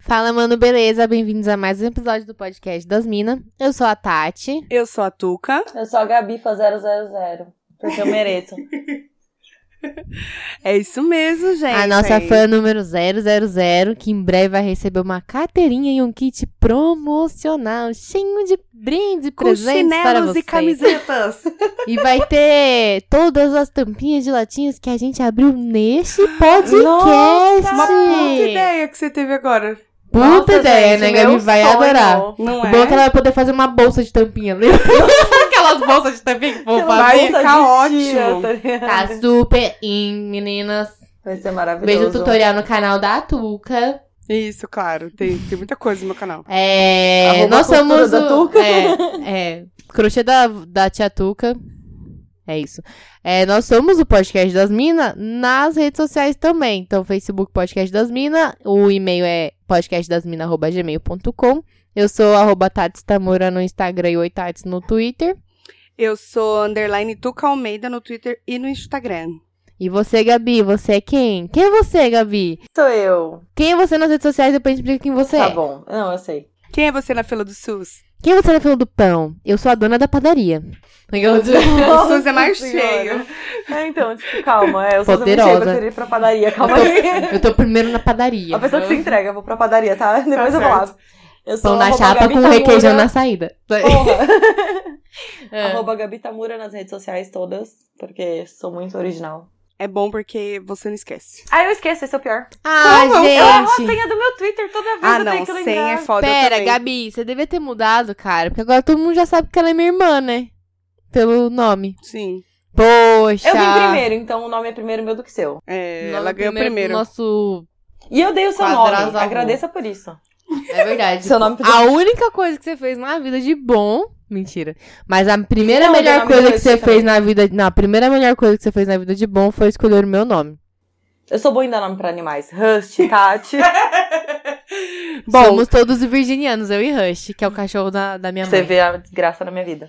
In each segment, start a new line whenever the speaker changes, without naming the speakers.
Fala, mano, beleza? Bem-vindos a mais um episódio do podcast das Minas. Eu sou a Tati.
Eu sou a Tuca.
Eu sou a Gabifa 000, porque eu mereço.
É isso mesmo, gente.
a nossa
É
fã número 000, que em breve vai receber uma carteirinha e um kit promocional cheio de brinde,
com
presentes para
chinelos
vocês.
e camisetas.
E vai ter todas as tampinhas de latinhas que a gente abriu neste podcast.
Nossa,
Uma puta ideia que você teve agora.
Puta
Nossa,
ideia,
gente,
né?
meu
Gabi vai
sonho.
adorar.
Não
O
é?
bom é que ela vai poder fazer uma bolsa de tampinha, lembra? Aquelas bolsas de tampinha que o povo
Pela
faz.
vai
bolsa
ficar
de tia,
ótimo.
tá ligado?
Tá super in, meninas.
Vai ser maravilhoso.
Veja o tutorial no canal da Tuca.
Isso, claro. Tem, tem muita coisa no meu canal.
É.
Arroba
nós
a costura
somos.
da
o-
Tuca.
É, é. Crochê da, da Tia Tuca. É isso. É, nós somos o Podcast das Minas nas redes sociais também. Então, Facebook Podcast das Minas. O e-mail é podcastdasmina.gmail.com. Eu sou arroba Tati Tamura no Instagram e Oitates no Twitter.
Eu sou underline Tuca Almeida no Twitter e no Instagram.
E você, Gabi, você é quem? Quem é você, Gabi?
Sou eu.
Quem é você nas redes sociais? Depois a gente explica quem você
Tá
é.
bom. Não, eu sei.
Quem é você na fila do SUS?
Quem é você na fila do pão? Eu sou a dona da padaria. Legal,
O SUS é mais
Nossa
cheio.
Senhora. É, então, tipo, calma. É, eu sou
Poderosa.
Eu prefiro ir pra padaria, calma aí.
Eu tô primeiro na padaria.
A pessoa que se entrega, eu vou pra padaria, Uhum. tá? Depois eu vou
certo.
lá. Eu sou
Pão na
arroba
chapa
Gabi
com
Tamura.
requeijão na saída.
Porra.
É.
Arroba Gabi Tamura nas redes sociais todas, porque sou muito original.
É bom porque você não esquece.
Ah, eu esqueço, esse é o pior.
Ah,
Como?
Eu erro É a
gente.
senha do meu Twitter toda vez,
Ah,
eu
não.
tenho que lembrar.
Sem é foda eu
Pera,
também.
Gabi, você devia ter mudado, cara. Porque agora todo mundo já sabe que ela é minha irmã, né? Pelo nome.
Sim.
Poxa.
Eu vim primeiro, então o nome é primeiro meu do que seu.
É,
Nome
ela ganhou primeiro.
do Nosso...
E eu dei o seu
Quadrazo
nome.
avô.
Agradeça por isso.
É verdade.
Seu nome
A única coisa que você fez na vida de bom. Mentira. Mas a primeira
Não, meu
melhor
nome
coisa
não
que você
existe
fez na vida. Não, a primeira melhor coisa que você fez na vida de bom foi escolher o meu nome.
Eu sou boa em dar nome pra animais. Rust, Tati.
Bom,
Somos todos virginianos, eu e Rush, que é o cachorro da, da minha
Você
mãe.
vê a desgraça na minha vida.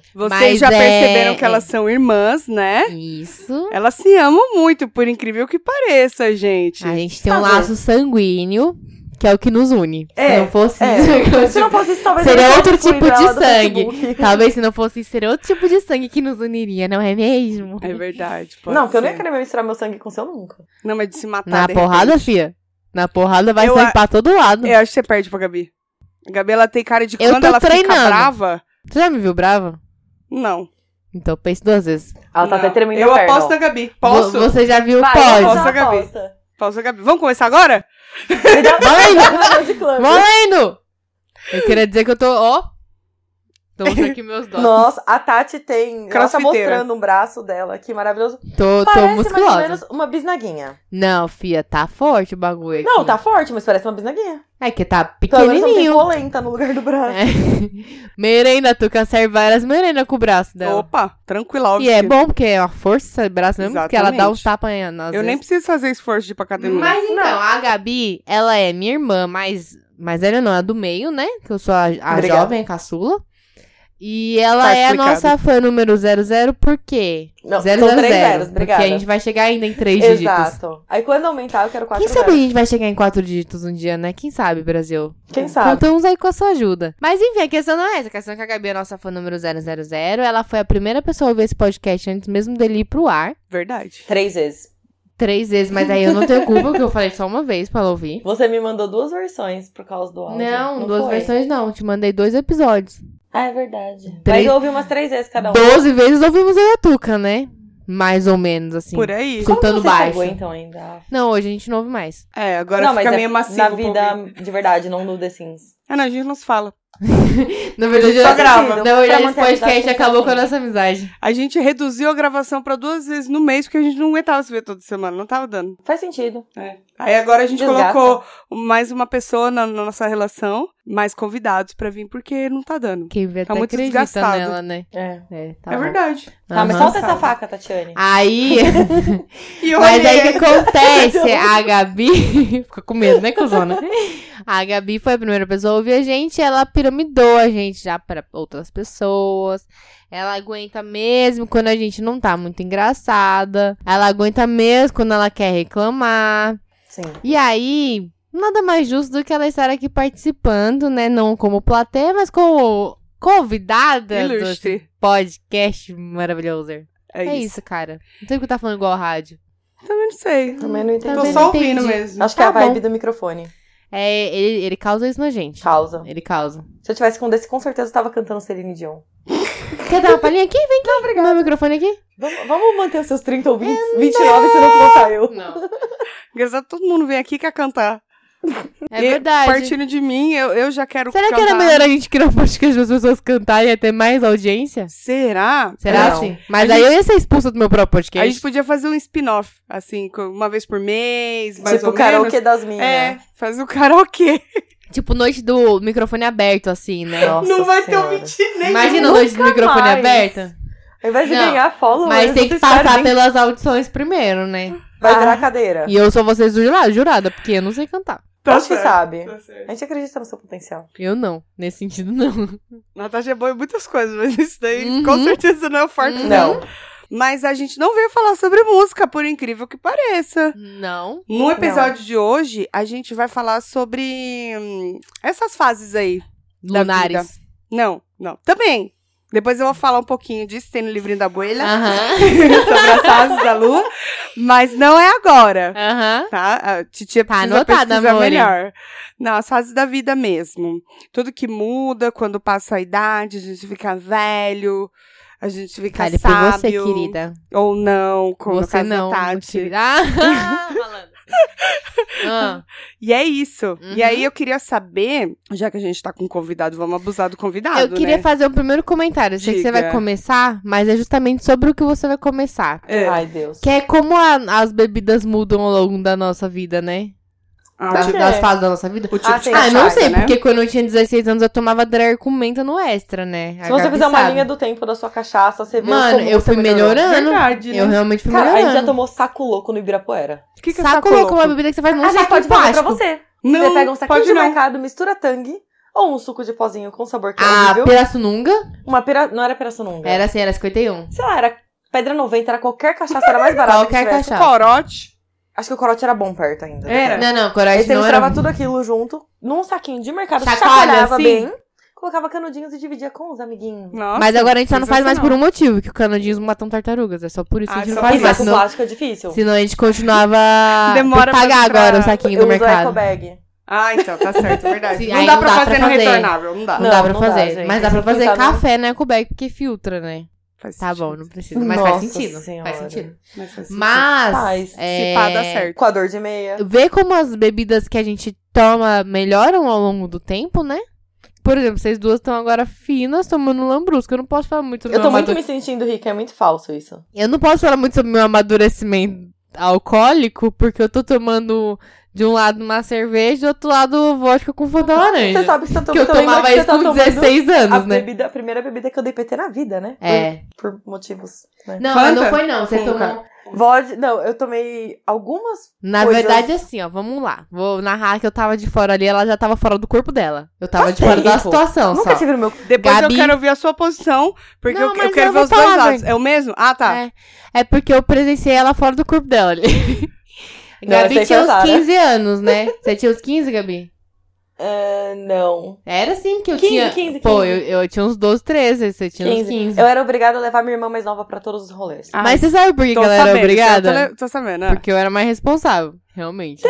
Mas
vocês já
é-
perceberam que elas são irmãs, né?
Isso.
Elas se amam muito, por incrível que pareça, gente.
A gente tem um
Tá
laço sanguíneo, que é o que nos une. se
É,
não fosse
é. Se
isso,
não fosse isso, talvez
Seria
eu
Tipo, outro
tivesse
tipo
excluído
de
ela do
sangue.
Facebook.
Talvez se não fosse isso, seria outro tipo de sangue que nos uniria, não é mesmo?
É verdade. pode
Não, porque eu não ia
ser.
querer misturar meu sangue com o seu nunca.
Não, mas de se
Tá
matar.
Na
de
porrada,
repente.
fia. Na porrada vai
Eu
sair
a-
pra todo lado.
Eu acho que você perde pra Gabi. A Gabi, ela tem cara de
Eu
quando
tô
ela
treinando.
fica brava.
Tu já me viu brava?
Não.
Então pense duas vezes.
Ela tá
Não.
até tremendo
Eu
a perna.
aposto na Gabi. Posso?
Vo- Você já viu?
Vai,
Pode.
vamos
Posso,
dar uma
Gabi?
aposta.
Posso, Gabi? Vamos começar agora?
Me dá-
Vai,
me dá um anel de clã.
Valendo! Eu queria dizer que eu tô, ó. Tô mostrando aqui meus dólares.
Nossa, a Tati tem... Ela tá
Crossfiteira.
mostrando um braço dela. Que maravilhoso.
Tô, tô
Parece mais ou
musculosa.
menos uma bisnaguinha.
Não, fia, tá forte o bagulho aqui.
Não, tá forte, mas parece uma bisnaguinha.
É que tá
Pelo menos não tem
pequenininho.
polenta no lugar do braço.
É. Merenda, tu quer serve várias merenda com o braço dela.
Opa, tranquila, óbvio.
E é
que-
bom, porque é uma força do braço mesmo, porque ela dá uns
Exatamente.
tapas em- nas
Eu nem
vezes.
preciso fazer esforço de ir pra academia.
Mas então, a Gabi, ela é minha irmã, mas... Mas ela não é do meio, né? Que eu sou a, a
Obrigada.
jovem, a caçula. E ela
Tá
é a
explicado.
nossa fã número 00, por quê?
Não,
Zero,
são
zero,
três
zero,
zeros,
Porque
obrigada.
a gente vai chegar ainda em três dígitos.
Exato. Aí quando aumentar, eu quero quatro
Quem sabe a
zeros.
gente vai chegar em quatro dígitos um dia, né? Quem sabe, Brasil?
Quem sabe?
Contamos aí com a sua ajuda. Mas enfim, a questão não é essa. A questão é que a Gabi é nossa fã número 000. Ela foi a primeira pessoa a ouvir esse podcast antes mesmo dele ir pro ar.
Verdade.
Três vezes.
Três vezes, mas aí eu não tenho culpa, porque eu falei só uma vez pra ela ouvir.
Você me mandou duas versões por causa do áudio.
Não, duas
foi?
versões não. Te mandei dois episódios.
Ah, é verdade.
Três-
Mas eu ouvi umas três vezes
Tá
cada um.
Doze vezes ouvimos eu e a Tuca, né? Mais ou menos, assim.
Por aí.
Sim.
Como que
Escutando
vocês
baixo.
aguentam então ainda?
Não, hoje a gente não ouve mais.
É, agora
não, mas
fica
é
meio macio.
na
pro
vida
povo.
de verdade, não no The Sims.
Ah, não, a gente não se fala.
Na
verdade,
verdade,
Só ela- grava.
na verdade
Pra
esse
manter a amizade
podcast
com
acabou com a
vocês.
nossa amizade.
A gente reduziu a gravação pra duas vezes no mês, porque a gente não aguentava se ver toda semana. Não tava dando.
Faz sentido.
Aí agora a gente
Desgasta.
colocou mais uma pessoa na, na nossa relação, mais convidados pra vir, porque não tá dando.
Quem vê
Tá
até
muito
acredita
desgastado.
nela, né?
É.
É, tá
é
bom.
verdade.
Tá, mas
Aham.
solta essa faca,
assim.
Tatiane.
Ah. Aí...
E eu
Mas aí
olhei,
o que acontece? A Gabi. Fica com medo, né, cuzona? A Gabi foi a primeira pessoa a ouvir a gente. Ela piramidou a gente já pra outras pessoas. Ela aguenta mesmo quando a gente não tá muito engraçada. Ela aguenta mesmo quando ela quer reclamar.
Sim.
E aí. Nada mais justo do que ela estar aqui participando, né? Não como plateia, mas como convidada do
Ilustre.
podcast maravilhoso. É,
É,
isso. cara. Não tem que estar falando igual a rádio.
Também não sei.
Também não entendi.
Tô
Também
só
não
ouvindo
entendi.
mesmo.
Acho que é a
Tá bom.
vibe do microfone.
É, ele, ele causa isso na gente.
Causa.
Ele causa.
Se eu tivesse com um desse, com certeza eu tava cantando Celine Dion.
Quer dar uma palhinha aqui? Vem aqui. Meu microfone aqui?
Vamos, vamos manter os seus 30 ou 20,
É,
29, senão contar eu.
Não.
Engraçado, todo mundo vem aqui quer cantar.
É
E
verdade.
Partindo de mim, eu, eu já quero
Será que
cantar.
era melhor a gente criar um podcast das pessoas cantarem e ia ter mais audiência?
Será?
Será
Não.
assim? Mas
A
aí eu ia ser expulsa do meu próprio
A
podcast.
gente podia fazer um spin-off, assim, com- uma vez por mês, mais
tipo,
ou
o karaokê
menos.
das
assim,
minhas.
né?
É, faz o karaokê.
Tipo, noite do microfone aberto, assim, né?
Nossa
não vai ter um
Senhora.
mentira nem.
Imagina noite do microfone
mais.
aberto.
Ao invés de
Não,
ganhar follow,
Mas tem que passar pelas audições primeiro, né?
Vai
Ah.
virar cadeira.
E eu sou vocês jurada, jurada, porque eu não sei cantar.
Tá
Acho que
certo,
sabe.
tá certo.
A gente acredita no seu potencial.
Eu não, nesse sentido não.
Natasha é boa em muitas coisas, mas isso daí
Uhum.
com certeza não é o forte
Uhum.
dela.
Não.
Mas a gente não veio falar sobre música, por incrível que pareça.
Não.
No episódio de hoje, a gente vai falar sobre hum, essas fases aí. Da
Lunares.
Não, não. Também. Depois eu vou falar um pouquinho disso, tem no livrinho da abuela,
Ah. Aham.
sobre as fases da lua. Mas não é agora,
Aham.
tá? A titia
Tá
precisa
anotado,
pesquisar
amore.
melhor. Não, as fases da vida mesmo. Tudo que muda, quando passa a idade, a gente fica velho, a gente fica
Tá, ele foi
sábio.
você, querida.
Ou não, como no
você
caso da
não.
Tati.
querida. Ah, malandro. Ah,
E é isso.
Uhum.
E aí eu queria saber, já que a gente tá com um convidado, vamos abusar do convidado,
eu queria
né?
fazer um primeiro comentário. Eu sei que você
Diga.
vai começar, mas é justamente sobre o que você vai começar.
É.
Ai, Deus.
Que é como a- as bebidas mudam ao longo da nossa vida, né?
Ah,
Das,
tipo-
das fases da nossa vida.
o tipo
Ah,
de
tem
Ah,
a
cachaça,
não sei,
né?
porque quando eu tinha 16 anos eu tomava drag com menta no extra, né? A
Se você
Gabi
fizer uma
sabe.
linha do tempo da sua cachaça, você vê
Mano,
como
eu
você
fui
melhorou.
melhorando.
Verdade, né?
Eu realmente fui
Cara, a gente já
melhorando.
tomou saco louco no Ibirapuera.
O que que é
saco louco é uma bebida que você faz num
a gente
saco
Ah, pode
de
fazer pra
plástico.
você.
Não,
você pega um saquinho
pode
de
não.
mercado, mistura tangue, ou um suco de pozinho com sabor que é
A
horrível.
Pirassununga
Uma pera... Não era piraçonunga.
Ah, era assim, era 51.
Sei lá, era pedra 90, era qualquer cachaça, era mais barata
Qualquer
que tivesse.
cachaça.
Corote.
Acho que o corote era bom perto ainda.
Era.
Não, não,
Aí
coragem
você
não
misturava
era...
tudo aquilo junto num saquinho de mercado,
Chacoalha,
chacoalhava
assim?
bem, colocava canudinhos e dividia com os amiguinhos.
Nossa,
Mas agora a gente só não faz mais por
sensacional.
um motivo, que o canudinhos matam tartarugas. É só por isso que
Ah,
a gente não
só por
faz
Mas
mais.
isso, com
Senão,
plástico é difícil.
senão a gente continuava...
Demora
Tem que pagar
pra-
agora o saquinho
eu
do
uso é
mercado.
eco bag.
Ah, então, tá certo, verdade.
Sim,
não
aí
dá
não
pra
dá pra
fazer no
fazer.
retornável, não dá.
Não,
Não,
dá pra
não dá,
fazer.
gente.
mas dá pra
Tem que
fazer
pensar no-
café, né, com bag, porque filtra, né?
Faz
Tá bom, não
sentido.
precisa. Mas faz
Nossa
sentido. Faz
Senhora.
sentido.
Mas faz sentido.
Mas.
Faz. Se
é,
Se pá, dá certo.
Com a dor de meia.
Ver como as bebidas que a gente toma melhoram ao longo do tempo, né? Por exemplo, vocês duas estão agora finas tomando lambrusco. Eu não posso falar muito sobre
Eu tô
meu
muito
amadu-
me sentindo rica, é muito falso isso.
Eu não posso falar muito sobre meu amadurecimento alcoólico, porque eu tô tomando de um lado uma cerveja, do outro lado vodka com fanta laranja.
Você sabe que você tá
que eu
tomando também,
tomava
mas
isso
você tá
com
tomando
16
a,
anos, né?
bebida, a primeira bebida que eu dei PT na vida, né?
É.
Por, por motivos. Né?
Não,
Fanta?
não foi não. Você
Nunca.
tomou
Vodka- não, eu tomei algumas.
Na
coisas-
verdade, assim, ó, vamos lá. Vou narrar que eu tava de fora ali, ela já tava fora do corpo dela. Eu tava de
sei,
fora da
pô.
situação,
Tá Nunca
só.
tive no meu.
Depois
Gabi-
eu quero ouvir a sua posição, porque
Não,
eu, eu
mas
quero
eu
ver
vou
os dois
falar,
lados. É o mesmo? Ah, tá.
É, é porque eu presenciei ela fora do corpo dela ali.
Não,
Gabi
essa
tinha
aí foi a
uns
Sara.
15 anos, né? Você tinha uns 15, Gabi?
Ah, não.
Era sim que eu
15,
tinha.
15,
Pô,
15.
eu, eu tinha uns 12, 13, você tinha uns
15.
15.
Eu era obrigada a levar minha irmã mais nova pra todos os rolês.
Ah,
Mas você sabe por que que ela era
eu Tô,
tá
obrigada?
le- tô sabendo.
Ah.
é.
Porque eu era mais responsável, realmente.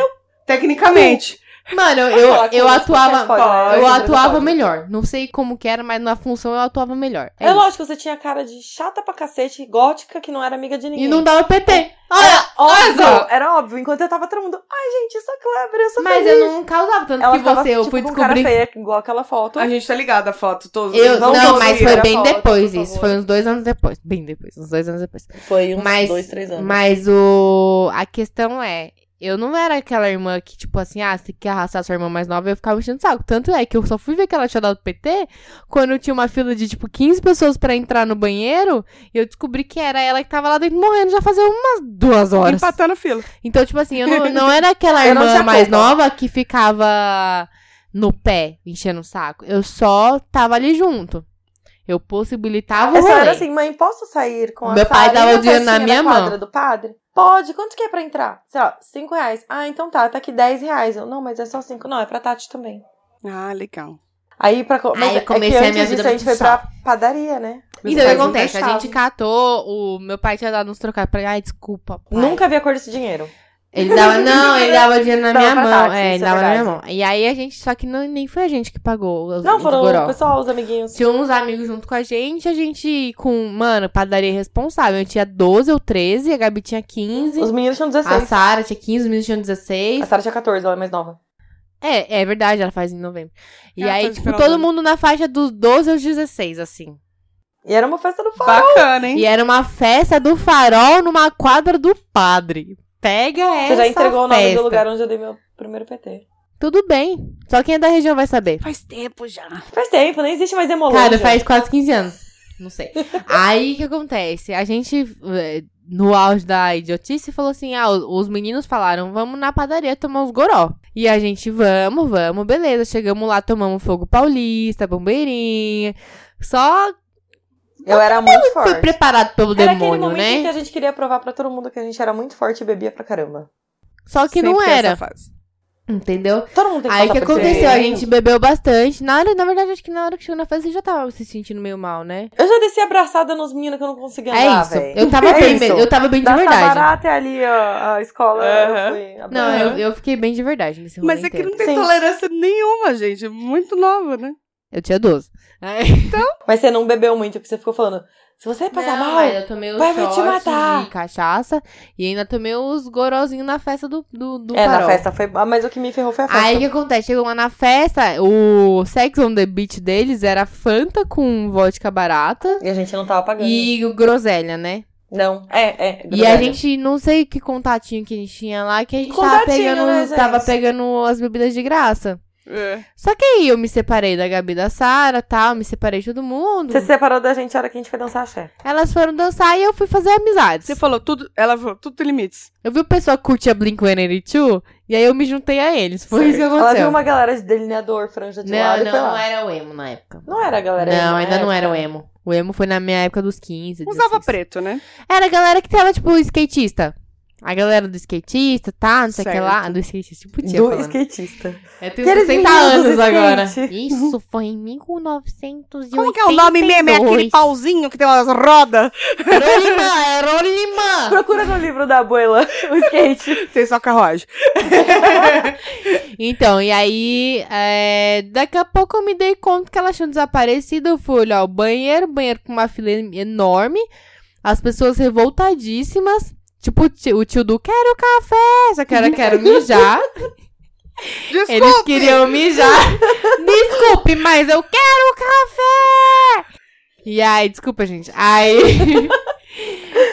Tecnicamente.
Mano, eu,
Posso
eu,
falar que
eu
o
atuava.
podcast pode, né?
Eu
Esse podcast
atuava
pode.
melhor. Não sei como que era, mas na função eu atuava melhor. É
É
isso.
lógico, você tinha cara de chata pra cacete, gótica, que não era amiga de ninguém.
E não dava
É.
PT. Olha,
Era óbvio,
só.
era óbvio. Enquanto eu tava todo mundo, ai gente, eu sou clever, eu sou
Mas eu não causava tanto
Ela
que
ficava,
você, eu
tipo,
fui
com cara
descobrir.
feia, igual aquela foto.
A gente tá ligado a foto, todos.
Eu,
Vamos
não,
conseguir
mas
tirar
foi bem
foto,
depois
por
isso.
favor.
Foi uns dois anos depois. Bem depois, uns dois anos depois.
Foi uns
Mas-
dois, três anos.
Mas o. A questão é. Eu não era aquela irmã que, tipo assim, ah, você quer arrastar sua irmã mais nova, eu ficava enchendo o saco. Tanto é que eu só fui ver que ela tinha dado PT quando tinha uma fila de, tipo, 15 pessoas pra entrar no banheiro e eu descobri que era ela que tava lá dentro morrendo já fazia umas duas horas.
Empatando o filo.
Então, tipo assim, eu não, não era aquela
Eu não
irmã
tinha
mais
culpa.
nova que ficava no pé, enchendo o saco. Eu só tava ali junto. Eu possibilitava o
Essa
rolê.
era assim, mãe, posso sair com a
Meu pai
Sara e
dava
na
o dinheiro na
festinha
minha
da quadra
mão.
do padre? Pode, quanto que é pra entrar? Sei lá, cinco reais. Ah, então tá, tá aqui dez reais. Eu, não, mas é só cinco. Não, é pra Tati também.
Ah, legal.
Aí pra... co-
Aí
Mas
eu
é que
comecei a
antes
minha vida
disso, a gente foi
muito
pra padaria, né?
Mas
então, o
os
que
pais não
acontece? A
deixavam.
gente catou, o meu pai tinha dado uns trocados pra ele. Ai, desculpa, pai.
Nunca vi a cor desse dinheiro.
Ele dava, não, ele dava dinheiro na
Dava
minha
pra
mão.
Tati,
é,
isso
ele
é
dava na minha
verdade.
mão. E aí a gente, só que não, nem foi a gente que pagou os,
Não,
os
foram
goró.
o pessoal, os amiguinhos.
Tinha uns amigos junto com a gente, a gente com, mano, padaria responsável. Eu tinha 12 ou 13, a Gabi tinha 15,
Os meninos tinham
a
16.
Sara tinha 15, os meninos tinham
A
16.
Sara tinha 14, ela é mais nova.
É, é verdade, ela faz em novembro. E
Ela
aí,
faz
tipo,
pelo
todo
amor.
mundo na faixa dos 12 aos 16, assim.
E era uma festa do farol.
Bacana, hein?
E era uma festa do farol numa quadra do padre. Pega essa
Você já entregou o nome
É festa.
do lugar onde eu dei meu primeiro PT.
Tudo bem. Só quem é da região vai saber.
Faz tempo já.
Faz tempo, nem existe mais demolão.
Cara, faz quase 15 anos. Não sei. Aí o que acontece? A gente, eh, no auge da idiotice, falou assim: ah, o- os meninos falaram, vamos na padaria tomar uns goró. E a gente, vamos, vamos, beleza. Chegamos lá, tomamos fogo paulista, bombeirinha. Só
Eu era muito
foi
forte.
preparado pelo
Era aquele
demônio,
momento em que
né?
a gente queria provar pra todo mundo que a gente era muito forte e bebia pra caramba.
Só que não
Sempre tem
era.
essa fase.
Entendeu?
Todo mundo tem que
Aí o que
passar por isso.
aconteceu? A gente bebeu bastante. Na hora, na verdade, acho que na hora que chegou na festa, você já tava se sentindo meio mal, né?
Eu já desci abraçada nos meninos que eu não conseguia
é
andar,
isso.
velho.
Eu tava
É
bem,
isso.
eu tava bem de
Da Sabará
verdade.
até é ali ó, a escola,
Aham.
eu fui
Não,
abraçada.
eu, eu fiquei bem de verdade nesse rolê
Mas é que
inteiro.
não tem
Sim.
tolerância nenhuma, gente. Muito nova, né?
Eu tinha 12. Ai.
Mas você não bebeu muito, porque você ficou falando, se você passar
Não, é,
mal...
aí eu tomei os
Vai, vai te
shots
matar.
de cachaça e ainda tomei os gorozinhos na festa do, do, do
É, na
farol.
festa foi... ah, Mas o que me ferrou foi a festa.
Aí o que acontece? Chegou lá na festa, o Sex on the Beach deles era Fanta com vodka barata
E a gente não tava pagando.
e o groselha, né?
Não, é, é.
E a
verdade.
gente, não sei que contatinho que a gente tinha lá, que a gente tava
Contatinho,
pegando,
né, gente?
tava pegando as bebidas de graça.
É.
Só que aí eu me separei da Gabi e da Sara, tal, me separei de todo mundo.
Você se separou da gente a hora que a gente foi dançar axé.
Elas foram dançar e eu fui fazer amizades.
Você falou tudo. Ela falou, tudo tem limites.
Eu vi o pessoal que curtia Blink-182 e aí eu me juntei a eles. Foi isso que
Ela viu
aconteceu.
uma galera de delineador, franja de lado
Não,
e foi
não,
lá.
não era o emo na época.
Não era a galera
Não,
emo,
ainda não
né?
era um o emo. O emo foi na minha época dos 15, 16.
Usava preto, né?
Era a galera que tava, tipo, skatista. A galera do skatista, tá, não sei o que
Certo.
lá. Do skatista, tipo, tinha
Do
falando.
skatista.
Eu tenho
Aqueles
60
meninos do
anos agora.
skate.
Isso foi em 1982.
Como que é o nome mesmo? É aquele pauzinho que tem umas rodas.
Rolimã, é Rolimã.
Procura no livro da abuela o skate.
Tem só carruagem.
Então, e aí, é, daqui a pouco eu me dei conta que elas tinham desaparecido. Eu fui olhar o banheiro, banheiro com uma fila enorme. As pessoas revoltadíssimas. Tipo, o tio, o tio do quero café, só quero, quero mijar.
Desculpe.
Eles queriam mijar. Desculpe, mas eu quero café! E aí, desculpa, gente. Aí.
Eu não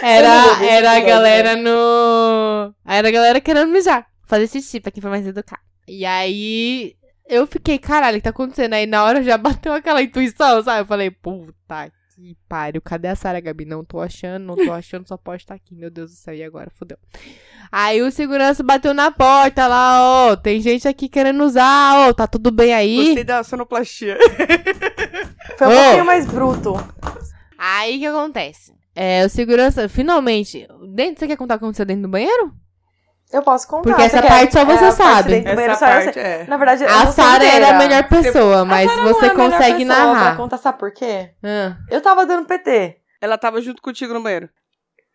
vou
Era,
ver esse
era a
episódio, né?
galera no. Era a galera querendo mijar. Fazer xixi pra quem foi mais educado. E aí. Eu fiquei, caralho, o que tá acontecendo? Aí na hora já bateu aquela intuição, sabe? Eu falei, puta que pariu, cadê a Sara, Gabi? Não tô achando, não tô achando, só pode estar aqui. Meu Deus do céu, e agora? Fudeu. Aí o segurança bateu na porta lá, ó. Tem gente aqui querendo usar, ó. Tá tudo bem aí?
Gostei da sonoplastia.
Foi um
Ô.
pouquinho mais bruto.
Aí o que acontece? É, o segurança, finalmente. Dentro, você quer contar o que aconteceu dentro do banheiro?
Eu posso contar.
Porque essa
você quer?
parte só você
É, a parte
sabe.
dentro do banheiro
Essa
só eu sei.
parte é.
Na verdade, eu
a
não sei
Sara
inteira.
era a melhor pessoa, mas
Sara não
você
é a melhor
consegue
pessoa pra
narrar.
contar, sabe por quê?
Ah.
Eu tava dando PT.
Ela tava junto contigo no banheiro.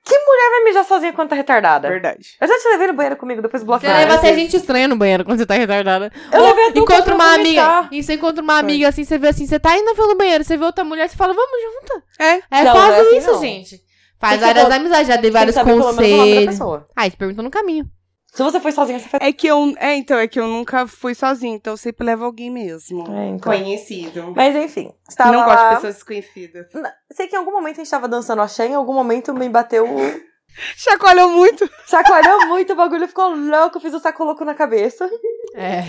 Você vai mijar sozinha quando tá retardada.
Verdade.
Eu já te levei no banheiro comigo depois do bloco.
Você leva até gente estranha no banheiro quando você tá retardada.
Eu
Ou
levei a Duca
encontra
pra
uma
aproveitar.
amiga. E você encontra uma amiga assim, você vê assim, você tá indo na fila do banheiro, você vê outra mulher, você fala, vamos junto.
É.
É
Não,
quase
não é assim,
isso,
não.
gente. Faz
Tem que
várias
saber-
amizades, já dei vários
Tem que saber pelo menos o nome da
conselhos.
pessoa.
Ah, te perguntou no caminho.
Se você foi sozinha, você foi.
É que eu. É, então, é que eu nunca fui sozinha, então eu sempre levo alguém mesmo.
É, então.
Conhecido.
Mas enfim, estava
não
lá.
gosto de pessoas desconhecidas.
Sei que em algum momento a gente tava dançando axé, em algum momento me bateu o...
Chacoalhou muito.
Chacoalhou muito, o bagulho ficou louco, fiz o saco louco na cabeça.
É.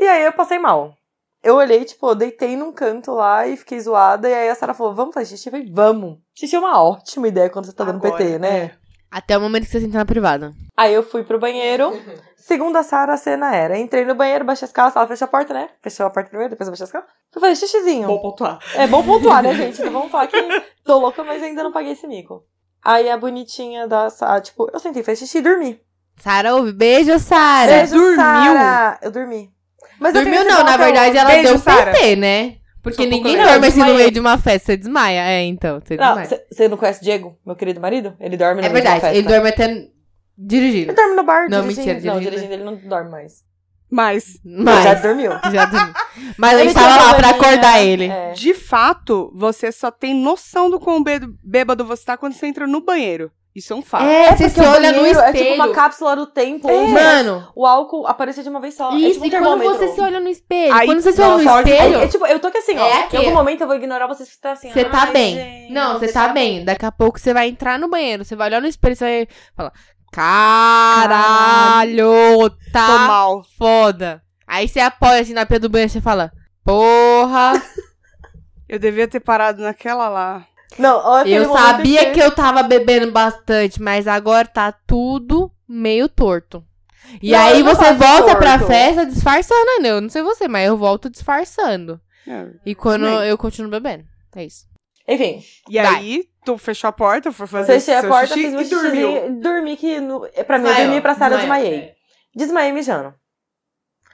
E aí eu passei mal. Eu olhei, tipo, eu deitei num canto lá e fiquei zoada. E aí a Sara falou, vamos fazer xixi? Eu falei, vamos. Xixi é uma ótima ideia quando você tá dando
Agora,
PT, né?
é.
Até o momento que você senta na privada.
Aí eu fui pro banheiro. Segunda Sara, a cena era. Entrei no banheiro, baixei as calças, ela fechou a porta, né? Fechou a porta primeiro, depois eu baixei as calças. Eu falei, xixizinho.
Vou pontuar.
É bom pontuar, né, gente? Não vamos falar que tô louca, mas ainda não paguei esse mico. Aí a bonitinha da Sara, tipo, eu sentei, fez xixi e dormi.
Sara ouve. Beijo, Sara.
Beijo,
dormiu?
Sara. Eu dormi. Mas eu
Dormiu
tenho
não,
sinal
na
que eu-
verdade ela
Beijo,
deu um
Sara.
PT, né? Porque
Sou um pouco
ninguém
legal.
dorme assim no
Desmaiei.
meio de uma festa, você desmaia. É, então, você
Não,
desmaia.
você não conhece Diego, meu querido marido? Ele dorme no
É
meio de uma
verdade, ele
festa.
dorme até dirigindo.
Ele dorme no bar,
Não,
dirigindo.
mentira,
não,
dirigindo.
dirigindo ele não dorme mais.
Mas,
Ele Já
Mas,
dormiu.
já dormi. Mas a
Ele
gente
tem
tava
uma
lá pra
maninha,
acordar ele.
é.
de fato, você só tem noção do quão bê- bêbado você tá quando você entra no banheiro. Isso é um fato.
É, você se
Porque o
olha no
banheiro
espelho.
É tipo uma cápsula do tempo.
É.
onde
Mano,
O álcool aparecia de uma vez só. é
isso,
tipo um
e quando
termômetro.
você se olha no espelho,
Aí-
quando você se olha no
Nossa,
espelho,
É, é tipo, eu tô aqui assim, ó.
É
Em
aqui.
algum momento eu vou ignorar vocês que estão assim.
você tá
"Ai,
bem.
gente,
não, você tá bem. Daqui a pouco você vai entrar no banheiro, você vai olhar no espelho, você vai falar, caralho, tá
Tô mal.
foda. Aí você apoia assim na pia do banheiro e você fala, porra,
Eu devia ter parado naquela lá.
Não, ó, aquele
eu
momento
sabia que eu tava bebendo bastante, mas agora tá tudo meio torto. E
Não,
aí
eu não
você
tava
volta pra
torto.
festa disfarçando, né? Eu não sei você, mas eu volto disfarçando.
É.
E quando
Também.
eu continuo bebendo. É isso.
Enfim,
E
Vai.
aí, tu fechou a porta, foi fazer
fechei a
seu
porta,
xixi
fiz meu
e dormiu. né?
xixi, dormi que... No, é, pra mim, eu dormi pra Sara, eu desmaiei. Desmaiei mijando.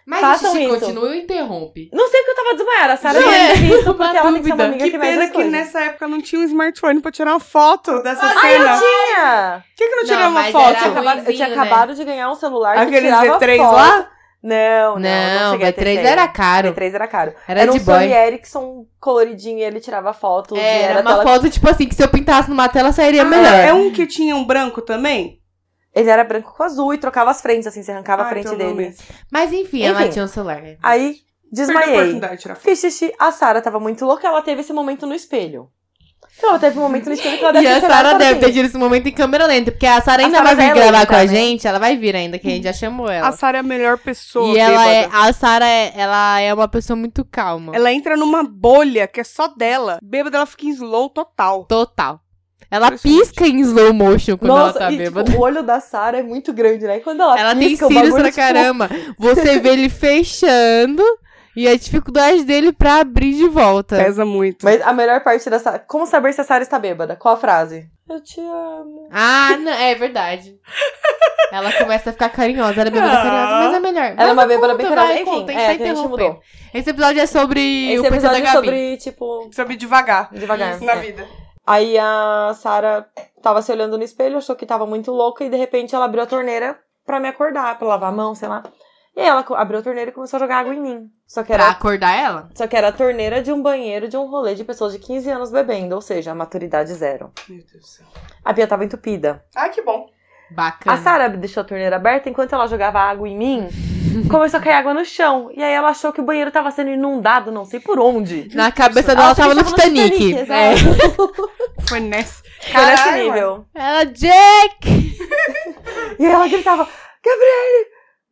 Mas
Façam
o xixi
isso.
continua e interrompe.
Não sei porque eu tava desmaiada. A Sara
Não,
devia
é.
ter visto, porque
Uma
ela tem que ser
dúvida.
uma amiga
Que
que vai
pena
das
que
coisas.
nessa época não tinha um smartphone pra tirar uma foto dessa
Ai,
cena.
eu tinha!
Por que, que não
Não,
tirei uma
mas
foto?
É,
Ah,
Era
Eu tinha, acabado, eu tinha
ruinzinho, né?
acabado de ganhar um celular que
Aqueles
tirava
V3
foto.
lá?
Não, não, não
Não,
cheguei a
vai
ter
3
ideia.
era caro.
V3 era caro.
Era,
um
de
Sony
boy. É,
Ericsson coloridinho e ele tirava fotos. e
Era uma
tela- Ah,
foto, tipo assim, que se eu pintasse numa tela sairia melhor.
É um que tinha um branco também?
Ele era branco com azul e trocava as frentes, assim, você arrancava a
Ah,
frente
então não
dele.
mesmo.
Mas enfim, ela
Enfim.
tinha um celular. né?
Aí,
Perdi a
desmaiei.
oportunidade de tirar foto.
Fiz xixi, a Sara tava muito louca, ela teve esse momento no espelho. Então ela teve um momento no espelho que ela deve
E a
ter chorado
Sara deve ter
assim.
tido esse momento em câmera lenta, porque a Sara
A
ainda
Sara
vai
já
vir
é
gravar
lenta,
com a
né?
gente, ela vai vir ainda, que a gente já chamou ela.
A Sara é a melhor pessoa.
e ela é,
bêbada.
a Sara é, ela é uma pessoa muito calma.
Ela entra numa bolha que é só dela. Bêbada, ela fica em slow total.
Total. Ela
Impressionante.
pisca em slow motion quando
Nossa,
ela tá
e, tipo,
bêbada.
o olho da Sara é muito grande, né? E Quando ela,
ela tem
pisca, o
cílios
bagulho,
pra
tipo,
caramba. Você vê ele fechando e a dificuldade dele pra abrir de volta.
É.
Pesa muito.
Mas a melhor parte da Sara... Como saber se a Sara está bêbada? Qual a frase? Eu te amo.
Ah, não, é verdade. Ela começa a ficar carinhosa. Ela é bêbada
Ah.
carinhosa, mas é melhor.
Ela é uma bêbada
conta,
bem
vai,
caralho. Enfim,
conta, a gente
é,
tá
a gente
interrompendo.
mudou.
Esse episódio é sobre
Esse
o PT da
episódio é
Gabi.
sobre, tipo,
Sabe devagar.
devagar.
Na
É.
vida.
Aí a Sara tava se olhando no espelho, achou que tava muito louca e de repente ela abriu a torneira pra me acordar, pra lavar a mão, sei lá. E aí ela co- abriu a torneira e começou a jogar água em mim. Só que
Pra
era,
acordar ela?
só que era a torneira de um banheiro de um rolê de pessoas de 15 anos bebendo, ou seja, a maturidade zero.
Meu Deus do céu.
A pia tava entupida.
Ah, que bom.
Bacana.
A Sara deixou a torneira aberta enquanto ela jogava água em mim. Começou a cair água no chão. E aí ela achou que o banheiro tava sendo inundado, não sei por onde.
Na cabeça dela
achou
tava
que
no Titanic. É.
exato.
Foi nessa.
Foi nesse
Caralho,
nível.
Ela, Jack!
E ela gritava: Gabriele,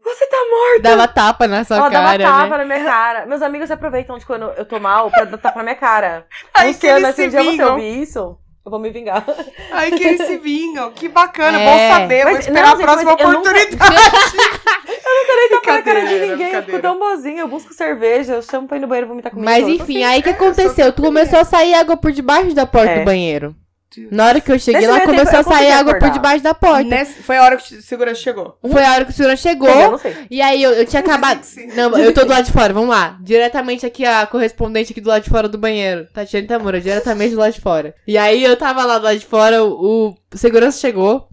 você tá morta!
Dava tapa na sua
ela
cara,
dava
né?
tapa na minha cara. Meus amigos se aproveitam de quando eu tô mal pra dar tapa na minha cara.
Aí que
Luciana,
eles
se
se
um dia você
vingam.
ouvir isso, eu vou me vingar.
Aí que eles se vingam. Que bacana.
É.
Bom saber. Vou
Mas-
esperar
não,
a
gente,
próxima
mas eu nunca-
oportunidade.
Eu nem tapa na cara de
Brincadeira,
ninguém, eu fico
brincadeira.
tão boazinha, eu busco cerveja, eu chamo pra ir no banheiro vomitar comigo.
Mas enfim, aí que
eu sou
aconteceu? Tu
pequenininha.
começou a sair água por debaixo da porta
É.
do banheiro.
Deus.
Na hora que eu cheguei,
Nesse
ela
meio tempo,
começou a
eu consegui
sair água por
acordar.
debaixo da porta.
Nessa- Foi a hora que o segurança chegou.
Foi a hora que o senhor chegou.
Eu não sei.
E aí eu, eu tinha
Tá
acabado. Não, eu tô do lado de fora, vamos lá. Diretamente aqui, a correspondente aqui do lado de fora do banheiro. Tatiane Tamura, diretamente do lado de fora. E aí eu tava lá do lado de fora, o, o segurança chegou.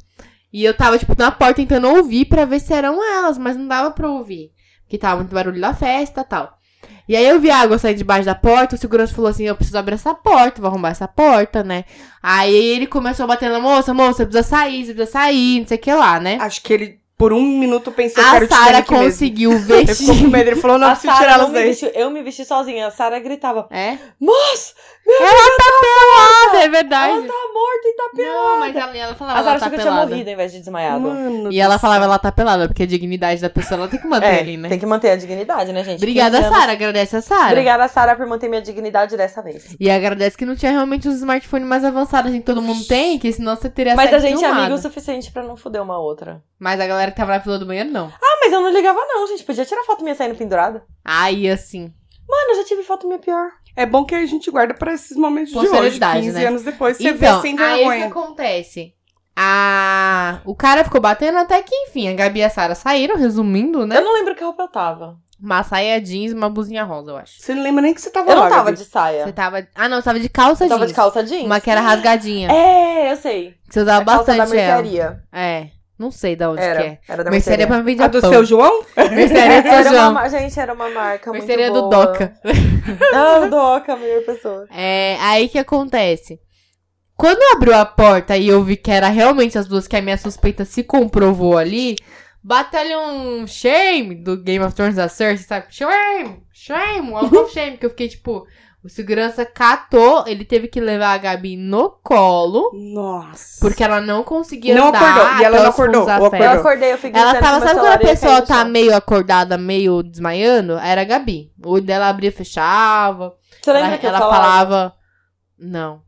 E eu tava, tipo, na porta tentando ouvir pra ver se eram elas, mas não dava pra ouvir. Porque tava muito barulho da festa e tal. E aí eu vi a água sair debaixo da porta, o segurança falou assim, eu preciso abrir essa porta, vou arrombar essa porta, né? Aí ele começou a bater na moça, moça, precisa sair, você precisa sair, não sei o que lá, né?
Acho que ele Por um minuto eu pensei que era
A
o Titanic
Sara
mesmo.
conseguiu
Ele ficou com
vestir.
medo, ele falou, não,
a
preciso
Sara
tirar
não
os
me
dentes.
vestiu. Eu me vesti sozinha. A Sara gritava,
É?
moço,
Ah, é
ela
verdade.
tá morta e tá pelada.
Não, mas ela, ela falava
a
ela
Sara
tá
achou que eu tinha
pelada. Hum,
morrido ao invés de desmaiado.
Mano
E ela
do
falava
céu.
ela tá pelada, porque a dignidade da pessoa ela tem que manter
É,
ali, né?
tem que manter a dignidade, né, gente?
Obrigada,
15 anos.
Sara. Agradece a Sara.
Obrigada, Sara, por manter minha dignidade dessa vez.
E agradece que não tinha realmente os smartphones mais avançados assim, que todo mundo tem, que senão você teria
Mas
saído
a gente é
filmada.
amigo o suficiente pra não foder uma outra.
Mas a galera que tava na fila do banheiro, não.
Ah, mas eu não ligava não, gente. Podia tirar foto minha saindo pendurada.
Aí, assim.
Mano, eu já tive foto minha pior.
É bom que a gente guarda pra esses momentos de hoje,
Posterioridade,
15
né?
anos depois, você
então,
vê sem
aí o que
vergonha.
acontece? Ah, o cara ficou batendo até que, enfim, a Gabi e a Sara saíram, resumindo, né?
Eu não lembro que roupa eu tava.
Uma saia jeans e uma blusinha rosa, eu acho.
Você não lembra nem que você tava
Eu
lá,
não tava
Gabi.
de saia.
Você tava... Ah, não, você tava de calça
É. Eu tava
jeans.
de calça jeans.
Uma que era rasgadinha.
É, eu sei.
Que você usava
a calça da
bastante ela.
mercearia.
É, não sei da onde
Era.
que é.
Era da
Mercearia
mercearia.
pra vender
A do
pão.
seu João?
Mercearia é do seu
Era uma,
João.
ma- gente, era uma marca muito
Mercearia é do
boa.
Doca.
Ah, o Doca, a melhor pessoa.
É, aí que acontece. Quando eu abriu a porta e eu vi que era realmente as duas que a minha suspeita se comprovou ali, batalhão shame do Game of Thrones da Cersei, sabe? Shame, shame, walk of shame, que eu fiquei tipo, o segurança catou, ele teve que levar a Gabi no colo,
Nossa.
porque ela não conseguia
Não
andar.
acordou, e ela
até
não
os fundos
acordou,
da
ou
festa.
Eu
acordou.
acordei, eu fui
Ela
gritando
tava,
com meu
sabe quando
celular
a
e eu caí
pessoa
no
tá
chão.
meio acordada, meio desmaiando? Era a Gabi. O olho dela abria e fechava.
Você lembra
ela
que eu
ela
falava?
falava. Não.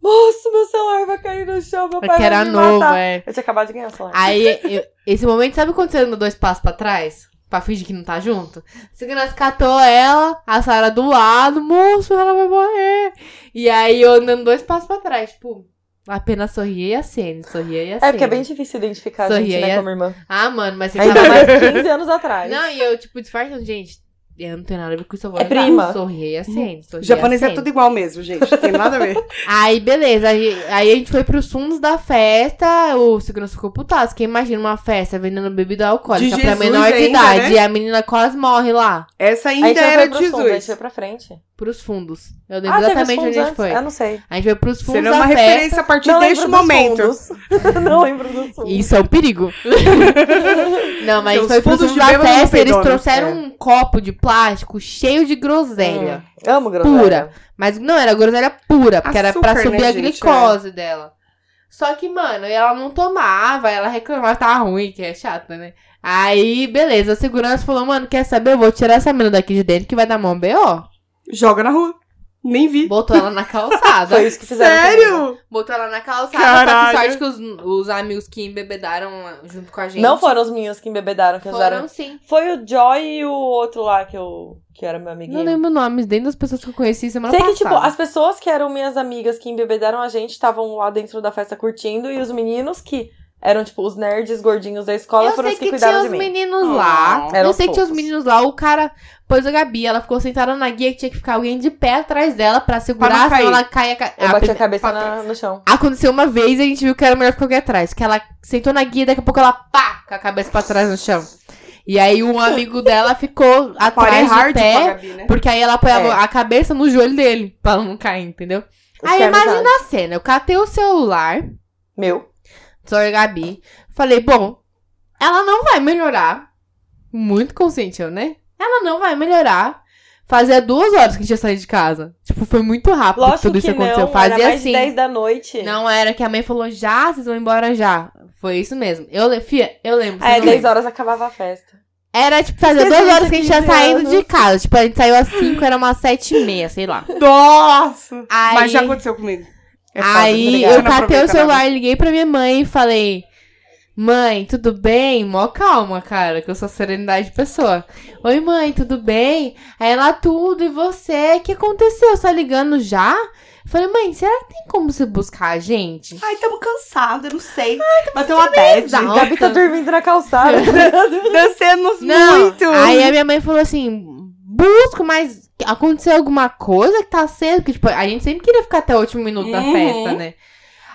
Moço, meu celular vai cair no chão, meu pai
Porque
vai
era
me
novo,
matar.
é.
Eu tinha acabado de ganhar o celular.
Aí, eu- esse momento, sabe quando você anda dois passos pra trás? Pra fingir que não tá junto? Segurança catou ela, a Sara do lado, moço, ela vai morrer. E aí eu andando dois passos pra trás, tipo, apenas sorria e acene, sorria e acene.
é porque é bem difícil identificar a gente,
Sorria,
né,
Assim, é-
como irmã.
Ah, mano, mas você
Ainda
tava mais...
mais 15 anos atrás.
Não, e eu, tipo, disfarçando, gente, eu não tenho nada a ver com isso, eu vou
É
andar.
prima.
Sorria e acene, sorria e
Japonês é
acene.
tudo igual mesmo, gente. Não tem nada a ver.
Aí, beleza. Aí, aí a gente foi pros fundos da festa. O segurança ficou putaço. Quem imagina uma festa vendendo bebida alcoólica
De
pra
Jesus
menor de
ainda,
idade?
né?
E a menina quase morre lá.
Essa
a gente
ainda
não
era
foi pro fundo, a gente foi
Jesus.
pra frente.
Pros fundos. Eu lembro
Ah, teve os
exatamente
fundos
onde a gente
antes?
foi.
Eu não sei.
A gente foi pros fundos
Será
da
é uma
festa.
referência a partir
não
deste
lembro
momento.
dos fundos. não lembro dos fundos.
Isso é um perigo. não, mas a
Os
gente foi pros
fundos
fundos
de
da
bêbado não
festa. Eles
peidam, né?
trouxeram
É.
um copo de plástico cheio de groselha.
Hum, amo groselha.
Pura. Mas não, era groselha pura, porque era pra
Açúcar,
subir
né,
a
gente?
glicose dela. Só que, mano, ela não tomava, ela reclamava, tava ruim, que é chata, né? Aí, beleza, a segurança falou, mano, quer saber? Eu vou tirar essa menina daqui de dentro que vai dar mão B.O.
Joga na rua. Nem vi.
Botou ela na calçada.
Foi isso que fizeram
né?
comigo.
Sério?
Botou ela na calçada, só que sorte
Caralho.
que os, os amigos que embebedaram junto com a gente.
Não foram os meninos que embebedaram, que usaram.
foram sim.
Foi o Joy e o outro lá que, eu, que era meu amiguinho.
Não lembro nomes nem das pessoas que eu conheci semana
Sei que,
passada.
tipo, as pessoas que eram minhas amigas que embebedaram a gente estavam lá dentro da festa curtindo e os meninos que eram, tipo, os nerds gordinhos da escola
Eu
foram
sei
os que,
que,
cuidavam
tinha
de
os
mim. um
meninos
Ah,
lá.
eram
eu sei que tinha os
fofos.
meninos lá. O cara pôs a Gabi, ela ficou sentada na guia que tinha que ficar alguém de pé atrás dela pra segurar,
Pra não
senão
cair.
ela caia. ca-
Eu
Ah,
bati a
pe-
cabeça
pra
na-
trás.
no chão.
Aconteceu uma vez e a gente viu que era melhor ficar alguém atrás. Que ela sentou na guia e daqui a pouco ela pá, com a cabeça pra trás no chão. E aí um amigo dela ficou
Parei
atrás de
hard com a
pé.
Gabi, né?
Porque aí ela apoiava
É.
a cabeça no joelho dele, pra ela não cair, entendeu?
Isso
aí
que é
imagina
amizade.
a cena, eu catei o celular,
Meu.
Sorry, Gabi. Falei, bom, ela não vai melhorar. Muito consciente eu, né? Ela não vai melhorar. Fazia duas horas que a gente ia sair de casa. Tipo, foi muito rápido que
Lógico
tudo isso
que
aconteceu.
não,
Fazia
era mais
assim.
de 10 da noite.
Não era que a mãe falou, já, vocês vão embora já. Foi isso mesmo. Eu, le- fia, eu lembro. vocês
É,
não
10
lembram.
horas acabava a festa.
Era, tipo, fazia duas
Gente,
horas que a gente ia
15
saindo de
anos.
casa. Tipo, a gente saiu às 5, era umas sete e meia, sei lá.
Nossa!
Aí...
Mas já aconteceu comigo. É foda,
Aí
obrigada.
eu
Você não
catei o
aproveita
celular,
nada.
liguei pra minha mãe e falei: Mãe, tudo bem? Mó calma, cara, que eu sou serenidade de pessoa. Oi, mãe, tudo bem? Aí ela, tudo, e você? O que aconteceu? Você tá ligando já? Eu Falei, mãe, será que tem como você buscar a gente?
Ai, tamo cansado, eu não sei. Bateu uma bad.
Não,
Gabi tá dormindo na calçada.
Dancemos
Não.
muito.
Aí a minha mãe falou assim: busco, mas aconteceu alguma coisa que tá cedo, porque tipo, a gente sempre queria ficar até o último minuto da
Uhum.
festa, né?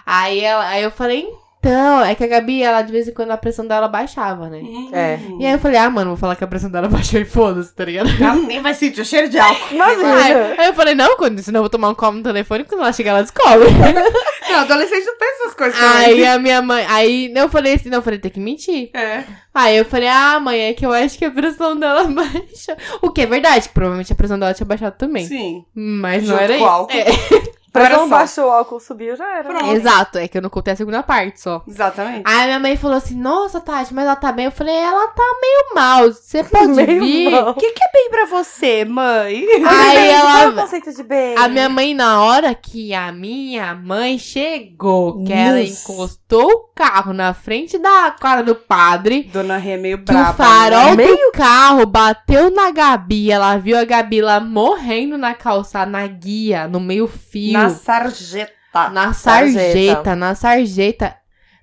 Aí, ela, aí eu falei, Então, é que a Gabi, ela de vez em quando a pressão dela baixava, né?
É.
E aí eu falei, ah, mano, vou falar que a pressão dela baixou e foda-se, tá ligado?
Ela nem vai sentir o cheiro de álcool.
Imagina.
Aí, aí eu falei, não, quando, senão eu vou tomar um colo no telefone, quando ela chegar, ela descobre.
Não, adolescente não pensa essas coisas.
aí é- a minha mãe, aí não, eu falei assim, não, eu falei, tem que mentir.
também. É.
Aí eu falei, ah, mãe, é que eu acho que a pressão dela baixa. O que é verdade, que provavelmente a pressão dela tinha baixado também.
Sim.
Mas não
Junto
era
com
isso.
o álcool.
É.
Pra
Agora
não
só.
baixou o álcool, subiu, já era. né?
Pronto.
Exato, é que eu não contei a segunda parte só.
Exatamente.
Aí minha mãe falou assim, nossa, Tati, mas ela tá bem. Eu falei, ela tá meio mal, você pode
Meio
vir.
mal.
O que, que é bem pra você, mãe?
Aí
Qual é o
ela...
conceito de bem?
A minha mãe, na hora que a minha mãe chegou, que ela
Nossa.
encostou o carro na frente da cara do padre,
Dona Rê é meio
que
brava.
o farol
né?
do carro bateu na Gabi, ela viu a Gabi lá morrendo na calçada, na guia, no meio fio.
Na sarjeta.
Na
sarjeta.
sarjeta, na sarjeta.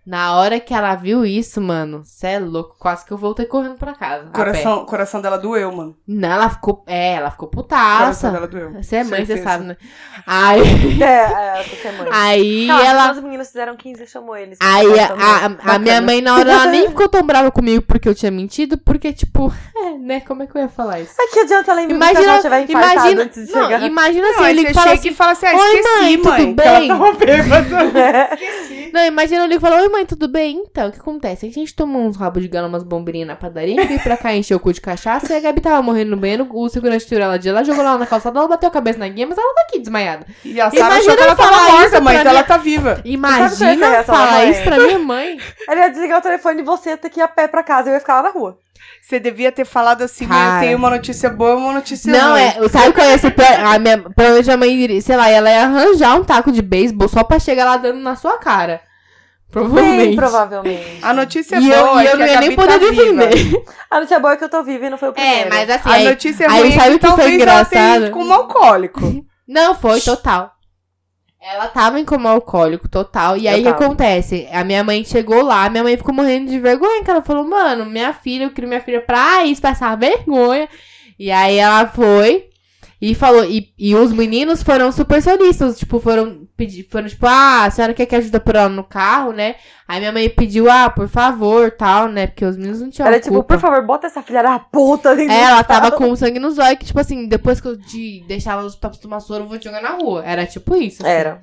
Na hora que ela viu isso, mano, cê é louco. Quase que eu voltei correndo pra casa. a pé.
Coração, coração dela doeu, mano.
Não, ela ficou. É, ela ficou
Coração
putaça.
dela doeu.
Você é mãe, você
Certeza.
sabe, né? Aí,
É, é, porque é mãe.
aí
Calma,
ela.
Os meninos fizeram 15 e chamou eles.
Aí a,
Também.
a- a minha
Bacana.
mãe, na hora, ela nem ficou tão brava comigo porque eu tinha mentido, porque, tipo, é, né? Como é que eu ia falar isso?
Mas que adianta ela imagina, se
Imagina.
ela tiver infartado
Imagina,
antes de
não,
chegar.
imagina
Não,
assim,
aí
ele
você
fala
chega
assim,
e fala assim, ah,
"Oi, mãe,
esqueci,
tudo
que Ela tá
bem?"
tava bêbada.
É.
esqueci.
Não, imagina ele falar, oi mãe, tudo bem? Então, o que acontece? A gente tomou uns rabos de galo, umas bombeirinhas na padaria, veio pra cá, encheu o cu de cachaça, e a Gabi tava morrendo no banheiro, o segurança tirou ela de lá, jogou ela na calçada, ela bateu a cabeça na guia, mas ela tá aqui desmaiada.
E a Sara
Imagina
achou que ela
falar
tava
isso
morta, mãe,
pra minha-
então ela tá viva.
Sabe qual é a
Imagina
reação da
falar
mãe?
isso pra minha mãe.
Ela ia desligar o telefone e você ia ter que ir a pé pra casa. Eu ia ficar lá na rua.
Você devia ter falado assim, mãe,
Cara.
eu tenho uma notícia boa e uma notícia
Não,
ruim.
é, sabe qual é esse pior? A minha, provavelmente a mãe, iria- sei lá, ela ia arranjar um taco de beisebol só pra chegar lá dando na sua cara.
Bem,
Provavelmente.
provavelmente.
A notícia
E eu,
boa
e
é
eu
que
não
a
ia
Gabi
nem poder
tá viva.
defender.
A notícia boa é que eu tô viva e não foi o primeiro.
assim,
A notícia
aí
ruim é
sabe
que
o que foi
talvez ela tenha
engraçado?
ido com um alcoólico.
Não, foi total. Ela tava em coma alcoólico total. E
Eu
aí o que
tava.
acontece? A minha mãe chegou lá, minha mãe ficou morrendo de vergonha, que ela falou, mano, minha filha, eu queria minha filha pra isso, passar vergonha. E aí ela foi e falou, e, e os meninos foram super solistas, tipo, foram pedir, foram tipo, ah, a senhora quer que ajuda por ela no carro, né? Aí minha mãe pediu, ah, por favor, tal, né? Porque os meninos não tinham
Ela é tipo,
culpa.
por favor, bota essa filha da puta dentro
É,
do
ela
carro.
tava com sangue nos olhos, que, tipo assim, depois que eu de deixar ela pra tomar soro, eu vou te jogar na rua. Era tipo isso. assim.
Era.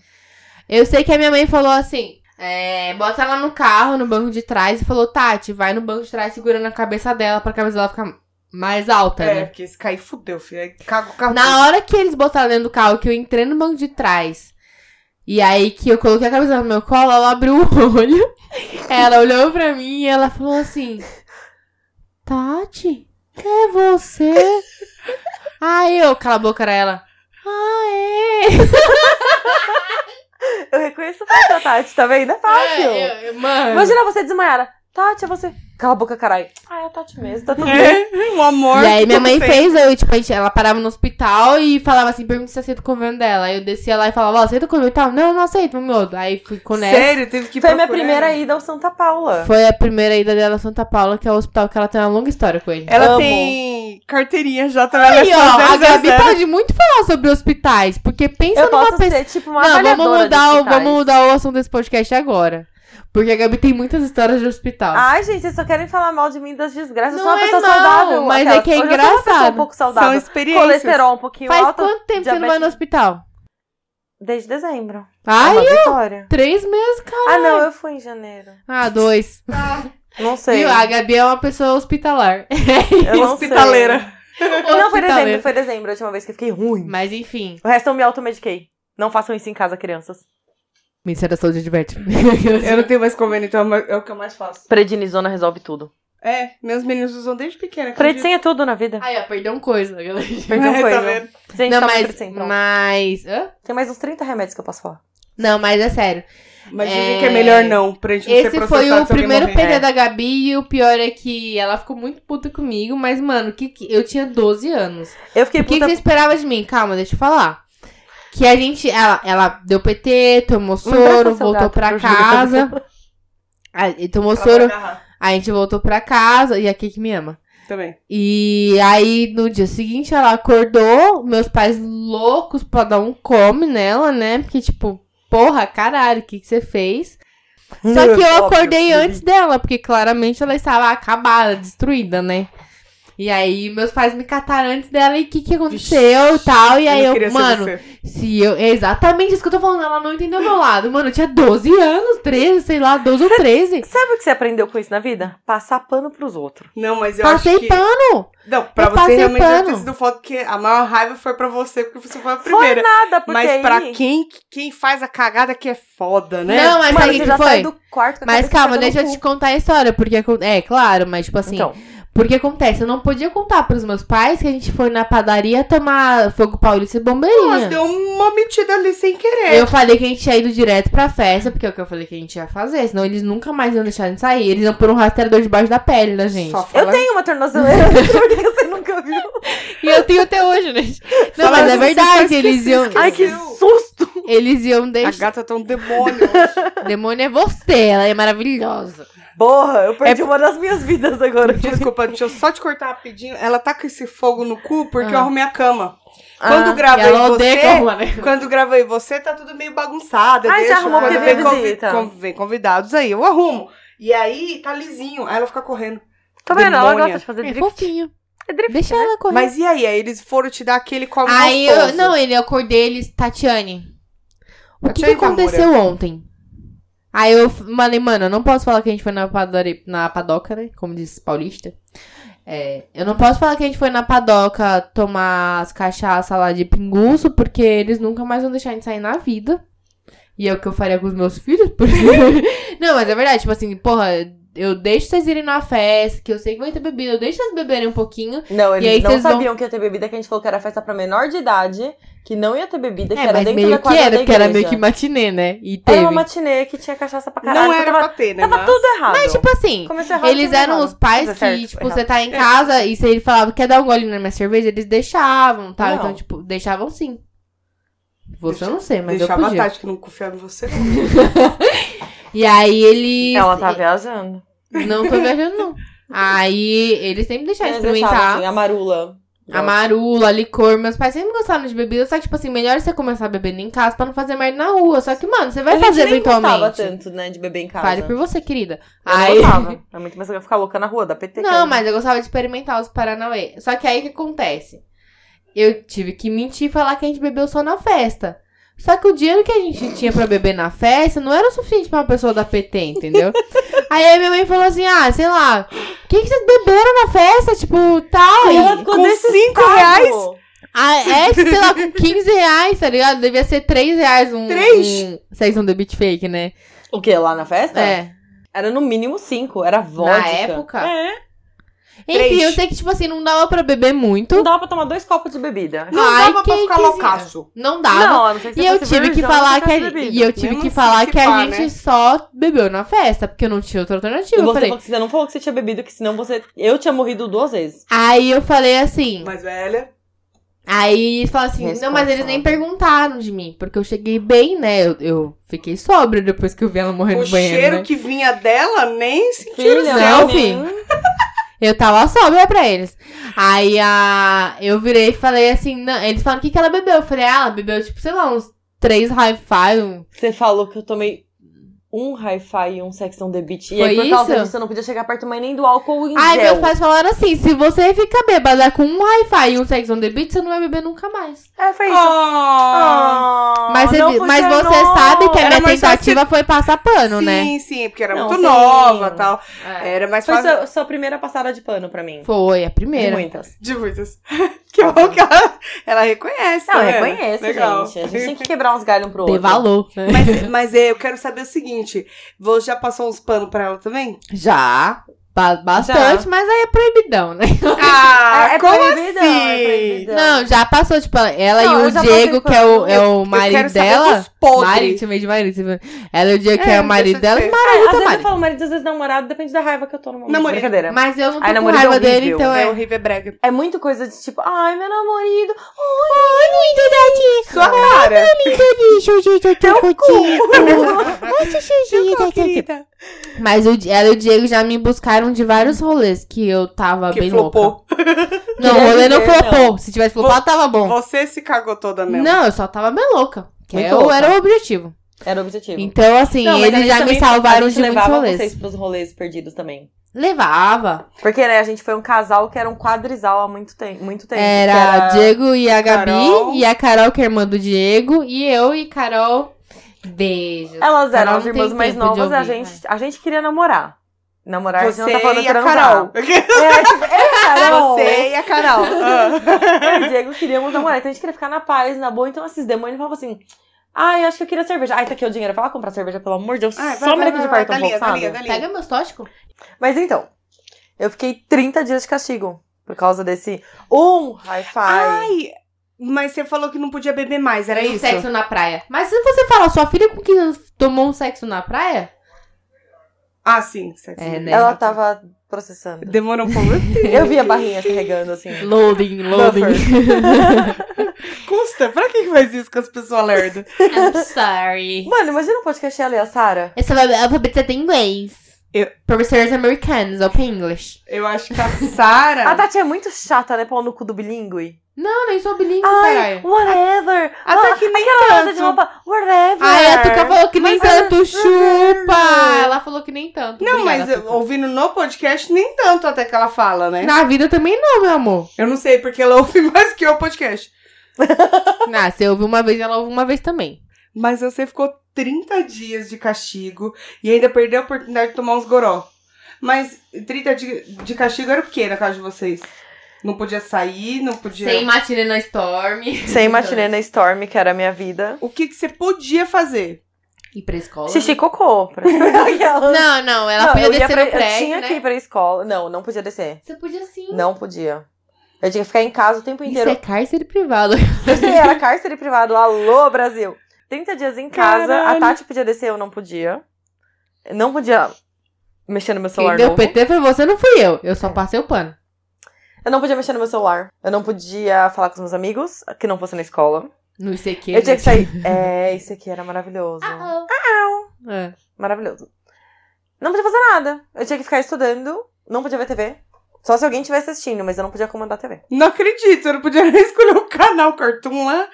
Eu sei que a minha mãe falou assim: é, bota ela no carro, no banco de trás, e falou, Tati, vai no banco de trás segurando a cabeça dela pra cabeça dela ficar mais alta,
É,
né?
porque esse cair fudeu, filho. Aí caga o carro. todo.
Na hora que eles botaram dentro do carro, que eu entrei no banco de trás. E aí que eu coloquei a cabeça no meu colo, ela abriu o olho. Ela olhou pra mim e ela falou assim: Tati, é você? Aí eu, cala a boca era ela. Ah, é?
Eu reconheço fácil a Tati, tá vendo? É fácil.
É, eu- eu- mano.
Imagina você desmaiada. Tati, é você. Cala a boca, caralho. Ah, é a Tati mesmo, tá tudo bem.
É, o amor.
E aí minha
não
mãe
sei.
fez, eu, tipo, a gente- ela parava no hospital e falava assim, pergunta se aceita o convênio dela. Aí eu descia lá e falava, ó, aceita o convênio e tal? Não, não aceito, meu. outro. Aí fui com ela.
Sério, teve que
Foi minha
procurar.
primeira ida ao Santa Paula.
É. Foi a primeira ida dela a Santa Paula, que é o hospital que ela tem uma longa história com ele.
Ela
Amo.
tem carteirinha já também.
Aí, ó, a Gabi
tá...
pode muito falar sobre hospitais, porque pensa
Eu
numa
posso
pessoa...
ser tipo uma
Não,
avaliadora
vamos
de
mudar, o,
hospitais.
vamos mudar o assunto desse podcast agora. Porque a Gabi tem muitas histórias de hospital.
Ai, gente, vocês só querem falar mal de mim das desgraças. eu sou
Não
uma
é
pessoa
não,
saudável.
mas é
aquelas.
que é
Hoje eu sou uma pessoa
engraçado.
um pouco
São
saudável.
experiências.
Colesterol um pouquinho
Faz
alto.
quanto tempo você não vai
diabetes.
no hospital?
Desde dezembro. É
Ai,
uma vitória.
três meses, cara.
Ah, não, eu fui em janeiro.
Ah, dois.
Não sei.
Viu? A Gabi é uma pessoa hospitalar.
Eu não
Hospitaleira.
sei. Não, foi
Hospitaleira.
dezembro, foi dezembro a última vez que eu fiquei ruim.
Mas enfim,
O resto eu me automediquei. Não façam isso em casa, crianças.
Ministério da Saúde adverte.
Eu não tenho mais convênio, então é o que eu mais faço.
Prednisona resolve tudo.
É, meus meninos usam desde pequena. acredito.
Predicem é tudo na vida.
Aí, ó, perdeu coisa.
Perdeu
É,
coisa.
tá vendo?
Gente,
Não,
toma
mas.
Predicem, pronto.
Mas. Hã?
Tem mais uns 30 remédios que eu posso falar.
Não, mas é sério.
Mas
É.
dizem que é melhor não, pra gente não ser
Esse
processado
foi o
se alguém
primeiro
morrer. É,
PD da Gabi e o pior é que ela ficou muito puta comigo, mas, mano, que, que- eu tinha 12 anos.
Eu fiquei
O que, que
puta...
você esperava de mim? Calma, deixa eu falar. Que a gente. Ela, ela deu PT, tomou soro,
empresta seu
voltou
tá
gato,
pra
por favor.
casa. A- e tomou
Ela vai
soro,
agarrar
a gente voltou pra casa. E aqui que me ama.
Também.
E aí, no dia seguinte, ela acordou, meus pais loucos pra dar um come nela, né? Porque, tipo, porra, caralho, o que, que você fez? Só que eu
Óbvio.
né?
acordei antes dela, porque claramente ela estava acabada, destruída, né? E aí meus pais me cataram antes dela e o que, que aconteceu e tal. E aí
não
eu,
queria ser
mano,
você.
se eu. é Exatamente isso que eu tô falando, ela não entendeu meu lado. Mano, eu tinha 12 anos, 13, sei lá, 12 ou 13.
Sabe o que você aprendeu com isso na vida? Passar pano pros outros.
Não, mas eu
Passei
acho que...
pano.
Não, pra
Eu
você
passei
realmente deve ter
pano.
sido foto, porque a maior raiva foi pra você, porque você foi a primeira.
Foi nada, porque
mas pra
aí...
quem, quem faz a cagada que é foda, né?
Não, mas
Mano,
aí
você
o
já
que
sai
foi?
do quarto com a
Mas
cabeça
calma,
enfiada
deixa eu
no
te
cu.
contar a história, porque. acon- É, claro, mas tipo assim.
Então,
Porque acontece, eu não podia contar pros meus pais que a gente foi na padaria tomar fogo paulista e bombeirinha.
Mas deu uma metida ali sem querer.
Eu falei que a gente ia ido direto pra festa, porque é o que eu falei que a gente ia fazer. Senão eles nunca mais iam deixar a gente sair. Eles iam pôr um rastreador debaixo da pele da gente.
Só
eu
fala-
tenho uma tornozeleira eletrônica, você nunca viu.
E eu tenho até hoje, né? Não,
Fala,
mas
você
é
só
verdade.
esqueceu,
Eles iam,
esqueceu.
Ai, que
Meu.
susto!
eles iam
A
deixar.
gata tá um demônio. hoje.
Demônio é você, ela é maravilhosa.
Porra, eu perdi uma das minhas vidas agora.
Desculpa, deixa eu só te cortar rapidinho. Ela tá com esse fogo no cu porque eu
Ah.
arrumei a cama.
Ah.
Quando
E
gravei
ela odeia
você,
calma, né?
Quando gravei você, tá tudo meio bagunçado. eu
Ah,
Ai, já
deixo.
arrumou
Quando
porque
vem,
veio
convi-
visita.
con- vem convidados aí, eu arrumo. E aí, tá lisinho. Aí ela fica correndo.
Tá vendo? Ela
Demônia.
gosta de fazer
É
drift.
fofinho.
É drift.
Deixa ela correr.
né? Mas e aí? Aí eles foram te dar aquele come
Aí eu.
gostoso.
Não, ele eu acordei, eles. Tatiane. O que, que
Tatiane Tamura.
aconteceu ontem? Aí eu f- falei, mano, eu não posso falar que a gente foi na, padori- na padoca, né? Como diz paulista. É, eu não posso falar que a gente foi na padoca tomar as cachaças lá de pinguço, porque eles nunca mais vão deixar a gente sair na vida. E é o que eu faria com os meus filhos. Porque... não, mas é verdade, tipo assim, porra, eu deixo vocês irem na festa, que eu sei que vai ter bebida, eu deixo vocês beberem um pouquinho.
Não,
E aí
eles não
vocês vão-
sabiam que ia ter bebida, que a gente falou que era festa pra menor de idade, que não ia ter bebida, que
É,
era
mas
dentro da
meio que
quadra
era,
da
porque era
igreja.
meio que matinê, né? E
Era
teve.
uma matinê que tinha cachaça pra caralho.
Não
então
era
tava,
pra ter, né?
tava
mas-
tudo errado.
Mas, tipo assim,
Começou errado,
eles
terminou
eram
errado.
os pais
Tá
que,
certo,
tipo,
errado.
você tá em casa e se ele falava, quer dar um gole na minha cerveja, eles deixavam, tá?
Não.
Então, tipo, deixavam sim. Você eu não sei, mas eu
Deixava a
podia.
Tati que não confiava em você. não.
E aí eles. eh,
Ela tá viajando.
Não tô viajando, não. Aí eles sempre deixaram
Eles deixavam,
experimentar.
assim, a marula.
a marula, licor. Meus pais sempre gostaram de bebida. Só que, tipo assim, melhor você começar bebendo em casa pra não fazer merda na rua. Só que, mano, você vai
a gente
fazer
nem gostava
eventualmente.
tanto, né, de beber em casa.
Fale por você, querida.
Eu não
aí...
gostava. É muito mais legal ficar louca na rua, da PT.
Não, mas eu gostava de experimentar os Paranauê. Só que aí o que acontece? Eu tive que mentir e falar que a gente bebeu só na festa. Só que o dinheiro que a gente tinha pra beber na festa não era o suficiente pra uma pessoa da PT, entendeu? aí a minha mãe falou assim: ah, sei lá, o que, que vocês beberam na festa? Tipo, tal.
E
E
ela ficou
Com
desse
cinco
estado.
reais?
Ah, é, sei lá, com 15 reais, tá ligado? Devia ser 3 reais um.
Três?
Um, vocês são The Beat Fake, né?
O quê? Lá na festa?
É.
Era no mínimo cinco. Era vodka.
Na época?
É.
Enfim,
Três.
eu sei que, tipo assim, não dava pra beber
Não
muito.
dava pra tomar dois copos de bebida.
Não
Ai,
dava pra
quem
ficar
quiser.
loucaço.
Não dava.
Não, a não sei se
E
é
você
eu
fosse
tivesse que
virgão,
falar
você
que a,
tivesse bebido.
e eu tive
Mesmo
que
se
falar que a
pá,
gente
né?
só bebeu na festa, porque eu não tinha outra alternativa.
E
Eu
você,
falei,
falou que você não falou que você tinha bebido, que senão você. Eu tinha morrido duas vezes.
aí eu falei assim.
Mas, velha...
Aí eles falaram assim, não, mas eles nem perguntaram de mim, porque eu cheguei bem, né? Eu, eu fiquei sóbria depois que eu vi ela morrendo
O
no banheiro.
cheiro
né?
que vinha dela nem sentiu.
Filha,
céu,
né?
fi. Eu tava sóbria pra eles. Aí a, eu virei e falei assim, não, eles falaram, o que, que ela bebeu? Eu falei, ah, ela bebeu, tipo, sei lá, uns três high five. um-
Você falou que eu tomei um hi-fi e um sex on the beach. E
Foi
aí, por causa
isso?
disso, eu não podia chegar perto mais nem do álcool em
Aí
gel.
meus pais falaram assim, se você fica bêbada com um hi-fi e um sex on the beach, você não vai beber nunca mais.
É, foi isso.
Oh.
Ah,
Ah. Mas, você-
não
mas
funcionou.
você sabe que a
Era
minha
mais fácil
tentativa foi passar pano,
sim,
né?
sim, porque era
Não,
muito
sim.
nova e tal.
É.
Era mais
Foi
fácil.
sua, sua primeira passada de pano pra mim.
Foi a
De
primeira.
muitas.
De muitas. Que bom que ela, ela reconhece.
Não,
tá
eu
vendo?
reconheço,
Legal.
gente. A gente tem que quebrar uns galhos um pro
Dê
outro.
valor. né?
Mas, mas é, eu quero saber o seguinte: você já passou uns panos pra ela também?
Já. Ba- bastante, mas aí é proibidão, né?
Ah,
É, é
como
proibidão,
assim?
é proibidão.
Não, já passou, tipo, ela
Não, eu
e
já
o
passei
Diego, que é o, é o
eu quero
marido
saber
dela.
dos podres.
Marido, chamei de marido. chamei- Ela e o Diego, que
É,
é o
não
marido
deixa de
dela,
ser.
e
É, às
maravilha do
vezes eu
marido.
falo marido, às vezes namorado, depende da raiva que eu tô no momento.
Namorado.
Brincadeira.
Mas eu não tô
Ai,
com
namorado
raiva
é
dele,
horrível.
então
É
é.
horrível, é brega.
É muito coisa de tipo, ai, meu namorado.
Sua
é
cara. Ficou, querida.
Mas o, Di- ela e o Diego já me buscaram de vários rolês que eu tava
Que
bem louca.
flopou.
Não,
Queria
o rolê não
dizer,
flopou. Se tivesse flopado, tava bom.
Você se cagou toda mesmo.
Não, eu só tava bem louca. Que
Muito
é o-
louca.
era o objetivo.
Era o objetivo.
Então, assim,
Não, mas a
eles
gente
já me
também-
salvaram de
A gente
muitos
levava
rolês.
vocês pros rolês perdidos também.
Levava.
Porque, né, a gente foi um casal que era um quadrisal há muito, tem muito tempo. que
Era Diego e a Gabi,
Carol.
e a Carol, que é irmã do Diego, e eu e Carol. Beijos.
Elas
Carol
eram
não
as
tem
irmãs mais
tempo de
novas e a
ouvir,
gente, a gente queria namorar. Namorar, a gente
Você
não tá falando
e a
transar.
Carol.
É, tipo, é, Carol.
Você e a Carol.
Eu e o Diego queríamos namorar. Então a gente queria ficar na paz, na boa. Então esses demônios falavam assim: Ai, acho que eu queria cerveja. Ai, tá aqui o dinheiro. Vai lá comprar cerveja, pelo amor de Deus.
Ah, vai,
Some
vai,
daqui de
vai, tá vai,
perto um pouco,
dá
sabe?
linha, dá linha.
Pega meus tóxicos?
Mas então, eu fiquei 30 dias de castigo por causa desse um high five.
Ai, mas você falou que não podia beber mais, era
E o
isso?
um sexo na praia. Mas se você falar, sua filha com 15 anos tomou um sexo na praia?
Ah, sim, sexo.
É, né?
Ela tava processando.
Demorou um pouco.
Eu vi a barrinha carregando assim.
Loading, loading.
Custa, pra que faz isso com as pessoas lerdas?
I'm sorry.
Mmano, imagina um podcast ali, a Sarah.
Eu sou alfabetizada em é inglês.
Eu-
Professores americanos, open English.
Eu acho que a
A
Sara.
Tati é muito chata, né? Pau no cu do bilíngue.
Não, nem sou bilíngue,
Ai,
caralho.
whatever.
Até que nem
Ela de
tanto.
roupa, whatever.
Ai, a Tuca falou que nem
Mas é- ela-
tanto, chupa! Ela falou que nem tanto.
Não, mas
Obrigada,
eu-
Tuca.
ouvindo no podcast, nem tanto até que ela fala, né?
Na vida também não, meu amor.
Eu não sei, porque ela ouve mais que o podcast.
Ah, se eu ouvi uma vez, ela ouve uma vez também.
Mas você ficou 30 dias de castigo e ainda perdeu a oportunidade de tomar uns goró. Mas 30 de, de castigo era o quê na casa de vocês? Não podia sair, não podia.
Sem matinê na Storm.
Sem matinê na Storm, que era a minha vida.
O que, que você podia fazer?
E pra escola?
Xixi e cocô. pra- Aquela-
Não, não, ela
Não,
podia
eu ia
descer
pra-
no prédio,
Eu tinha
né?
que ir pra escola. Não, não podia descer.
Você podia sim.
Não podia. Eu tinha que ficar em casa o tempo
Isso
inteiro.
é cárcere privado.
Eu sei, era cárcere privado. Alô, Brasil! 30 dias em casa,
Caralho.
a Tati podia descer, eu não podia. Não podia mexer no meu
Quem
celular
deu
novo.
PT foi você, não fui eu. Eu só passei o pano.
Eu não podia mexer no meu celular. Eu não podia falar com os meus amigos, que não fosse na escola.
No ICQ.
Eu tinha que
né?
sair. É, isso aqui era maravilhoso.
Ah, oh. É.
Maravilhoso. Não podia fazer nada. Eu tinha que ficar estudando, não podia ver TV. Só se alguém estivesse assistindo, mas eu não podia comandar a TV.
Não acredito, eu não podia nem escolher o canal Cartoon lá.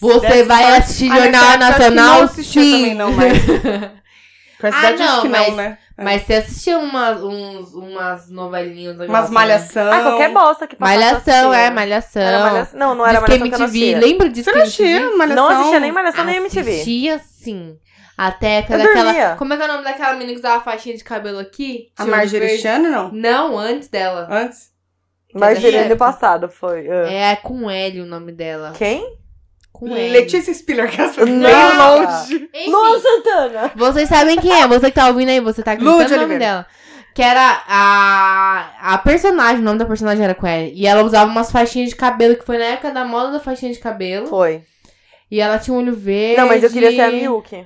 Você
Dessa
vai
sorte-
assistir
Ah,
Jornal
nessa época eu acho que
Nacional?
Não assistia
Sim.
também, não, mas. Com essa
Ah,
idade, acho
não,
que
mas-
não, né?
Mas você assistia uma, uns, umas novelinhas. um negócio
Umas
assim, né?
malhação.
Ah, qualquer bosta que passasse. eu
Malhação,
assistia.
é, malhação. é
Era malhação. Não, não era
Disque
malhação que eu não
MTV.
assistia.
Lembra disso?
Você não assistia é malhação?
Não assistia nem malhação nem MTV.
Assistia sim. Até época
Eu
daquela.
dormia.
Como é que é o nome daquela menina que usava faixinha de cabelo aqui?
A
De olho
Marjorie
verde?
Chan, não?
Não, antes dela.
Antes?
Mas
Dessa
ano
época.
passado foi. ah.
É com L o nome dela.
Quem?
Com L.
Letícia Spiller, que é essa
Não.
nem longe.
Enfim,
Luan Santana!
Vocês sabem quem é, você que tá ouvindo aí, você tá
Lua
gritando
de
o nome
Oliveira.
dela. Que era a, a personagem, o nome da personagem era com L. E ela usava umas faixinhas de cabelo, que foi na época da moda da faixinha de cabelo.
Foi.
E ela tinha um olho verde.
Não, mas eu queria ser a Miyuki.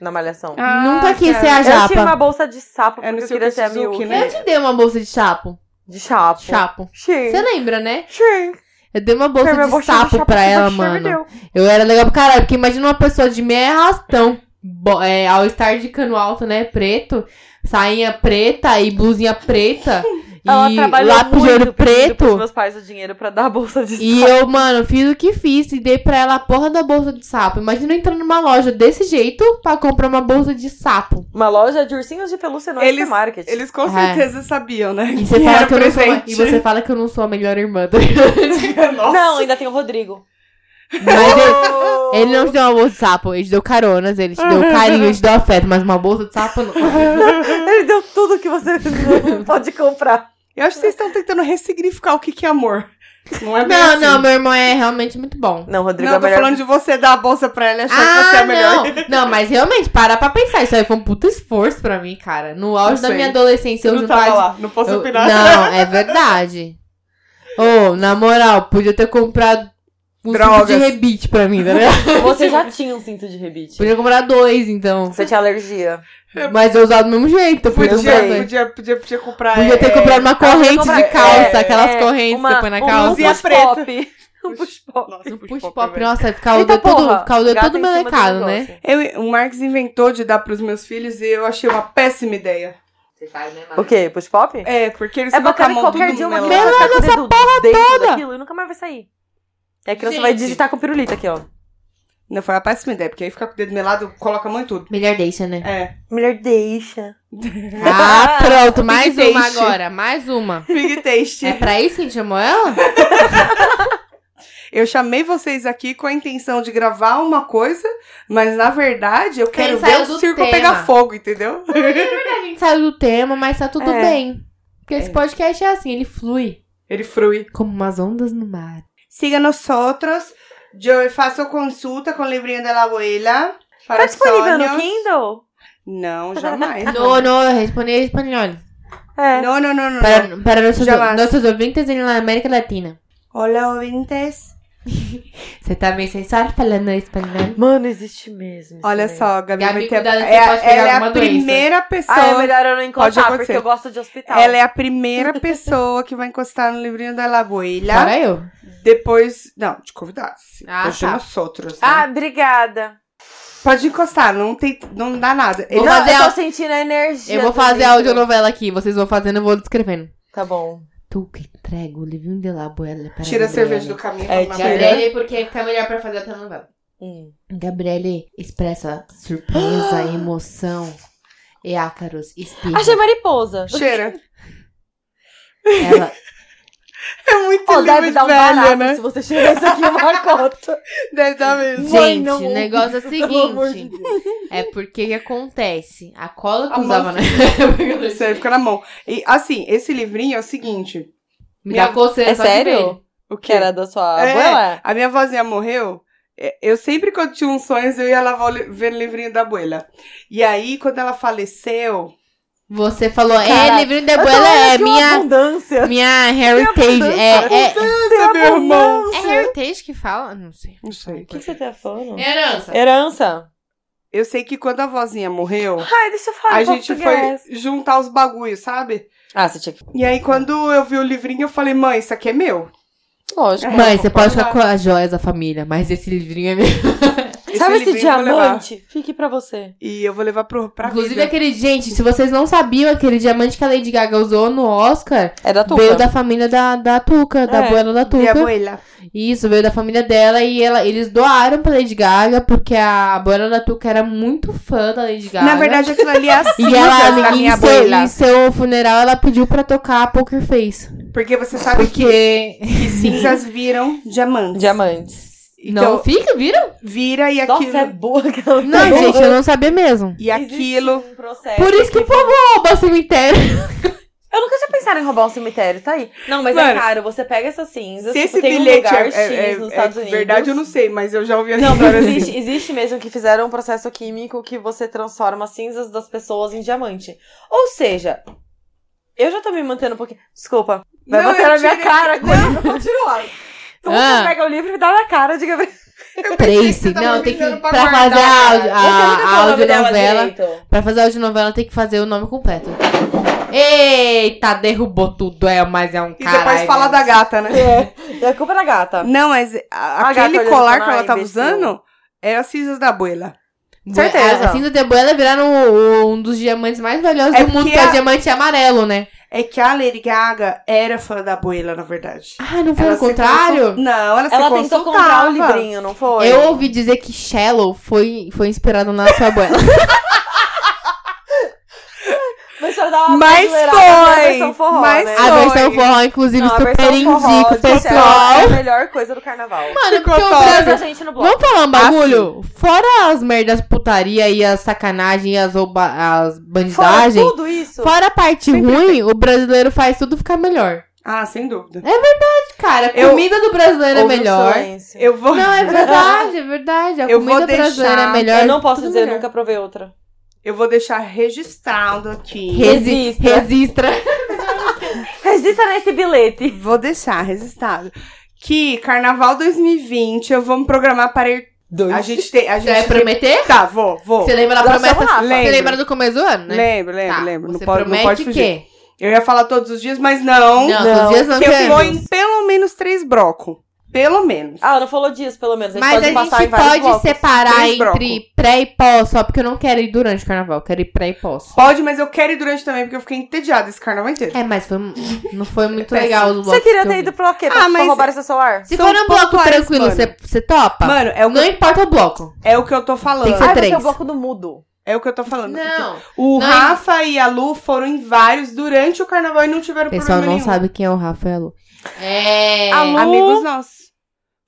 Na malhação.
Nunca quis ser
cara.
a
eu tinha
Ah, japa. É
uma bolsa de sapo
Era
porque
o
eu queria
Silvio
ser a
Suzuki,
Miyuki.
né?
Eu te dei uma bolsa de chapo.
De chapo.
Chapo.
Sim.
Você lembra, né?
Sim.
Eu dei uma bolsa
Foi minha
de
bolsa de
sapo
chapo
pra
que
ela,
você me
mano.
deu.
Eu era legal pra caralho, porque imagina uma pessoa de meia arrastão, bo- é, ao estar de cano alto, né, preto, sainha preta e blusinha preta,
Ela
e
trabalhou
lápis de
muito
olho
pedindo pros
preto.
meus pais o dinheiro pra dar a bolsa de
E
sapo.
eu, mano, fiz o que fiz e dei pra ela a porra da bolsa de sapo. Imagina eu entrando numa loja desse jeito pra comprar uma bolsa de sapo.
Uma loja de ursinhos de pelúcia no
Eles-
supermarket.
Eles com
É.
certeza sabiam, né?
E você, fala que eu não sou, a- e você fala que eu não sou a melhor irmã do
Nossa.
Não, ainda tem o Rodrigo.
Mas ele, ele não te deu uma bolsa de sapo, ele te deu caronas, ele te deu carinho, ele te deu afeto, mas uma bolsa de sapo não.
Ele deu tudo que você não pode comprar.
Eu acho que vocês estão tentando ressignificar o que, que é amor. Não é bem
Não,
assim.
não, meu irmão é realmente muito bom.
Não, Rodrigo
Não,
é
eu tô
melhor.
falando de você dar a bolsa pra ela e achar que você é
Ah,
a melhor.
não. Não, mas realmente, para pra pensar. Isso aí foi um puta esforço pra mim, cara. No auge
Não
da
sei.
minha adolescência, eu
não
juntava...
tava lá, não posso
eu-
opinar.
Não, é verdade. Ô, na moral, podia ter comprado um cinto
Drogas.
de rebite pra mim, né?
Você já tinha um cinto de rebite.
podia comprar dois, então.
Você tinha alergia.
Mas eu usava do mesmo jeito. Eu podia, comprar
Podia,
dois.
podia, podia, podia comprar.
Podia ter
é,
comprado uma corrente
comprar-
de calça,
é,
aquelas
é,
correntes que você põe na calça.
blusinha assim,
push
preta.
pop. Um push pop.
Nossa,
Um
push
push
pop,
pop,
velho.
nossa, ficava o
Eita,
dedo todo,
porra,
ficava o dedo
gata
todo
em cima do
melecado, né?
negócio.
Eu- o Marx inventou de dar pros meus filhos e eu achei uma péssima ideia.
Você sabe, né,
O quê? Push pop?
É, porque eles
É
colocam a
bacana que
mão
qualquer
tudo
dia uma
nela.
criança vai com o dedo dentro daquilo e nunca mais É vai sair. E a criança vai
Gente.
digitar com pirulita aqui, ó.
Não foi uma péssima ideia, porque aí fica com o dedo melado, coloca a mão em tudo.
Melhor deixa, né?
É.
Melhor deixa.
Ah, pronto. Mais
Big
uma
taste.
agora. Mais uma.
Big taste.
É pra isso que a gente chamou ela?
Eu chamei vocês aqui com a intenção de gravar uma coisa, mas na verdade eu quero
Ele
ver
saiu
o
do
circo
tema.
pegar fogo, entendeu?
A gente saiu do tema, mas tá tudo
É.
bem. Porque esse
É.
podcast é assim, ele flui.
Ele frui.
Como umas ondas no mar.
Siga nós outros. Eu faço consulta com o livrinho da abuela.
Tá disponível no Kindle?
Não, jamais.
No, no, responde em espanhol.
É.
não, não, não. não.
Para, para nossos,
Jamais.
nossos ouvintes na América Latina.
Olá, ouvintes.
Você tá meio sensual falando espanhol?
Mano, existe mesmo. isso
Olha
daí.
só, a Gabi,
Gabi,
vai ter...
cuidado, você
é, a-
pode pegar
ela é a
alguma doença.
primeira pessoa.
Ah, é melhor eu não encostar,
acontecer.
porque eu gosto de hospital.
Ela é a primeira pessoa que vai encostar no livrinho da abuela.
Para eu.
Depois. Não, de convidados. assim.
Ah,
Depois de
tá.
nós outros. né?
Ah, obrigada.
Pode encostar, não, tem, não dá nada. Ele-
Vou
não,
fazer
eu
a-
tô sentindo a energia.
Eu vou
do
fazer a
livro.
audionovela aqui. Vocês vão fazendo, eu vou descrevendo.
Tá bom.
Tu que entrega o livrinho de laboela para
Tira
Gabriele.
a cerveja do caminho.
É,
toma
tira.
uma-
Gabriele, porque fica melhor pra fazer a novela.
Hum.
Gabriele expressa surpresa, emoção, e ácaros, espirro.
Achei mariposa.
Cheira.
Ela...
É muito
Pô,
lindo,
deve dar um
velha,
barato
né?
se você chegar isso aqui uma cota.
Deve dar mesmo.
Gente,
Mãe, não.
o negócio é o
Pelo amor de
seguinte. É porque que acontece? A cola que
A mão
usava, né?
Isso aí fica na mão. E assim, esse livrinho é o seguinte.
Me dá coceira
É
só de
sério?
ver.
O
Que era da sua
É.
abuela?
A minha vozinha morreu. é, Eu sempre quando tinha uns sonhos, eu ia lá vo- ver o livrinho da abuela. E aí, quando ela faleceu,
Você falou,
Caraca.
é, livrinho de
Eu tô
abuela
olhando
é
aqui uma
minha,
abundância.
minha heritage. É, é,
esse meu irmão.
é heritage que fala? Não sei. É
Não sei.
O que, que você tá falando?
Herança.
Herança.
Eu sei que quando a vozinha morreu,
Ai, deixa eu falar
a
em
gente
português.
foi juntar os bagulhos, sabe?
Ah, você tinha que...
E aí, quando eu vi o livrinho, eu falei, mãe, isso aqui é meu.
Lógico.
É.
Mãe, você pode
Vamos
ficar
lá.
com as joias da família, mas esse livrinho é meu.
Sabe esse
livrinho eu vou levar.
diamante? Fique pra você.
E eu vou levar pro, pra
Inclusive
é
vida.
aquele, gente, se vocês não sabiam, aquele diamante que a Lady Gaga usou no Oscar
É da
veio da família da, da Tuca, da
É,
abuela da
Minha
Tuca.
abuela.
Isso, veio da família dela e ela, eles doaram pra Lady Gaga, porque a abuela da Tuca era muito fã da Lady Gaga.
né?
Na verdade, aquilo ali é a
e
cinza da
ela,
minha
em seu,
abuela.
em seu funeral, ela pediu pra tocar Poker Face.
Porque você sabe
Porque.
que cinzas viram diamantes.
Diamantes.
Então,
não fica, viram?
vira e
Nossa,
aquilo...
é boa aquela um
Não, gente, eu não sabia mesmo.
E aquilo...
Por isso que o povo rouba o cemitério.
Eu nunca tinha pensado em roubar um cemitério, tá aí. Não, mas é
Mano,
caro. Você pega essas cinzas,
Se
tipo,
esse
tem um
bilhete
lugar
é,
X
é-
nos
é
Estados Unidos.
verdade, eu não sei, mas eu já ouvi essa
Não, mas
história assim.
existe, existe mesmo que fizeram um processo químico que você transforma as cinzas das pessoas em diamante. Ou seja, eu já tô me mantendo um pouquinho. Desculpa. Vai
Não,
bater
eu
na minha
tirei-
cara agora. Continua. Então
Ah.
você pega o livro e dá na cara de Gabriel.
Tracy,
tá
não,
me
tem que.
ligando
Pra,
pra
fazer a,
guardar,
áudio-
cara. é
a, a audionovela. Pra fazer a audionovela tem que fazer o nome completo. Eita, derrubou tudo, é, mas é um
E
cara.
depois fala da gata, né?
É, é culpa da gata.
Não, mas a-
A gata
aquele
olhando
colar
pra
que ela
lá,
tava
imbecil.
usando é as cinzas da abuela.
Certeza.
A, a cinza de Abuela viraram o- o- um dos diamantes mais valiosos
É
do mundo,
porque
que é
a-
o diamante amarelo, né?
É que a Lady Gaga era fã da abuela, na verdade.
Ah, não foi
Ela
o
se
contrário?
consul- Não, ela,
Ela
se
tentou
consultava.
comprar o livrinho, não foi?
Eu ouvi dizer que Shallow foi, foi inspirado na sua abuela.
Mas só dá né? uma
Mas
brasileirada,
foi!
A versão forró,
Mas
né?
foi!
a versão forró, inclusive,
Não, a
super
versão
indico
forró,
o
gente, é a-
pessoal.
É a melhor coisa do carnaval.
Mano, porque o
top. Ah,
Mas
Brasil
a gente no blog.
Vamos falar um bagulho? Fora as merdas putaria e as sacanagem e as, rouba- as
Fora
bandidagem, fora,
tudo isso.
a parte ruim, o brasileiro faz tudo ficar melhor.
Ah, sem dúvida.
Cara, a
Eu-
comida do brasileiro é
Houve um
melhor.
silêncio.
Eu vou...
Não, é verdade, é verdade. A
Eu
comida
vou deixar-
brasileira é melhor.
Eu não posso
tudo
dizer,
melhor.
nunca provei outra.
Eu vou deixar registrado aqui.
Resi
Resista.
resistra.
Resista nesse bilhete.
Vou deixar registrado. Que carnaval 2020 eu vou me programar para ir.
Dois.
A gente tem. A
Você vai
gente
prometer?
Tá, vou, vou.
Você lembra da
Nossa,
promessa?
Rafa.
Você
Lembro.
lembra do começo do ano, né?
Lembro, lembro,
Tá,
lembro. Não
você
pode, não
promete
pode
o
fugir.
quê?
Eu ia falar todos os dias, mas não.
Não,
Não,
todos os dias não
que eu vou
queremos.
em pelo menos três brocos. Pelo menos.
A Ana Ah, falou disso, pelo menos. A gente
Mas
pode
a
passar em
gente
vários
pode
blocos.
separar
três
entre pré e pós, só porque eu não quero ir durante o carnaval, eu quero ir pré e pós.
Pode, mas eu quero ir durante também, porque eu fiquei entediada esse carnaval inteiro.
É, mas foi, não foi muito
Péssimo.
legal os blocos.
Você queria
que eu
ter
vi.
ido pra quê?
Ah,
Pra, pra
mas-
roubar seu celular?
Se
São
for um bloco
pontuais,
tranquilo,
mano.
você você topa?
Mano, é o,
Não
que,
importa o bloco.
é o que eu tô falando.
Tem que ser
ah,
três.
é o bloco do mudo.
É o que eu tô falando.
Não. é
O
Não,
Rafa e a Lu foram em vários durante o carnaval e não tiveram
O pessoal
problema
não
nenhum.
sabe quem é o Rafa e a Lu. É.
A Lu-
Amigos nossos.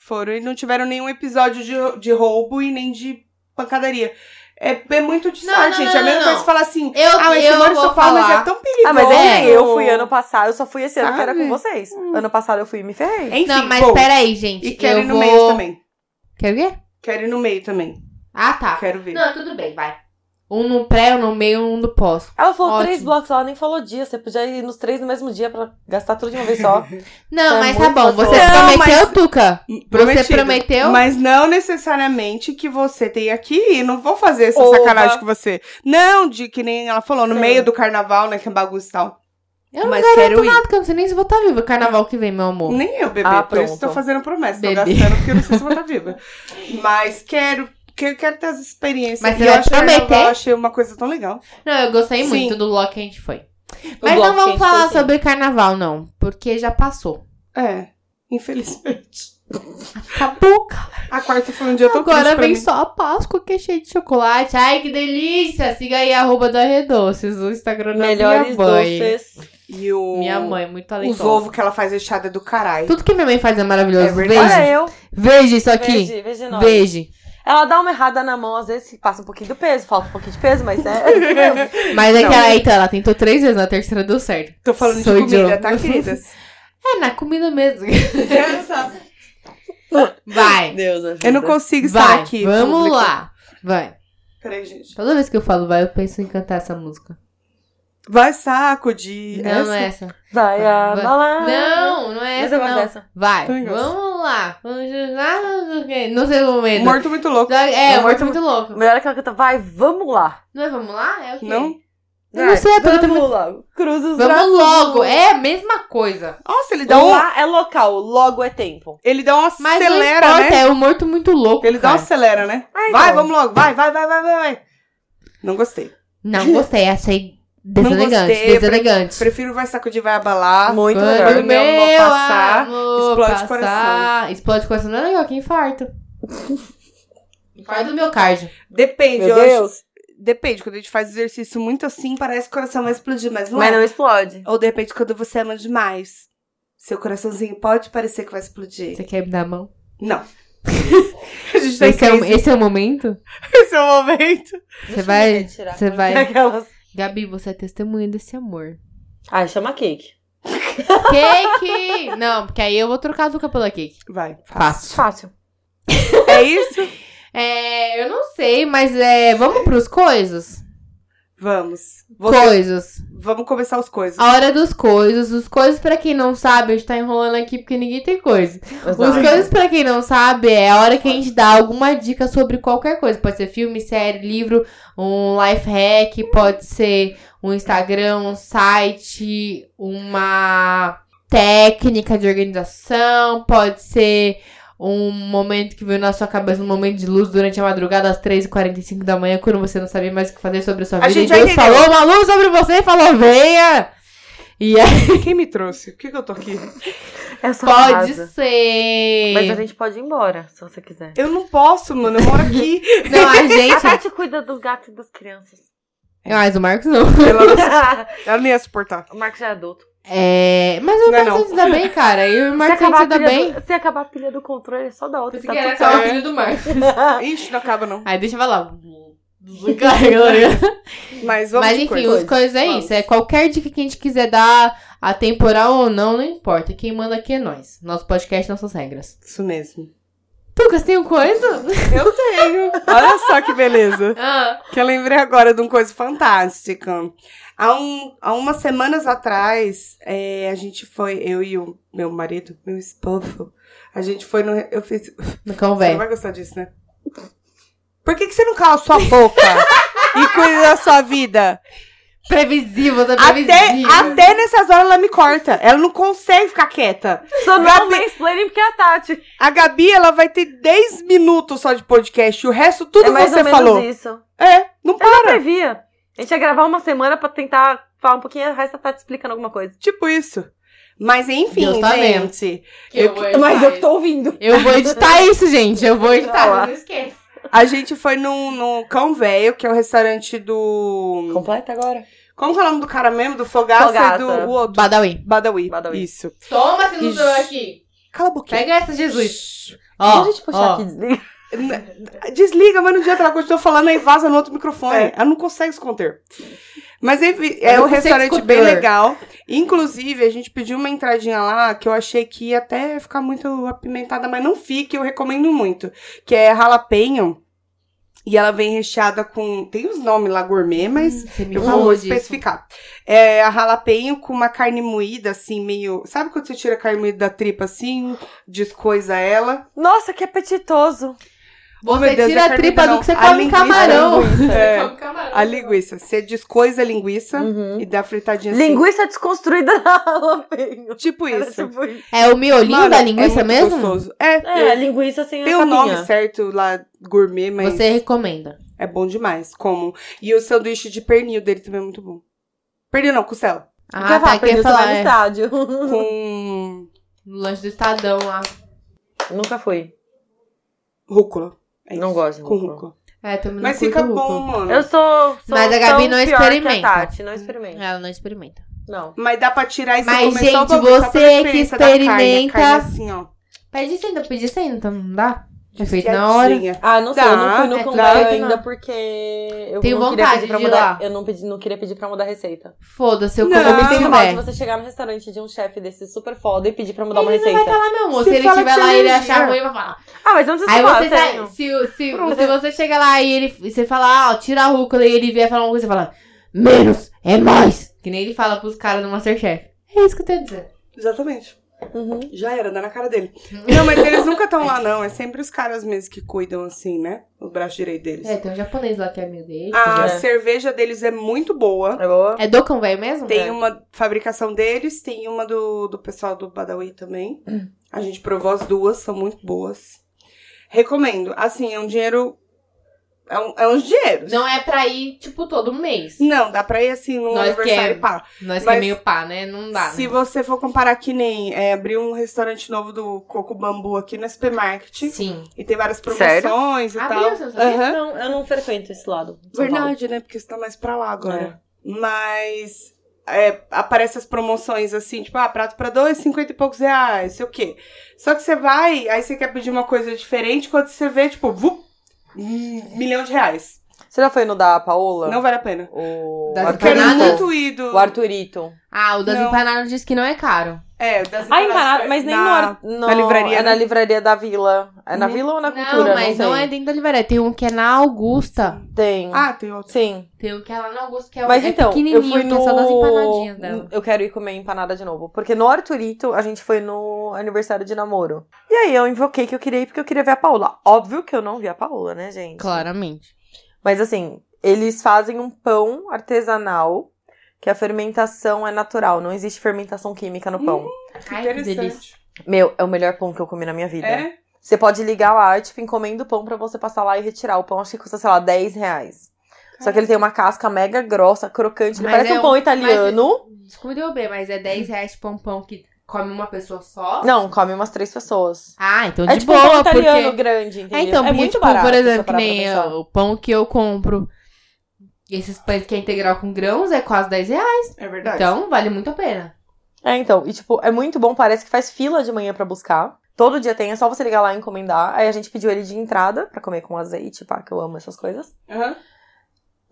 Foram e não tiveram nenhum episódio de, de roubo e nem de pancadaria. É, é muito de
Não,
sorte,
não,
gente. É a
não,
mesma
não,
coisa
não.
que falar assim.
Eu,
Ah, mas
eu
eu moro em
vou
São Paulo, mas
falar.
é tão perigoso.
Ah, mas é,
Bom.
que eu fui ano passado, eu só fui esse ano que era
Sabe?
com vocês.
Hum.
Ano passado eu fui e me ferrei.
Enfim,
Não, mas
bom.
peraí, gente.
E quero
eu
ir no
vou...
meio também.
Quer o quê?
Quero ir no meio também.
Ah, tá.
Quero ver.
Não, tudo bem, vai. Um no pré, um no meio, um no pós.
Ela falou três
Ótimo.
blocos, ela nem falou dia. Você podia ir nos três no mesmo dia pra gastar tudo de uma vez só.
Não,
É
mas tá
muito
bom.
gostoso.
Você
Não,
prometeu, Tuca?
Hum, Prometido.
Você prometeu?
Mas não necessariamente que você tenha que ir. Não vou fazer essa
Oba.
sacanagem com você. Não, de que nem ela falou, no
Sim.
meio do carnaval, né? Que é bagunça e tal.
Eu não
mas
garanto
quero ir.
nada, porque eu não sei nem se vou estar viva. Carnaval que vem, meu amor.
Nem eu, bebê.
Ah,
por isso
pronto.
tô fazendo promessa. Tô
Bebê.
gastando porque eu não sei se vou estar viva. Mas quero. que eu quero ter as experiências.
Mas
E
você
eu
vai
acho
prometer?
carnaval, Eu achei uma coisa tão legal.
Não, eu gostei
Sim.
muito do bloco que a gente foi.
O
Mas não
bloco que a
vamos
gente foi,
falar
sim.
sobre carnaval, não. Porque já passou.
É, infelizmente.
Acabou,
A quarta foi um dia tão triste
Agora
pra
vem
mim.
só a Páscoa que é cheia de chocolate. Ai, que delícia! Siga aí, arroba do Arredoces, o Instagram da minha
Melhores
mãe.
doces.
E o...
Minha mãe, é muito
Os
talentosa.
ovos que ela faz recheada é do caralho.
Tudo que minha mãe faz é
É
maravilhoso.
verdade.
Veja.
Olha eu.
Veja isso aqui.
Veja, veja nós.
Veja.
Ela dá uma errada na mão, às vezes que passa um pouquinho do peso, falta um pouquinho de peso, mas é, é isso mesmo.
Mas é
Não.
que ela, então, ela tentou três vezes, na terceira deu certo.
Tô falando
Sou
de comida,
idiota.
tá, queridas?
É, na comida mesmo. Vai.
Deus,
eu não consigo estar
Vai.
aqui.
Vamos
público.
lá. Vai.
Peraí, gente.
Toda vez que eu falo vai, eu penso em cantar essa música.
Vai saco de...
não
essa? Ah,
é essa.
Vai a balada.
Não, não é
Mas
essa,
eu gosto
não.
dessa.
Vai.
Também gosto.
Vamos lá. Vamos lá. Não sei o momento.
Um Morto muito louco.
É,
Não,
morto
morto
muito louco.
Melhor é aquela que canta, vai, vamos lá.
Não é vamos lá? É o quê?
Não?
Eu não sei, é eu tô
Vai,
também-
Vamos lá. Cruza os braços.
Vamos logo. É a mesma coisa.
Nossa, ele dá
Então,
um...
lá é local, logo é tempo.
Ele dá um
Mas
acelera,
não
né?
importa, é o morto muito louco.
Ele dá um
cara.
acelera, né?
então.
Vai, vamos logo. Vai, vai, vai, vai, vai. vai. Não gostei.
Não gostei, achei deselegante.
gostei, eu
deselegante.
Prefiro vai sacudir, vai abalar.
Muito
Quando o
melhor. Quando
melhor.
meu
meu amor passar,
amor
explode
passar,
coração.
Explode coração não é legal, que infarto. infarto do miocárdio.
Depende,
Meu
eu acho.
Deus.
Depende, quando a gente faz exercício muito assim, parece que o coração vai explodir, mas não
Mas
é.
não explode.
Ou de repente, quando você ama demais, seu coraçãozinho pode parecer que vai explodir.
Você quer me dar a mão?
Não. a gente tá em
Esse é, o,
crise.
esse é o momento?
Esse é o momento.
Você vai. Você vai.
Aquelas...
Gabi, você é testemunha desse amor.
Ai, chama cake.
Cake! Não, porque aí eu vou trocar a Duca pela cake.
Vai.
Fácil.
Fácil.
É isso?
É, eu não sei, mas é. Vamos pros coisas?
Vamos. Você-
Coisas.
Vamos começar os coisas.
A hora dos coisas. Os coisas, pra quem não sabe, a gente tá enrolando aqui porque ninguém tem coisa. Os coisas, pra quem não sabe, é a hora que a gente dá alguma dica sobre qualquer coisa. Pode ser filme, série, livro, um life hack, pode ser um Instagram, um site, uma técnica de organização, pode ser um momento que veio na sua cabeça, um momento de luz durante a madrugada às 3h45 da manhã, quando você não sabia mais o que fazer sobre a sua
A
vida.
gente
e
já
Deus
entendeu.
falou uma luz sobre você e falou, venha! E aí
Ah, Quem me trouxe? Por que, que eu tô aqui?
É só
pode ser...
Mas a gente pode ir embora, se você quiser.
Eu não posso, mano. Eu moro aqui.
Não, a
A
gente...
Tati cuida dos gatos e das crianças.
Ah, Mas o Marcos não.
Ela, não... ela não ia suportar.
o Marcos já é adulto.
É. Mas o
Não é
Marcos
não.
se dá bem, cara. Eu e o Marcos a gente
acabar
se
a
dá
pilha
bem.
do- se acabar a pilha do controle, é só da outra. Tá tudo
só-
certo.
filho do Marcos.
Ixi, não acaba, não.
Aí deixa eu falar. Mas
Mas vamos de
enfim,
coisa.
os coisas é
Vamos.
isso. É qualquer dica que a gente quiser dar, atemporal ou não, não importa. Quem manda aqui é nós. Nosso podcast, nossas regras.
Isso mesmo.
Lucas, tem um coisa?
Eu tenho. Olha só que beleza.
Ah,
Que eu lembrei agora de uma coisa fantástica. Há, um, há umas semanas atrás, é, a gente foi, eu e o meu marido, meu esposo, a gente foi no. Eu fiz.
no cão
Você não
velho.
vai gostar disso, né? Por que, que você não cala sua boca e cuida da sua vida?
Previsível, tá
Até,
previsível.
até nessas horas ela me corta. Ela não consegue ficar quieta.
Só
Gabi-
não mansplaining porque é a Tati.
A Gabi, ela vai ter 10 minutos só de podcast. O resto, tudo
é mais
você
ou menos
falou.
isso.
É, não para.
Ela previa. A gente ia gravar uma semana pra tentar falar um pouquinho, o resto da Tati explicando alguma coisa.
Tipo isso. Mas enfim,
Deus tá vendo.
gente.
Que eu vou editar isso.
ouvindo.
Eu vou editar isso, gente. Eu
Tá
vou editar.
Vai lá.
Não esquece.
A gente foi no, no Cão Velho, que é o restaurante do.
Completa agora.
Como que é o nome do cara mesmo? Do Fogaça,
Fogaça.
e do o outro.
Badawi.
Badawi.
Badawi.
Isso.
Toma, se não
Ixi.
sou eu aqui.
Cala a boquinha.
Pega essa, Jesus.
Shhh.
Ó,
Deixa a gente puxar
ó.
aqui, desliga.
Desliga, mas não adianta. Ela continua falando aí vaza no outro microfone.
É.
Ela não consegue se conter. Mas enfim,
Eu
é
não
um
consigo
restaurante
escutar.
bem legal. Inclusive, a gente pediu uma entradinha lá que eu achei que ia até ficar muito apimentada, mas não fique, eu recomendo muito. Que é jalapeño. E ela vem recheada com. Tem os nomes lá gourmet, mas
Você Hum, me
eu vou
falou disso.
especificar. É a jalapeño com uma carne moída, assim, meio. Sabe quando você tira a carne moída da tripa assim, descoisa ela?
Nossa, que apetitoso.
Oh, meu
Você
Deus,
tira
é
a tripa
carne-
do que você
não,
come em
linguiça,
camarão.
linguiça,
Você
é.
come camarão.
A linguiça. Você descoisa a linguiça
Uhum.
e dá fritadinha assim.
Linguiça desconstruída na jalapeno.
Tipo
Era
isso.
tipo isso.
É o miolinho
Mano,
da
é
linguiça
muito
mesmo?
Gostoso. É,
É,
eu-
linguiça sem
tem
a
o
capinha.
nome certo lá, gourmet, mas
Você recomenda.
é bom demais. Como. E o sanduíche de pernil dele também é muito bom. Pernil não, costela.
Ah, tá.
que
Quer
falar
falar
no
é,
estádio.
Uhum.
Com
no lanche do Estadão ah. lá.
Nunca fui.
rúcula. É
Não
isso.
gosto de
Com
rúcula.
rúcula.
É, também não
Mas
curto
fica
rúcula.
bom, mano.
Eu sou, sou
Mas a Gabi
tão
não
pior que
experimenta.
A Tati, não experimenta.
Ela Ah, não experimenta.
Não.
Mas dá pra tirar e você
Mas,
comer só
gente,
pra ver, só
você
pela
que
experiência da carne, a
experimenta-
carne assim, ó.
Pede isso ainda, pedi isso ainda, então não dá? É feito na hora.
Fiadinha.
Ah, não sei, eu não fui no
é,
Cumbaio
claro que
ainda
não.
porque eu
Tenho
não queria
vontade
pedir pra
de ir
mudar.
lá.
Eu não, pedi, não queria pedir pra mudar a receita.
Foda-se, eu
Não,
como
mas
se
tem
Tem mal de
tiver.
você chegar no restaurante de um chefe desse super foda e pedir pra mudar uma
Ele não vai
receita.
estar lá, Ah, meu amor.
Se
Se, ele
fala
estiver
que
lá
você é
e ele
não
achar
liga.
ruim, ele vai falar.
Ah, mas eu não sei se
Aí
falar,
você
eu
sai-
tenho.
se, se,
Pronto.
se você chegar lá e ele, e você falar, ó, tira a rúcula e ele vier falar uma coisa, você fala, menos, é mais. Que nem ele fala pros caras do Masterchef. É isso que eu tenho a dizer.
Exatamente.
Uhum.
Já era, dá na cara dele.
Uhum.
Não, mas eles nunca estão lá, não. É sempre os caras mesmo que cuidam, assim, né? O braço direito deles.
É, tem um japonês lá que é amigo dele.
A
É.
cerveja deles é muito boa.
É boa?
É Dokkan, velho mesmo?
Tem
É.
uma fabricação deles, tem uma do, do pessoal do Badawi também.
Hum.
A gente provou as duas, são muito boas. Recomendo. Assim, é um dinheiro. É, um, é uns dinheiros.
Não é pra ir, tipo, todo mês.
Não, dá pra ir assim no
Nós
aniversário
que é-
e pá.
Nós que é
Mas
meio pá, né? Não dá.
Se
né?
você for comparar que nem é, abrir um restaurante novo do Coco Bambu aqui no supermarket
Sim. Ah,
e tem várias
Sério?
promoções
tá
e tal.
Abriu, você não
É.
sabia?
Aham.
Não, eu não frequento esse lado. de São Paulo. É.
Verdade, né? Porque você tá mais pra lá agora. Mas é, aparece as promoções assim, tipo, ah, prato pra dois, cinquenta e poucos reais, sei o quê. Só que você vai, aí você quer pedir uma coisa diferente, quando você vê, tipo, vup, um milhão de reais.
Você já foi no da Paola?
Não vale a pena.
O
Das
Porque era
Empanadas?
é
muito ido.
O Arturito.
Ah, o das
Não.
empanadas diz que não é caro.
É, das
Ah,
empanadas
empanada,
pra-
mas nem
na-
no, ar- no-
na livraria,
É na
né?
livraria da vila. É na
Uhum.
vila ou na
Não,
cultura?
mas
não,
não,
sei.
é dentro da livraria. Tem um que é na Augusta.
Tem.
Ah, tem outro.
Sim.
Tem um que é lá na Augusta, que é,
mas
é
então,
pequenininho.
eu fui
tem
no...
só das empanadinhas dela.
Eu quero ir comer empanada de novo. Porque no Arturito, a gente foi no aniversário de namoro. E aí eu invoquei que eu queria ir porque eu queria ver a Paola. Óbvio que eu não vi a Paola, né, gente?
Claramente.
Mas assim, eles fazem um pão artesanal que a fermentação é natural. Não existe fermentação química no pão.
Que
Ai, que
interessante.
Meu, é o melhor pão que eu comi na minha vida.
É?
Você pode ligar lá, tipo, encomenda o pão pra você passar lá e retirar. O pão acho que custa, sei lá, 10 reais. Só que ele tem uma casca mega grossa, crocante. Ele
Mas
parece
é
um pão
um-
italiano.
Desculpa eu bem, mas é 10 reais tipo um pão que come uma pessoa só?
Não, come umas três pessoas.
Ah, então
é
de
tipo um pão
boa,
italiano
porque...
grande, entendeu?
É, então,
é
porque,
muito
tipo,
barato.
por
se
exemplo, que
parar pra
nem
pensar.
o pão que eu compro, esses pães que é integral com grãos, é quase 10 reais.
É verdade.
Então, vale muito a pena.
É, então, e tipo, é muito bom, parece que faz fila de manhã pra buscar. Todo dia tem, é só você ligar lá e encomendar. Aí a gente pediu ele de entrada pra comer com azeite, pá, que eu amo essas coisas.
Aham.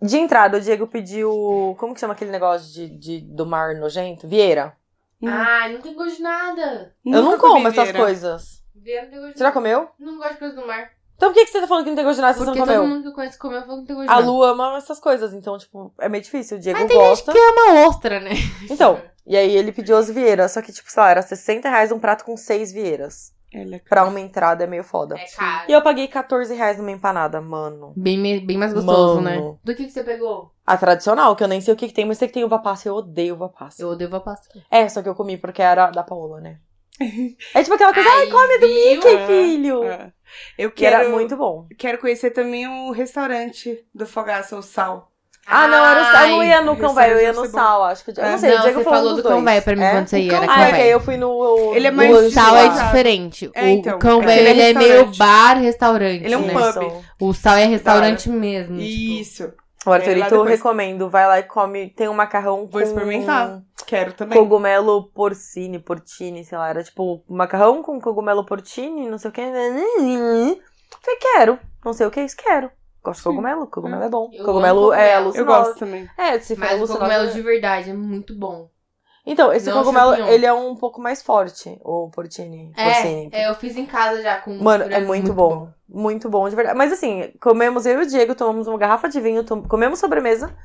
De entrada, o Diego pediu. Como que chama aquele negócio de, de- do mar nojento? Vieira.
Hum.
Ai, não tem gosto de nada.
eu não
Nunca
como
comi
essas
vieira.
coisas.
Vieira não tem gosto de
Você já comeu?
Não gosto de coisa do mar.
Então por que, que você tá falando que não tem gosto de nada se você não
Porque todo
comeu?
mundo que eu conheço comeu falou que não tem gosto de
A
nada.
Lu ama essas coisas, então, tipo, é meio difícil. O Diego
Mas tem
gosta.
gente que ama ostra, né?
Então, e aí ele pediu as vieiras, só que, tipo, sei lá, era 60 reais um prato com seis vieiras.
Ela é
pra uma entrada é meio foda.
É caro.
E eu paguei 14 reais numa empanada, mano.
Bem, me- bem mais gostoso,
Mano.
né? Do que, que você pegou?
A tradicional, que eu nem sei o que, que tem, mas sei que tem uva passa, eu odeio uva passa.
Eu odeio a pasta.
É, só que eu comi porque era da Paola, né? É tipo aquela coisa, ai,
Ai, é, come do
que é, filho!
Ah. Eu
Que era
quero,
muito bom.
quero conhecer também o restaurante do Fogaça, o Sal.
Ah, não, era o sal. Eu não ia no
Ai,
cão, velho. Eu ia
restaurante
no
deve ser
sal, acho que. Eu
É.
não sei,
Não,
o Diego
você
falou,
falou
dos
do cão
dois.
velho pra mim
É?
quando você ia.
O
Era
cão
cão
Ah,
velho.
ok, eu fui no.
Ele é
no-
mais
o sal é
desigual.
diferente.
É, então,
o cão
é.
velho, ele é meio
Restaurante.
bar-restaurante.
Ele é um
né?
pub.
O sal é restaurante
Hum,
mesmo. tipo.
Isso.
O
Lá
Arthurito, eu
depois.
recomendo. Vai lá e come. Tem um macarrão
Vou
com...
experimentar. Quero também.
Cogumelo porcini, portini, sei lá. Era tipo macarrão com cogumelo portini, não sei o que. Falei, quero. Não sei o que é isso, quero. Gosto de cogumelo, cogumelo é bom.
Eu
cogumelo
amo cogumelo.
é
Eu
alucinógeno.
gosto também.
É, se for
Mas o
alucinógeno-
cogumelo de verdade é muito bom.
Então, esse
Não,
cogumelo,
champignon.
ele é um pouco mais forte, o portini, porcini.
É, é, eu fiz em casa já com
Mano, é
mistura,
muito, bom. Muito bom, de verdade. Mas assim, comemos eu e o Diego, tomamos uma garrafa de vinho, tom- comemos sobremesa.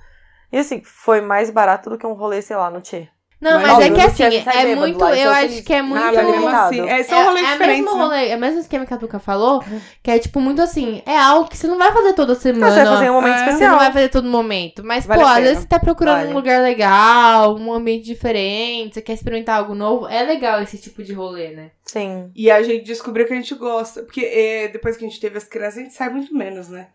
E assim, foi mais barato do que um rolê, sei lá, no Tchê.
Não,
Mas
mas é
óbvio,
que
não tinha
assim,
que sair
é
bêbado
muito,
lá,
eu
então
acho
feliz.
que é muito.
Ah, mas
E
mesmo
alimentado.
assim, é, são
é,
rolês
é
diferentes.
mesmo
né?
rolê, é o mesmo esquema que a Tuca falou, que é tipo muito assim, é algo que você não vai fazer toda semana.
Mas você vai fazer em um momento
É.
Você não
especial.
vai fazer todo momento. Mas,
Vale
pô,
a
às
pena.
vezes você tá procurando
Vale.
um lugar legal, um ambiente diferente, você quer experimentar algo novo. É legal esse tipo de rolê, né?
Sim.
E a gente descobriu que a gente gosta. Porque eh, depois que a gente teve as crianças, a gente sai muito menos, né?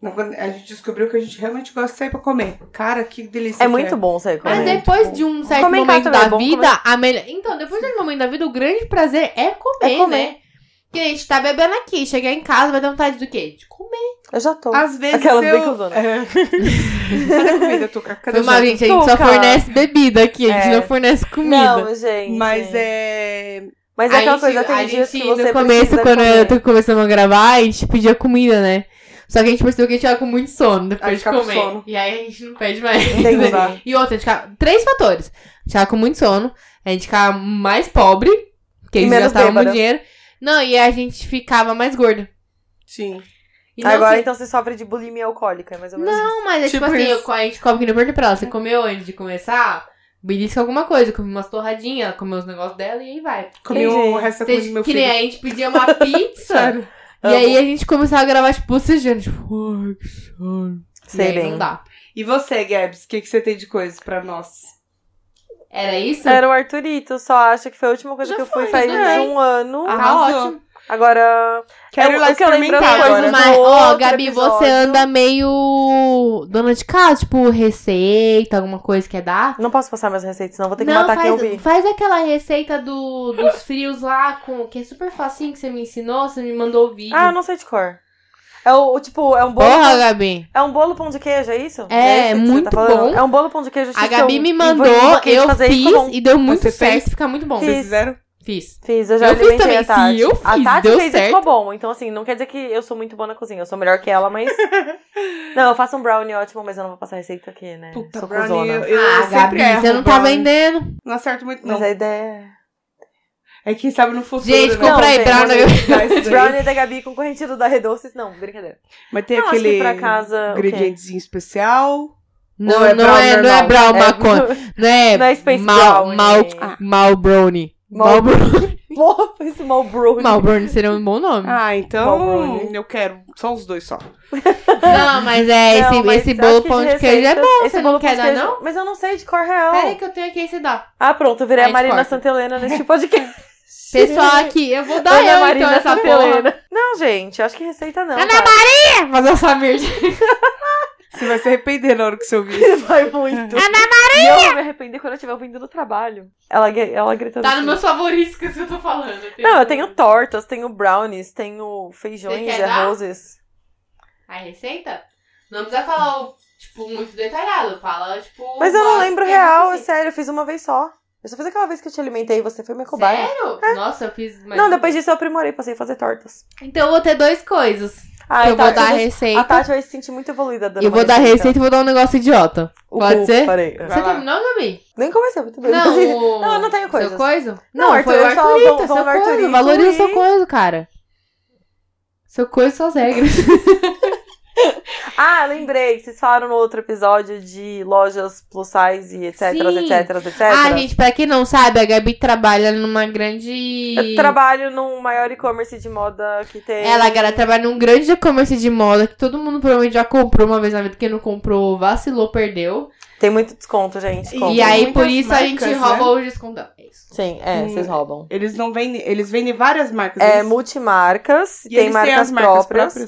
Não, quando- A gente descobriu que a gente realmente gosta de sair pra comer. Cara, que delícia.
É
que
muito bom sair
Mas
comer.
Comendo.
depois de um certo
Comer em casa
momento da
também é bom,
vida, a melhor. Então, depois de um momento da vida, o grande prazer é comer,
É comer.
né? Que a gente tá bebendo aqui, chegar em casa, vai dar vontade do quê? De comer.
Eu já tô.
Às vezes
Aquelas
eu...
bem cozonas.
É. Cadê a comida, Tuca? Cadê
Foi
o
mal,
jantar?
gente, a gente só
Tuca.
fornece bebida aqui, a gente
É.
não fornece comida.
Não, gente.
Mas é...
Mas é
A
aquela
gente-
coisa,
a
tem dias que
gente,
você
No começo,
precisa
quando
comer.
eu tô começando a gravar, a gente pedia comida, né? Só que a gente percebeu que a gente tava com muito sono
A
depois
gente
de
fica com
comer.
sono.
E aí a gente não pede mais.
Entendi.
E outra, a gente ficava... Três fatores. A gente ficava com muito sono, a gente ficava mais pobre, porque a
E
gente
menos
gastava muito
bêbada.
dinheiro. Não, e a gente ficava mais gorda.
Sim.
E não
Agora
que-
então você sofre de bulimia alcoólica, é mais ou menos isso.
Não, mas é tipo,
Tipo
assim,
isso.
eu- a gente come que nem perna pra ela. Você comeu antes de começar, belisca alguma coisa, come umas torradinhas, comeu os negócios dela e aí vai.
Comi o
Entendi.
resto da comida
Vocês-
do meu
que
filho.
nem é. a gente pedia uma pizza.
Sério.
e
Amo.
aí a gente começava a gravar, tipo, bocejando. Tipo, ai, que sono. E
Sei
aí
bem.
não dá.
E você, Gabs? O que, que você tem de coisa pra nós?
Era isso?
Era o Arthurito, só acho que foi a última coisa
Já
que eu fui
foi,
faz
né?
um ano.
Tá
Arrasou.
ótimo.
Agora.
Quero
é
ir
o-
lá
o que eu lembro
experimentar
agora.
agora.
Mas,
no
ó,
outro
Gabi,
episódio-
você anda meio dona de casa, tipo, receita, alguma coisa quer dar?
Não posso passar minhas receitas, senão vou ter que
não,
matar
faz,
quem eu vi.
faz aquela receita do, dos frios lá, com, que é super facinho que você me ensinou, você me mandou o vídeo.
Ah, eu não sei de cor. É o, o tipo, é um bolo.
Porra, Gabi.
É um bolo pão de queijo, é isso?
É,
esse que você
muito
tá falando?
bom.
É um bolo pão de queijo
A
X que
Gabi
eu
me
envolvi
mandou,
no queijo,
eu
fazer e ficou
fiz
bom.
e deu muito
Você fez?
certo, fica muito bom.
Fiz.
Vocês fizeram?
Fiz.
Fiz, eu já
Eu fiz
alimentei
também,
a Tati.
sim, eu
a
fiz,
Tati
deu
fez e
certo.
ficou bom. Então, assim, não quer dizer que eu sou muito boa na cozinha. Eu sou melhor que ela, mas... não, eu faço um brownie ótimo, mas eu não vou passar receita aqui, né?
Puta,
sou
brownie,
cuzona.
eu, eu
ah,
sempre
Gabi,
erro,
você não tá
brownie.
vendendo.
Não acerto muito, não.
Mas é- a ideia
É quem sabe no futuro,
Gente,
né?
compra aí,
Não,
brownie.
Mas dá isso
é...
daí.
Brownie da Gabi concorrente do da Redoces. Não, brincadeira.
Mas tem
não, acho
aquele
que pra casa... o quê?
ingredientezinho especial.
Não,
Ou é
não,
brown
é, não é
normal?
brown
É,
maconha. Não é,
Não é Space
mal,
Brownie.
mal,
Ah.
mal brownie.
Mal-
Mal brownie.
Porra, esse mal brownie.
Mal brownie seria um bom nome.
Ah,
Hum. Bom,
então
brownie.
eu quero só os dois só.
Não, mas é,
Não,
esse,
mas
esse
acho
bolo
que
pão de queijo é
receitas-
bom,
esse
você
bolo
não
pão
quer
de
dar,
queijo-
não?
Mas eu não sei de cor real.
Peraí que eu tenho aqui, você dá.
Ah, pronto, eu
A
virei a
gente
Marina
corta.
Santa Helena nesse podcast.
Pessoal aqui, eu vou dar
Ana
eu
Marina tá
então essa
Santa
porra.
Helena. Não, gente, acho que receita não.
Ana
cara.
É, fazer essa merda.
Você vai se arrepender na hora que você ouvir.
Vai muito.
Ana
Maria! eu vou me arrepender quando eu estiver ouvindo no trabalho. Ela, gri- ela gritando.
Tá
assim.
nos meus favoritos que eu tô falando.
Não, eu tenho tortas, tenho brownies, tenho feijões é
Você
e
quer dar?
arrozes.
A receita? Não precisa falar, o, tipo, muito detalhado. Fala, tipo...
Mas eu não
uma-
lembro
é
real,
muito
é
assim.
sério, eu fiz uma vez só. Eu só fiz aquela vez que eu te alimentei e você foi minha cobaia.
Sério? Nossa, eu fiz... mais-
Não, depois disso eu aprimorei, passei a fazer tortas.
Então eu vou ter duas coisas.
Ah,
eu vou dar a receita.
A Tati vai se sentir muito evoluída dando
eu vou
uma
dar a receita e vou dar um negócio idiota.
O
Pode
cu,
ser?
Parei.
Vai
Você
lá.
terminou, Gabi?
Nem comecei, muito bem.
Não, o...
Não, eu não tenho coisas.
Seu coisa?
Não, Arthur,
foi o
eu falo,
Arthurito, seu
vamos- vamos no
coisa.
Arthurito
Valoriza
e-
seu coisa, cara. Seu coisa, suas regras.
Ah, lembrei. Vocês falaram no outro episódio de lojas plus size e etc,
Sim.
etc, etc.
Ah, gente, pra quem não sabe, a Gabi trabalha numa grande.
Eu trabalho num maior e-commerce de moda que tem.
Ela, galera, trabalha num grande e-commerce de moda que todo mundo provavelmente já comprou uma vez na vida. Quem não comprou, vacilou, perdeu.
Tem muito desconto, gente.
E
compra.
E aí,
muitas
por isso, a gente
marcas,
rouba
né?
o descontão. É isso.
Sim, é,
Hum.
vocês roubam.
Eles não vendem, eles vendem várias marcas.
É
eles...
multimarcas,
e
tem
eles
marcas,
têm as marcas
próprias,
É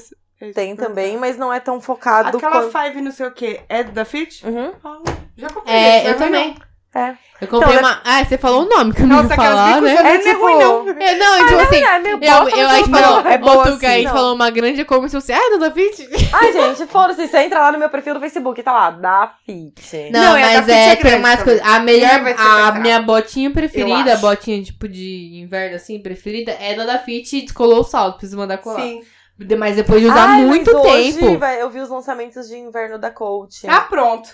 isso
Tem
que eu
também, mas não é tão
ia
focado
perguntar. Aquela
quanto.
Five não sei o que, é da Fit?
Uhum.
Ah, já comprei.
É,
isso,
eu
não ruim,
também.
não. É.
Eu comprei
Então,
uma. Ah, você falou o nome que eu não
não. Nossa,
ia
aquelas
falar, né?
bicudas
É
não é ruim, não.
tipo-
Eu, não, tipo assim.
é meio
Eu, eu, a gente falou,
falar. É boa
o Tuca, a
assim,
gente
não.
falou uma grande e-commerce, você, ah, não da Fit?
Ai, gente, foda-se, você entra lá no meu perfil do Facebook, tá lá, da Fit.
Não,
Não, é, da
mas
Fit
é,
é
tem
grande
umas
também.
coisas. A melhor,
vai ser
a
mais
minha botinha preferida, a
acho.
botinha tipo de inverno assim, preferida, é da da Fit e descolou o salto, preciso mandar colar.
Sim.
Mas depois de usar
Ai, mas
muito
hoje,
tempo.
vai- eu vi os lançamentos de inverno da Coach.
Ah, pronto.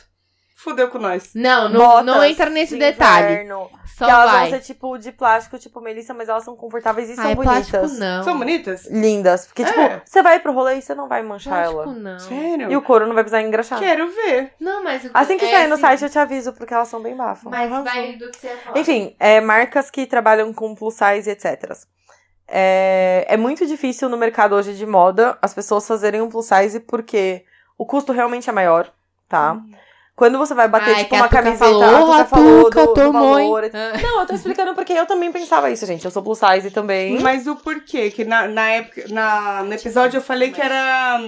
Fudeu com nós.
Não, não, não entra nesse detalhe.
Inverno,
Só
que elas
vai.
vão ser tipo de plástico, tipo Melissa, mas elas são confortáveis e são
Ah, é
bonitas.
plástico não.
São bonitas?
Lindas. Porque, tipo,
É.
você vai pro rolê e você não vai manchar
Plástico
ela.
não.
Sério?
E o couro não vai precisar engraxar.
Quero ver.
Não, mas...
Assim que
é,
sair no
assim,
site, eu te aviso, porque elas são bem bafas.
Mas vai do que você fala.
Enfim, é, marcas que trabalham com plus size, etc. É, é muito difícil no mercado hoje de moda as pessoas fazerem um plus size porque o custo realmente é maior, tá? Quando você vai
Ai,
bater, tipo,
que a
uma
Tuca
camiseta,
falou,
a
a
Tuca falou
Tuca
do, do
tomou,
valor.
hein? Ah.
Não, eu tô explicando porque eu também pensava isso, gente. Eu sou plus size também.
Mas o porquê? Que na, na época, na, no episódio eu falei que era.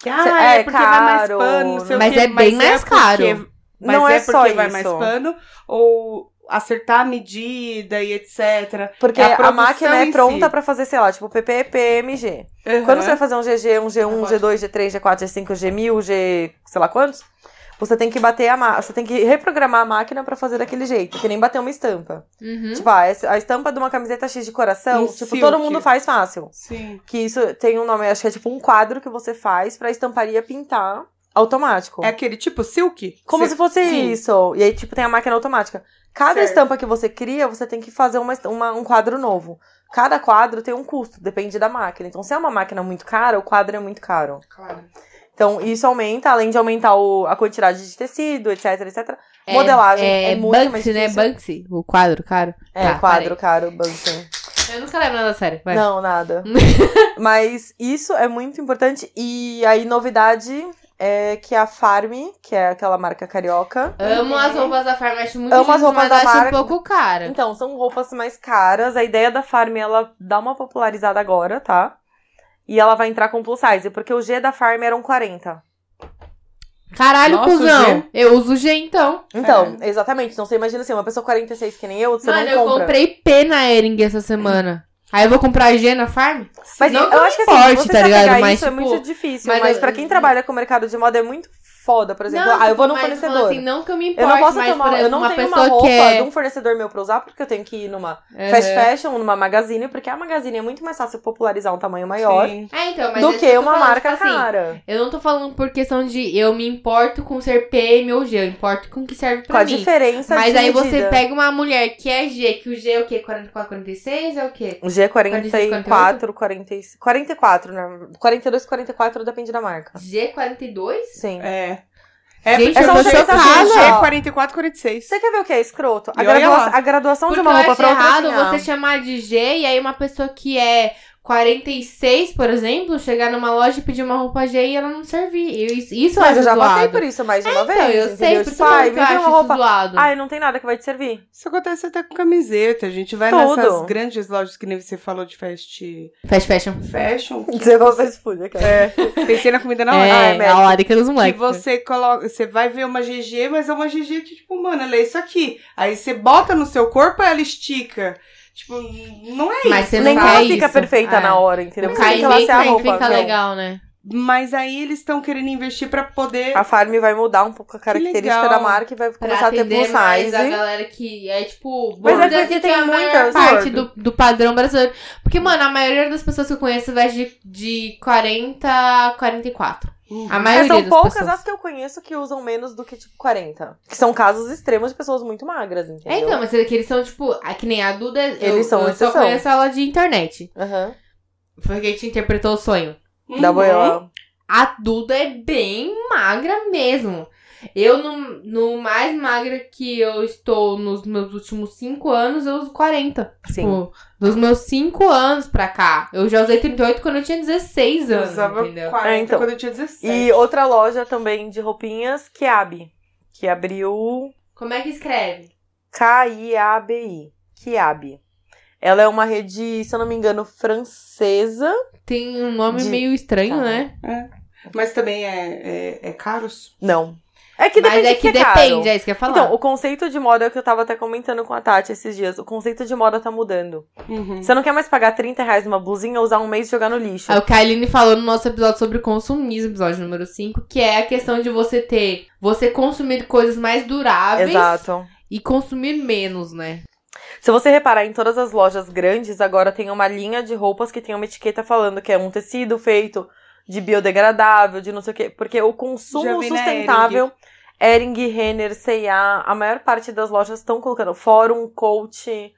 que, Ah,
É
é, porque vai mais
caro,
pano, não sei
Mas
o quê.
é bem mais caro.
porque- mas
não
é,
é,
porque
só isso.
vai mais pano, ou acertar a medida e etc.
Porque
É a
a,
produção
máquina é
em
pronta
si.
pra fazer, sei lá, tipo, PP, PMG. Quando você vai fazer um GG, um G1,
Agora.
G2, G3, G4, G5, G1000, G... sei lá quantos, você tem que bater a máquina, você tem que reprogramar a máquina pra fazer daquele jeito, que nem bater uma estampa.
Uhum.
Tipo, ah, essa- a estampa de uma camiseta X de coração,
Hum? Um
tipo,
silk.
todo mundo faz fácil.
Sim.
Que isso tem um nome, acho que é tipo um quadro que você faz pra estamparia pintar automático.
É aquele tipo silk?
Como se fosse
Sim.
isso. E aí, tipo, tem a máquina automática. Cada
Certo.
estampa que você cria, você tem que fazer uma est- uma- um quadro novo. Cada quadro tem um custo, depende da máquina. Então, se é uma máquina muito cara, o quadro é muito caro.
Claro.
Então, isso aumenta, além de aumentar o- a quantidade de tecido, etc, etc.
É-
Modelagem é, muito
Banksy,
mais
né?
difícil.
Banksy, o quadro, cara.
É,
Tá,
quadro caro, Bunsen.
Eu nunca lembro nada sério, vai.
Não, nada. Mas isso é muito importante. E aí, novidade é que a Farm, que é aquela marca carioca,
Amo
Uhum.
as roupas da Farm, acho muito
Amo as
lindas,
roupas
mas
da
acho
marca.
um pouco cara.
Então, são roupas mais caras. A ideia da Farm, ela dá uma popularizada agora, tá? E ela vai entrar com plus size, porque o G da Farm eram 40.
Caralho,
Nossa,
cuzão.
G.
Eu uso o G, então.
Então,
Caralho.
exatamente. Então, você imagina assim, uma pessoa 46 que nem eu, você
Mano,
não
eu
compra.
comprei P na Ering essa semana. Aí eu vou comprar G na Farm?
Mas
Não que
eu
não
acho que assim,
importe,
você
tá
se
ligado?
apegar a
Mas,
isso é
tipo,
muito difícil. Mas,
mas eu-
pra quem trabalha com o mercado de moda é muito foda, por exemplo. ah, eu vou
no
num fornecedor.
Assim, não que eu me importe,
eu não posso
mas,
tomar, um-
por exemplo,
eu não
uma
tenho uma
pessoa
roupa
que é...
de um fornecedor meu pra usar, porque eu tenho que ir numa
Uhum.
fast fashion, numa magazine, porque a magazine é muito mais fácil popularizar um tamanho maior
Sim.
É, então, mas é
do
isso
que
eu tô
uma
falando,
marca
tipo assim,
cara.
Eu não tô falando por questão de eu me importo com ser PM ou G, eu importo com o que serve
Com a
pra mim.
diferença
Mas
de
aí você
medida.
pega uma mulher que é G, que o G é o quê? 44, 46? É o quê?
O G é 44, 40, 44, né? 42, 44 depende da marca.
G42?
Sim.
É. É,
Gente,
porque
eu
eu
tô
achei que
chocada.
G 44, 46.
Você quer ver o que é escroto? A,
E olha
gradua-
lá.
a graduação
Porque
de uma
eu
roupa
acho
pra outra.
errado
assim, ah,
você chamar de G e aí uma pessoa que é 46, por exemplo, chegar numa loja e pedir uma roupa G e ela não servir. Eu- Isso, isso
Mas
acho
Então, eu já
zoado.
passei por isso mais de uma vez.
Então, eu sei,
entendeu?
por isso
Tipo, ai,
que
me
eu
vê
acho
uma
roupa...
roupa.
zoado.
Ai, não tem nada que vai te servir.
Isso acontece até com camiseta. A gente vai
Tudo.
nessas grandes lojas que nem você falou de fast
Fast fashion.
fashion.
Tipo,
Você vocês fudem, cara.
É, pensei na comida na hora.
é,
Ah, é médico.
a larica dos
Que
moleques.
você coloca. Você vai ver uma GG, mas é uma GG que, tipo, mano, ela é isso aqui. Aí você bota no seu corpo ela estica. Tipo, não é
Mas
isso.
você
Nem
não
que ela
quer
fica
isso.
perfeita
É.
na hora, entendeu?
O
Porque tem que ela ser a
caimento
roupa.
fica
não.
legal, né?
Mas aí eles estão querendo investir pra poder.
A Farm vai mudar um pouco a característica
legal.
da marca e vai
Pra
começar a ter plus
atender mais a
size.
galera que é tipo.
Mas
vamos
é
dizer
porque
assim,
tem
que é a maior
muitas,
parte do,
gordo.
do padrão brasileiro. Porque, mano, a maioria das pessoas que eu conheço veste de, de 40 a 44.
Uhum.
A
Mas
maioria
É, são
das
poucas
pessoas.
as que eu conheço que usam menos do que, tipo, 40. Que são casos extremos de pessoas muito magras, entendeu?
É, então, mas é que eles são, tipo, a, que nem a Duda, eu,
Eles são
eu só
exceção.
conheço ela de internet.
Aham.
Foi quem te interpretou o sonho.
Uhum.
Da boiola.
A Duda é bem magra mesmo. Eu, no, no mais magra que eu estou nos meus últimos 5 anos, eu uso 40.
Sim.
Tipo, dos meus 5 anos pra cá. Eu já usei 38 quando eu tinha 16
Eu
anos,
usava
entendeu?
40
É, então.
quando eu tinha 17.
E outra loja também de roupinhas, Kiabi. Que abriu
Como é que escreve?
K-I-A-B-I. Kiabi. Ela é uma rede, se eu não me engano, francesa.
Tem um nome
De-
meio estranho,
Tá.
né?
Mas também é, é, é caros?
Não. É que
Mas
depende
é
de
que
é caro.
depende, é isso que eu ia falar.
Então, o conceito de moda é o que eu tava até comentando com a Tati esses dias. O conceito de moda tá mudando.
Uhum.
Você não quer mais pagar 30 reais numa blusinha, usar um mês e jogar no lixo.
Aí o Kailine falou no nosso episódio sobre consumismo, episódio número 5, que é a questão de você ter, você consumir coisas mais duráveis
Exato.
e consumir menos, né?
Se você reparar em todas as lojas grandes, agora tem uma linha de roupas que tem uma etiqueta falando que é um tecido feito de biodegradável, de não sei o quê. Porque o
Já
consumo
vi na
sustentável, Ering, Renner, C&A, a maior parte das lojas estão colocando. Fórum, Coach,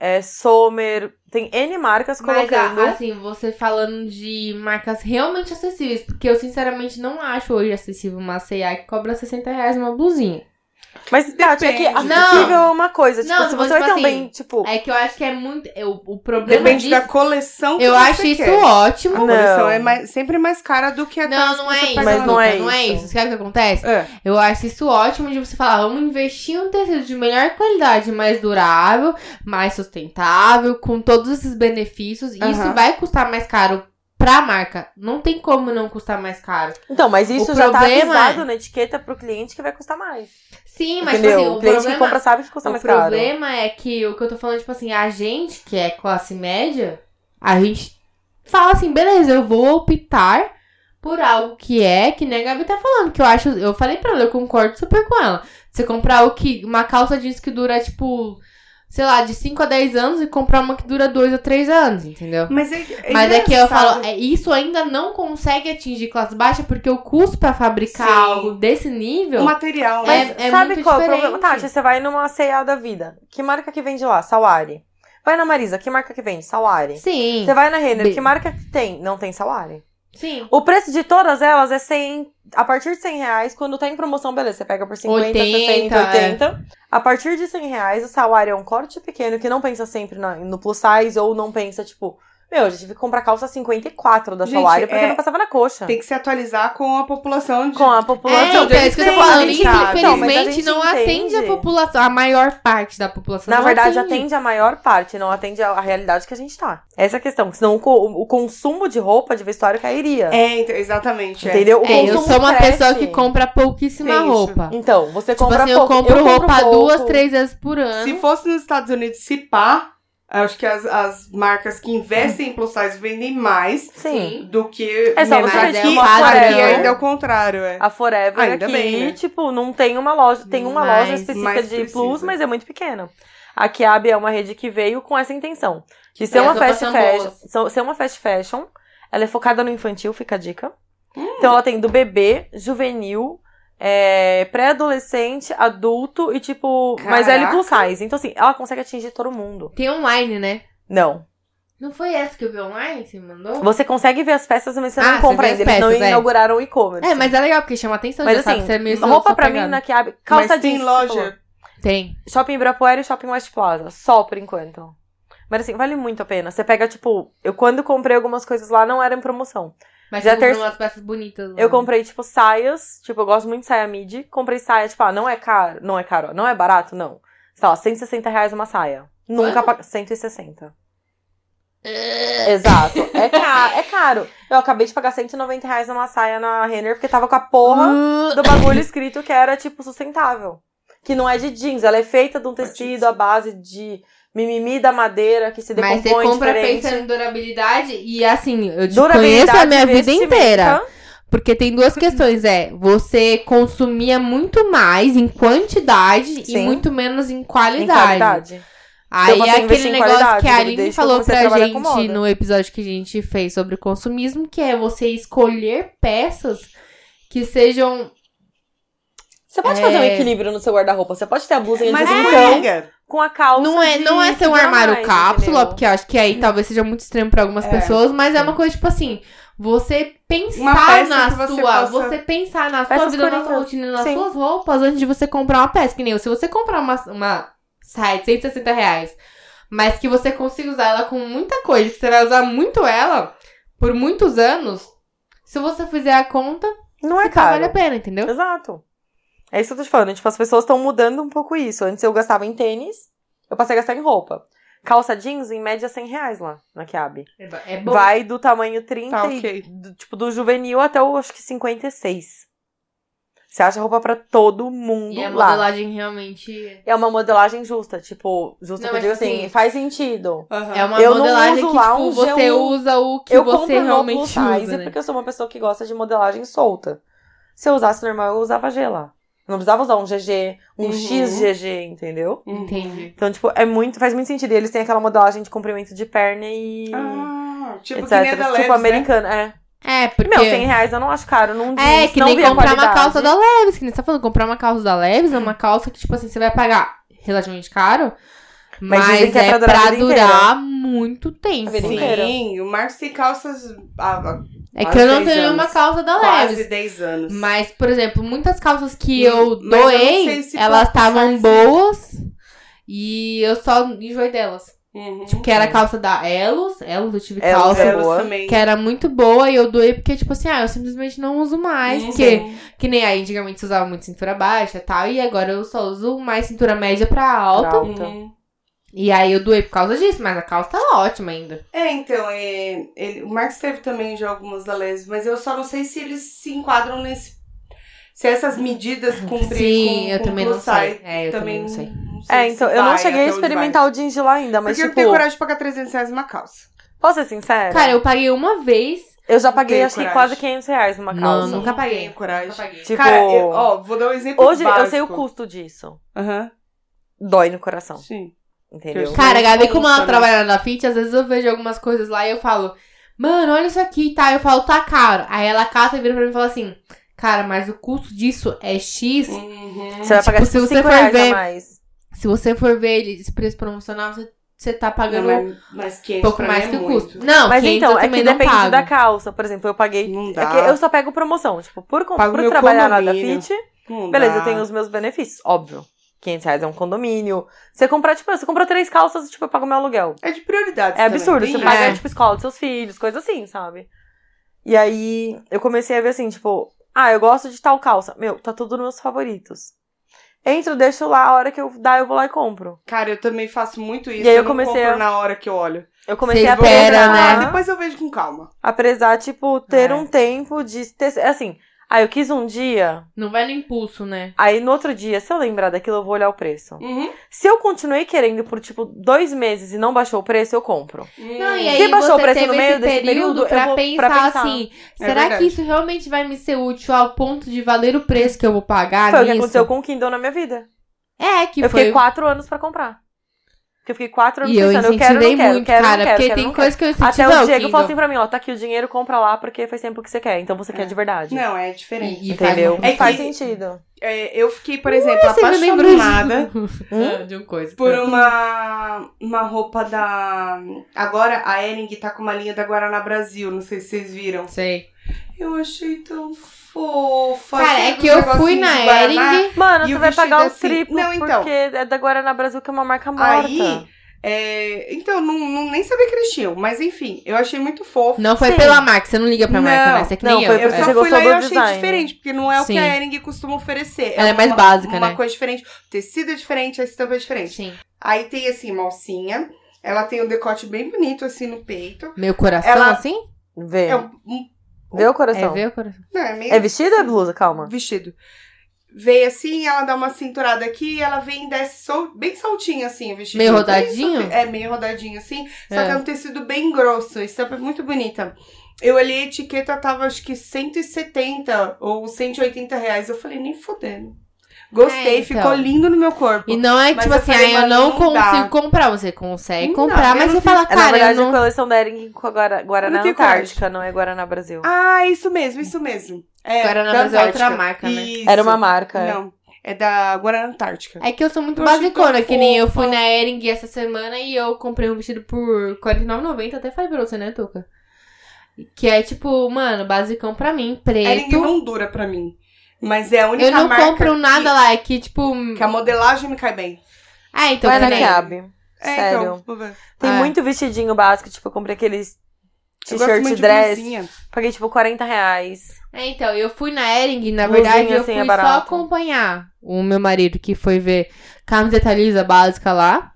é, Sommer, tem N marcas
Mas
colocando.
a- assim, você falando de marcas realmente acessíveis, porque eu sinceramente não acho hoje acessível uma C&A que cobra 60 reais uma blusinha.
Mas, Tati, é que
Depende.
acessível é uma coisa. Tipo,
Não,
se
mas,
você vai
tipo
ter um bem,
assim,
tipo...
É que eu acho que é muito, eu- o problema
Depende
disso,
da coleção que
eu
você
acho isso
quer. A
ótimo.
Não.
coleção é mais, sempre mais cara do que a
Não, não é isso,
Mas não é
Luca, não é
isso.
isso. Sabe o que acontece?
É.
Eu acho isso ótimo de você falar, vamos investir em um tecido de melhor qualidade, mais durável, mais sustentável, com todos esses benefícios. E isso
Aham.
vai custar mais caro pra marca. Não tem como não custar mais caro.
Então, mas isso
o
já tá
problema
avisado
é-
na etiqueta pro cliente que vai custar mais.
Sim, mas tipo
entendeu?
assim, o,
o cliente
problema,
que compra sabe que custa
o
mais caro.
problema é que o que eu tô falando, tipo assim, a gente que é classe média, a gente fala assim, beleza, eu vou optar por algo que é, que nem a Gabi tá falando, que eu acho, eu falei pra ela, eu concordo super com ela. Você comprar o que, uma calça jeans que dura, tipo, sei lá, de 5 a 10 anos e comprar uma que dura 2 a 3 anos, entendeu?
Mas é,
Mas é que eu
engraçado.
falo, é, isso ainda não consegue atingir classe baixa, porque o custo pra fabricar
Sim.
algo desse nível...
O material,
Mas-
né?
é
sabe
muito
qual é o
diferente.
problema? Tati, você vai numa C&A da vida. Que marca que vende lá? Salari. Vai na Marisa, que marca que vende? Salari.
Sim,
Você vai na Renner,
Bem-
que marca que tem? Não tem Salari.
sim.
O preço de todas elas é 100, a partir de 100 reais, quando tá em promoção, beleza, você pega por 50, 60,
80, é.
80. A partir de 100 reais, o salário é um corte pequeno que não pensa sempre na- no plus size ou não pensa, tipo, meu, eu já tive que comprar calça 54 da
Gente,
salário porque
é-
não passava na coxa.
Tem que se atualizar com a população de
Com a população.
É, então, é isso que eu tô
Entende,
falando. Isso,
sabe? Então, mas a
infelizmente,
gente
não atende
entende.
a população, a maior parte da população.
Na
não
verdade, atende a maior parte, não atende a a realidade que a gente tá. Essa é a questão. porque Senão o, co- o consumo de roupa, de vestório, cairia.
É, então, exatamente. é.
Entendeu? O
É, eu
consumo
sou uma
cresce.
pessoa que compra pouquíssima
Isso.
roupa.
Então, você
Tipo
compra
assim, eu
pouco.
compro roupa
pouco.
duas, três vezes por ano.
Se fosse nos Estados Unidos, se pá, acho que as, as marcas que investem em plus size vendem mais
Sim.
do que
É só você
menores.
ver
aqui,
uma foto,
aqui
né?
ainda é o contrário, é.
A Forever
Ainda
aqui,
bem, né?
tipo, não tem uma loja. Tem uma
Mas-
loja específica
mas
de
precisa.
plus, mas é muito pequena. A Kiabi é uma rede que veio com essa intenção. De ser
É,
uma
as
fast
roupas são
fashion. são- Ser uma fast fashion. Ela é focada no infantil, fica a dica.
Hum.
Então ela tem do bebê, juvenil, é, pré-adolescente, adulto e tipo. Mas é L plus size. Então, assim, ela consegue atingir todo mundo.
Tem online, né?
Não.
Não foi essa que eu vi online que você me mandou?
Você consegue ver as peças, mas você
Ah,
não
você
compra
vê
ainda.
as
Eles não
peças, é.
inauguraram o e-commerce.
É, mas é legal, porque chama atenção,
Mas
já sabe,
assim,
você é meio
roupa
sua
pra
pegada.
menina que abre. Calça
Mas
jeans.
tem
tipo, que você falou.
loja.
Tem.
Shopping Ibirapuera e Shopping West Plaza. Só por enquanto. Mas assim, vale muito a pena. Você pega, tipo, eu quando comprei algumas coisas lá, não era em promoção.
Mas
Já
você comprou
ter-
umas peças bonitas. lá.
Eu comprei, tipo, saias. Tipo, eu gosto muito de saia midi. Comprei saia, tipo, ah, não é caro. Não é caro, ó, não é barato, não. Sei lá, 160 reais uma saia. Nunca
Quanto?
paguei. 160. Exato. É, ca... é caro. Eu acabei de pagar 190 reais numa saia na Renner, porque tava com a porra do bagulho escrito que era, tipo, sustentável. Que não é de jeans, ela é feita de um tecido à base de mimimi da madeira que se decompõe
Mas você compra
um diferente.
pensando em durabilidade e assim, eu te
Durabilidade,
conheço a minha vida
vestimenta.
inteira. Porque tem duas questões, é, você consumia muito mais em quantidade e
Sim.
muito menos em
Em
qualidade.
qualidade.
Aí é
Então você investir
aquele
em
negócio
qualidade,
que a Aline
desde que eu
falou
comecei a
pra
trabalhar com moda.
gente no episódio que a gente fez sobre consumismo, que é você escolher peças que sejam...
Você pode
É.
fazer um equilíbrio no seu guarda-roupa. Você pode ter a blusinha
Mas
de
é.
botão
amiga,
então, com a calça.
Não é,
de-
não é
que
ser um
dura
armário
mais,
cápsula,
entendeu?
porque eu acho que aí talvez seja muito estranho pra algumas
É.
pessoas, mas é
Sim.
uma coisa tipo assim, Você
Uma
pensar
peça
na
que você
sua.
possa-
Você pensar na sua
Peças
vida, na sua
curiosas.
rotina, nas
Sim.
suas roupas antes de você comprar uma peça. Que nem eu. Se você comprar uma, uma saia de 160 reais, mas que você consiga usar ela com muita coisa, que você vai usar muito ela por muitos anos, se você fizer a conta,
Não é
fica- vale a
caro.
pena, entendeu?
Exato. É isso que eu tô te falando. Tipo, as pessoas estão mudando um pouco isso. Antes eu gastava em tênis, eu passei a gastar em roupa. Calça jeans, em média, 100 reais lá na Kiab.
É bom.
Vai do tamanho 30,
Tá,
e
ok.
do, tipo, do juvenil até o, acho que 56. Você acha roupa pra todo mundo
E a
lá.
modelagem realmente.
É uma modelagem justa, tipo, justa
Não,
que eu
mas
digo assim,
assim,
faz sentido.
Aham.
É uma
Eu não
modelagem
uso
que
lá
tipo,
um
você
gel-
usa o que
eu
você
compro no
realmente
plus size
usa. né?
é porque eu sou uma pessoa que gosta de modelagem solta. Se eu usasse normal, eu usava G lá. Eu Não precisava usar um GG, um
Uhum.
XGG, entendeu?
Uhum.
Entendi.
Então, tipo, é muito, faz muito sentido. E eles têm aquela modelagem de comprimento de perna e.
Ah, tipo
etc.
que nem a da Leves,
tipo,
né?
americana, é.
É, porque.
Meu, 100 reais eu não acho caro. Não
É, que
não
nem
vi a
comprar uma
qualidade.
calça da Leves, que nem você tá falando, comprar uma calça da Leves é uma calça que, tipo assim, você vai pagar relativamente caro, mas,
Mas dizem que
é, pra durar,
a vida inteira.
muito tempo,
A vida
né?
inteira.
Sim, o Marcos tem calças há
É que
Quase
eu não
dez
tenho
anos.
nenhuma calça da
quase
Leves.
10 anos.
Mas, por exemplo, muitas calças que
Hum,
eu
mas eu não
doei,
sei se assim.
elas
plus
estavam
size-
boas e eu só enjoei delas.
Uhum.
Tipo, que era a calça da Elos, Elos eu tive
Elos,
calça
Elas
boa.
também.
que é era muito boa e eu doei porque, tipo assim, ah, eu simplesmente não uso mais,
Uhum.
porque... Que nem aí, antigamente se usava muito cintura baixa e tal, e agora eu só uso mais cintura média pra alta.
Pra alta.
Uhum.
E aí eu doei por causa disso, mas a calça tá ótima ainda.
É, então, é, ele- o Marcos teve também já algumas da Leves, mas eu só não sei se eles se enquadram nesse. Se essas medidas cumprem
Ah, Sim,
com,
eu
com
também
plus
não sei.
size.
É, eu também não
não-
sei.
não sei
É,
se
então, eu não
vai
cheguei a
até onde vai.
experimentar o jean de lá ainda, mas
Porque eu não
tipo,
tenho coragem de pagar 300 reais numa calça.
posso ser sincera?
Cara, eu paguei uma vez.
eu já paguei
tenho
acho que
coragem.
quase 500 reais numa
Não,
calça.
nunca
Não
paguei.
tenho coragem.
Nunca paguei.
Tipo,
Cara, eu- ó, vou dar um exemplo
hoje eu
básico.
sei o custo disso.
Aham,
Dói no coração,
sim.
entendeu?
Eu-
Cara, a Gabi, como ela
Nossa,
trabalha na Fit, às vezes eu vejo algumas coisas lá e eu falo, mano, olha isso aqui, tá? Eu falo, tá caro. Aí ela cata e vira pra mim e fala assim, cara, mas o custo disso é X.
Uhum.
Você vai pagar
Tipo, se
tipo,
você
5
for
reais
ver-
a mais.
Se você for ver ele, esse preço promocional, você, você tá pagando
Não, mas- mas 500
um pouco
pra
mais
mim
que
é
o
muito.
custo. Não,
Mas
500
então,
eu
é que
também não
depende
pago.
da calça. Por exemplo, eu paguei.
Não dá.
É que eu só pego promoção. Tipo, por, con-
Pago
por
meu
trabalhar na da
condomínio.
Fit,
Não
beleza,
dá.
eu tenho os meus benefícios, óbvio. 500 reais é um condomínio. Você comprar, tipo, você comprou três calças, tipo, eu pago meu aluguel.
É de prioridade.
É absurdo. Você paga,
É.
tipo, escola dos seus filhos, coisa assim, sabe? E aí, eu comecei a ver assim, tipo... Ah, eu gosto de tal calça. Meu, tá tudo nos meus favoritos. Entro, deixo lá, a hora que eu dar, eu vou lá e compro.
Cara, eu também faço muito isso.
E aí eu
não
comecei
compro
a-
na hora que eu olho.
Eu comecei
Você
a
espera,
pesar,
né?
Ah, depois eu vejo com calma.
A pesar, tipo, ter
É.
um tempo de... Ter, assim, ah, eu quis um dia...
Não vai no impulso, né?
Aí, no outro dia, se eu lembrar daquilo, eu vou olhar o preço.
Uhum.
Se eu continuei querendo por, tipo, dois meses e não baixou o preço, eu compro.
Não, e
Se
aí
baixou
você
o preço
teve
no meio
esse
desse período,
período
eu
pra
vou- pra
pensar,
pensar.
assim,
É
será
verdade.
que isso realmente vai me ser útil ao ponto de valer o preço que eu vou pagar
Foi o que
nisso?
aconteceu com o Kindle na minha vida.
É, que
eu
foi...
fiquei quatro anos pra comprar. Porque eu fiquei quatro anos
E eu
pensando, eu quero, não
incentivei
quero,
muito,
quero,
cara,
não quero,
porque
quero,
tem
não
coisa que eu
quero.
incentivei
Até o Diego falou assim pra mim, ó, tá aqui o dinheiro, compra lá, porque faz tempo que você quer. Então você quer de verdade.
Não, é diferente.
E- e
entendeu?
faz-
É que-
faz sentido.
É, eu fiquei, por exemplo,
Você me lembrou
apaixonada
Hum?
de... de uma coisa.
por uma, uma roupa da. Agora a Ering tá com uma linha da Guaraná Brasil, não sei se vocês viram.
Sei.
Eu achei tão fofa.
Cara,
Sabe
é
os
que eu
negocinhos
fui
um de
na
Guaraná?
Ering...
Hum? Mano,
E
você
o
vai
vestido
pagar o
assim?
triplo,
Não, então.
porque é da Guaraná Brasil, que é uma marca morta.
Aí, é, então, não, não- nem sabia que eles tinham, mas enfim, eu achei muito fofo.
Não foi
Sim.
pela marca, você não liga pra marca,
Não,
né? Você é que
não,
nem
foi
eu.
Eu
Você
só
é.
fui
gostou
lá e
do
eu achei
design.
diferente, porque não é o que
Sim.
a Ering costuma oferecer.
Ela é mais
uma-
básica,
uma
né?
coisa diferente, o tecido é diferente, a estampa é diferente.
Sim.
Aí tem assim, malsinha, ela tem um decote bem bonito assim no peito.
Meu coração,
Ela-
assim?
Vê.
É um, um-
Vê o
É,
coração. É,
vê o coração.
não, é meio
vestido ou é blusa? Calma.
vestido. Veio assim, ela dá uma cinturada aqui, ela vem e desce sol- bem soltinha assim, o vestido.
Meio
Bem sol-
rodadinho?
É, meio rodadinho assim, só
É.
que é um tecido bem grosso, a estampa é muito bonita. Eu olhei a etiqueta, tava acho que 170 ou 180 reais. Eu falei, nem fodendo. Gostei,
É, então.
ficou lindo no meu corpo.
E não é
Mas
tipo
eu
assim,
falei,
ah, eu
mano,
não,
não dá.
consigo comprar. Você consegue
Não dá,
comprar,
eu
mas você
não
fala,
É, na
cara, eu
verdade,
não
a coleção da Ering com a Guara- Guaraná
Eu não tenho
Antártica, não é Guaraná Brasil.
Ah, isso mesmo, isso mesmo. É,
Guaraná
da
Brasil é outra
Antártica.
marca, né?
Ah, Isso.
Era uma marca. é.
Não, é da Guaraná Antártica.
É que eu sou muito
Eu achei
basicona,
tão
que nem eu
fofa.
fui na Ering essa semana e eu comprei um vestido por R$49,90, até falei pra você, né, Tuca? Que é tipo, mano, basicão pra mim,
É, ninguém
preto.
não dura pra mim. Mas é a única
Eu não
marca
compro nada lá, é que tipo.
que, que a modelagem me cai bem.
Ah, então
Vai
que
na que
nem.
cabe.
É,
Sério.
então. vou ver.
Tem
Ah.
muito vestidinho básico, tipo, eu comprei aqueles
Eu gosto muito
t-shirt
de
dress.
blusinha.
Paguei, tipo, 40 reais.
É, então, eu fui na Ering, na
Blusinha,
verdade, eu
assim,
fui
é
só
barato.
acompanhar o meu marido, que foi ver camiseta lisa básica lá.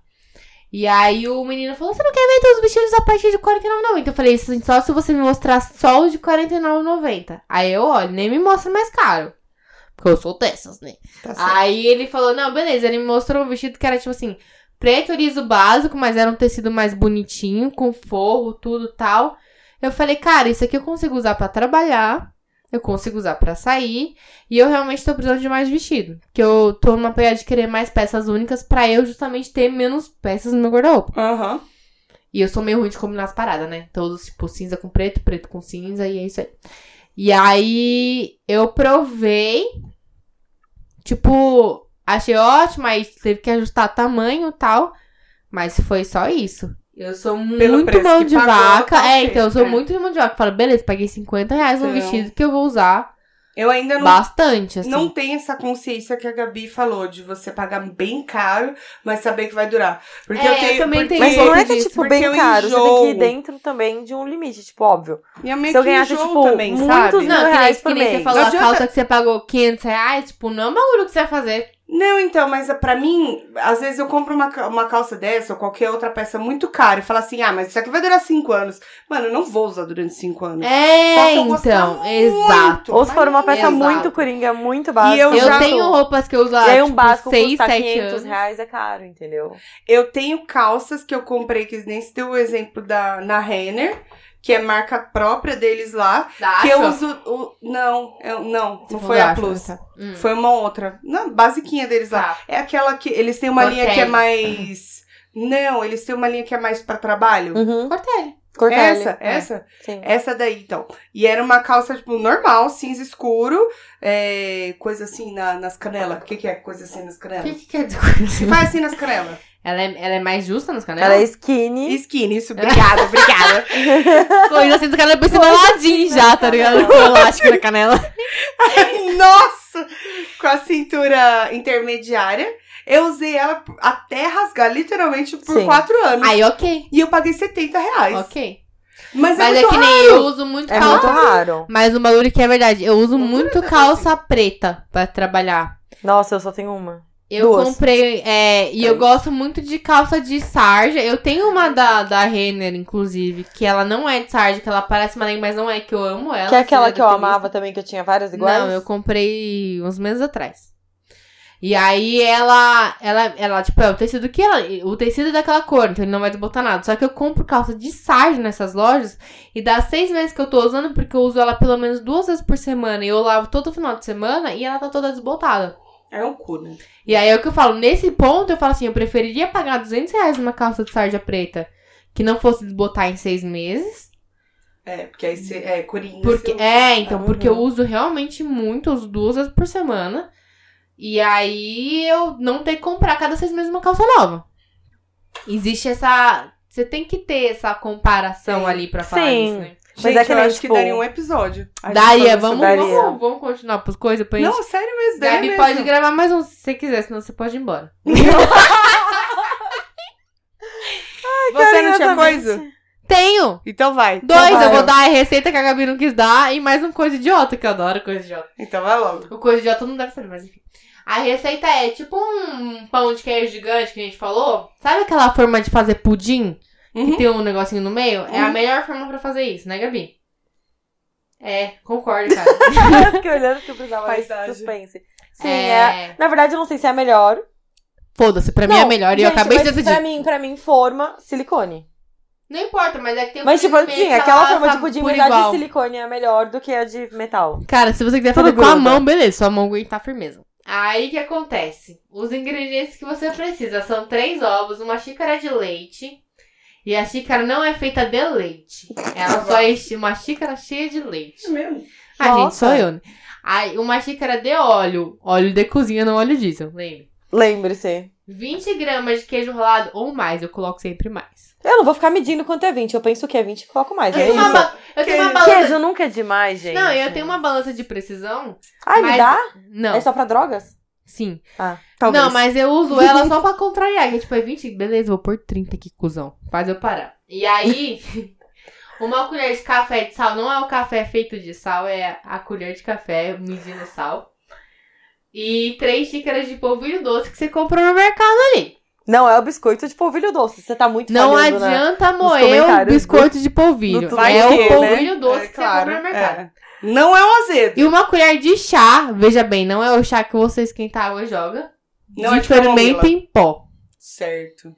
E aí o menino falou, você não quer ver todos os vestidos a partir de R$49,90? Eu falei, "Sim, só se você me mostrar só os de R$49,90. Aí eu olho, nem me mostra mais caro. Porque eu sou dessas, né?
Tá certo.
Aí ele falou, não, beleza. Ele me mostrou um vestido que era tipo assim, preto liso básico, mas era um tecido mais bonitinho, com forro, tudo tal. Eu falei, cara, isso aqui eu consigo usar pra trabalhar, eu consigo usar pra sair, e eu realmente tô precisando de mais vestido. Que eu tô numa pegada de querer mais peças únicas pra eu justamente ter menos peças no meu guarda-roupa.
Aham.
E eu sou meio ruim de combinar as paradas, né? Todos, tipo, cinza com preto, preto com cinza, e é isso aí. E aí, eu provei. Tipo, achei ótimo, aí teve que ajustar tamanho e tal. Mas foi só isso. Eu sou muito
preço
mão
que
de
pagou,
vaca.
tá
É,
ok,
então, eu sou
é.
muito mão de vaca. Falo, beleza, paguei 50 reais num
Então.
vestido que eu vou usar
Eu ainda não,
bastante, assim.
não tenho essa consciência que a Gabi falou, de você pagar bem caro, mas saber que vai durar. Porque
É,
eu
eu
tenho.
também
porque-
tenho
Mas
isso,
não é que é,
disso,
tipo,
porque
bem
eu
caro. Você tem que ir
enjoo.
dentro também de um limite, tipo, óbvio.
E a minha
Se eu ganhasse, tipo,
também,
muitos
sabe?
Não, que nem,
reais
que
por
nem você
mês.
falou,
Não
a
adianta-
calça que você pagou 500 reais, tipo, não é um bagulho que você vai fazer.
Não, então, mas pra mim, às vezes eu compro uma, ca- uma calça dessa ou qualquer outra peça muito cara e falo assim, ah, mas isso aqui vai durar cinco anos. Mano, eu não vou usar durante cinco anos. Só
É,
se eu gostar
então,
muito,
exato.
Ou se for uma peça
Exato.
muito coringa, muito básica. tipo,
E eu
Eu
já
tenho roupas que eu uso há,
E aí um
tipo,
básico
6,
custar
7
500
anos.
reais é caro, entendeu?
Eu tenho calças que eu comprei, que nem se deu o exemplo da, na Renner, que é marca própria deles lá.
Dá,
Que eu
só.
uso. o- não, eu- não, não
Você
foi a
acha,
Plus.
tá? Hum.
Foi uma outra. Não, basiquinha deles lá.
Tá.
É aquela que. Eles têm uma
Cortez.
linha que é mais. Não, eles têm uma linha que é mais pra trabalho.
Uhum.
Hum, Cortei.
Essa,
é.
essa.
Sim.
Essa daí, então. E era uma calça, tipo, normal, cinza escuro. é, coisa assim na- nas canelas. O que, que é coisa assim nas
O que
canelas?
que quer dizer com isso?
Faz assim nas canelas.
Ela é, ela é mais justa nos canelas?
Ela é skinny.
Skinny, isso. Obrigada, obrigada.
Coisa assim do canela pra cima ladinho já, tá ligado? Com elástico na canela.
Nossa! Com a cintura intermediária. Eu usei ela até rasgar, literalmente, por
Sim.
quatro anos.
Aí, ok.
E eu paguei 70 reais.
Ok.
Mas,
Mas
é,
é
muito
que nem eu uso muito
É muito
calça.
raro.
Mas um bagulho que é verdade. Eu uso
Não
muito
parece
calça preta pra trabalhar.
Nossa, eu só tenho uma.
Eu
Duas.
comprei, é, e eu gosto muito de calça de sarja. Eu tenho
Uhum.
uma da, da Renner, inclusive, que ela não é de sarja, que ela parece uma lenha, mas não é, que eu amo ela.
que é aquela
seja
que eu
do
amava também, que eu tinha várias iguais.
não, eu comprei uns meses atrás. E aí ela, ela, ela, tipo, é o tecido que ela, o tecido é daquela cor, então ele não vai desbotar nada. Só que eu compro calça de sarja nessas lojas e dá seis meses que eu tô usando porque eu uso ela pelo menos duas vezes por semana e eu lavo todo final de semana e ela tá toda desbotada.
É um cu, né?
E aí é o que eu falo, nesse ponto eu falo assim, eu preferiria pagar 200 reais numa calça de sarja preta que não fosse desbotar em seis meses
É, porque aí você é coringa.
porque,
você-
é, então, porque eu
Uhum.
uso realmente muito, uso duas vezes por semana. E aí eu não tenho que comprar cada seis meses uma calça nova. Existe essa. Você tem que ter essa comparação
Sim.
ali pra falar
Sim.
isso, né?
Mas
Gente,
é que
eu
nem,
acho
tipo,
que daria um episódio. A gente
Daria,
falando
vamos,
sobre-
daria.
vamos, vamos continuar pras coisas pra gente.
Não, sério mesmo, daria
Gabi
mesmo.
pode gravar mais um se você quiser, senão você pode ir embora.
Você não tinha
Carinhosamente.
coisa?
Tenho!
Então vai.
Dois,
então vai.
eu vou dar a receita que a Gabi não quis dar e mais um coisa idiota, que eu adoro coisa idiota.
Então vai logo.
O coisa idiota não deve saber, mas enfim. A receita é tipo um pão de queijo gigante que a gente falou. Sabe aquela forma de fazer pudim? Que
Uhum.
tem um negocinho no meio? É a
Uhum.
melhor forma pra fazer isso, né, Gabi? É, concordo, cara.
Eu fiquei olhando que eu precisava
Paisagem.
de suspense. Sim, é... Na verdade, eu não sei se é a melhor.
Foda-se, pra mim é
Não,
melhor. E eu
gente,
acabei de
mas
decidir.
pra mim, pra mim, forma silicone.
Não importa, mas é que tem um
Mas, tipo
pudim no meio
assim,
que
aquela
ela
forma de
assa
pudim
por
mudar de
igual.
silicone é melhor do que a de metal.
Cara, se você quiser
Tudo
fazer com a
gruda.
mão, beleza, sua mão aguentar firmeza. Aí o que acontece? Os ingredientes que você precisa são três ovos, uma xícara de leite. E a xícara não é feita de leite. Ela só é chi- uma xícara cheia de leite.
mesmo.
Ah, gente,
Nossa.
sou eu, né? Aí, uma xícara de óleo. Óleo de cozinha, não óleo diesel, lembra?
Lembre-se.
20 gramas de queijo rolado ou mais, eu coloco sempre mais.
Eu não vou ficar medindo quanto é 20. Eu penso que é 20 e coloco mais.
Eu
É
tenho uma,
isso.
ba- eu tenho uma
Que-
balança.
Queijo nunca é demais, gente.
Não, eu tenho uma balança de precisão.
Ai, me
mas-
dá?
Não,
É só pra drogas?
sim.
Talvez.
Não, mas eu uso ela só pra contrariar. Que tipo, é 20, beleza, vou pôr 30 aqui, cuzão. Faz eu parar. E aí, uma colher de café de sal não é o café feito de sal, é a colher de café medindo sal. E três xícaras de polvilho doce que você comprou no mercado.
Não, é o biscoito de polvilho doce. Você tá muito
Não
falhando, né?
adianta moer o
comentários do-
biscoito de polvilho.
do
Vai
É
que,
o
né?
polvilho doce
É,
que
claro,
você compra no mercado.
é. Não é um azedo.
E uma colher de chá, veja bem, não é o chá que você esquenta a água e joga.
Não é
de
de
fermento
camomila.
em pó,
Certo.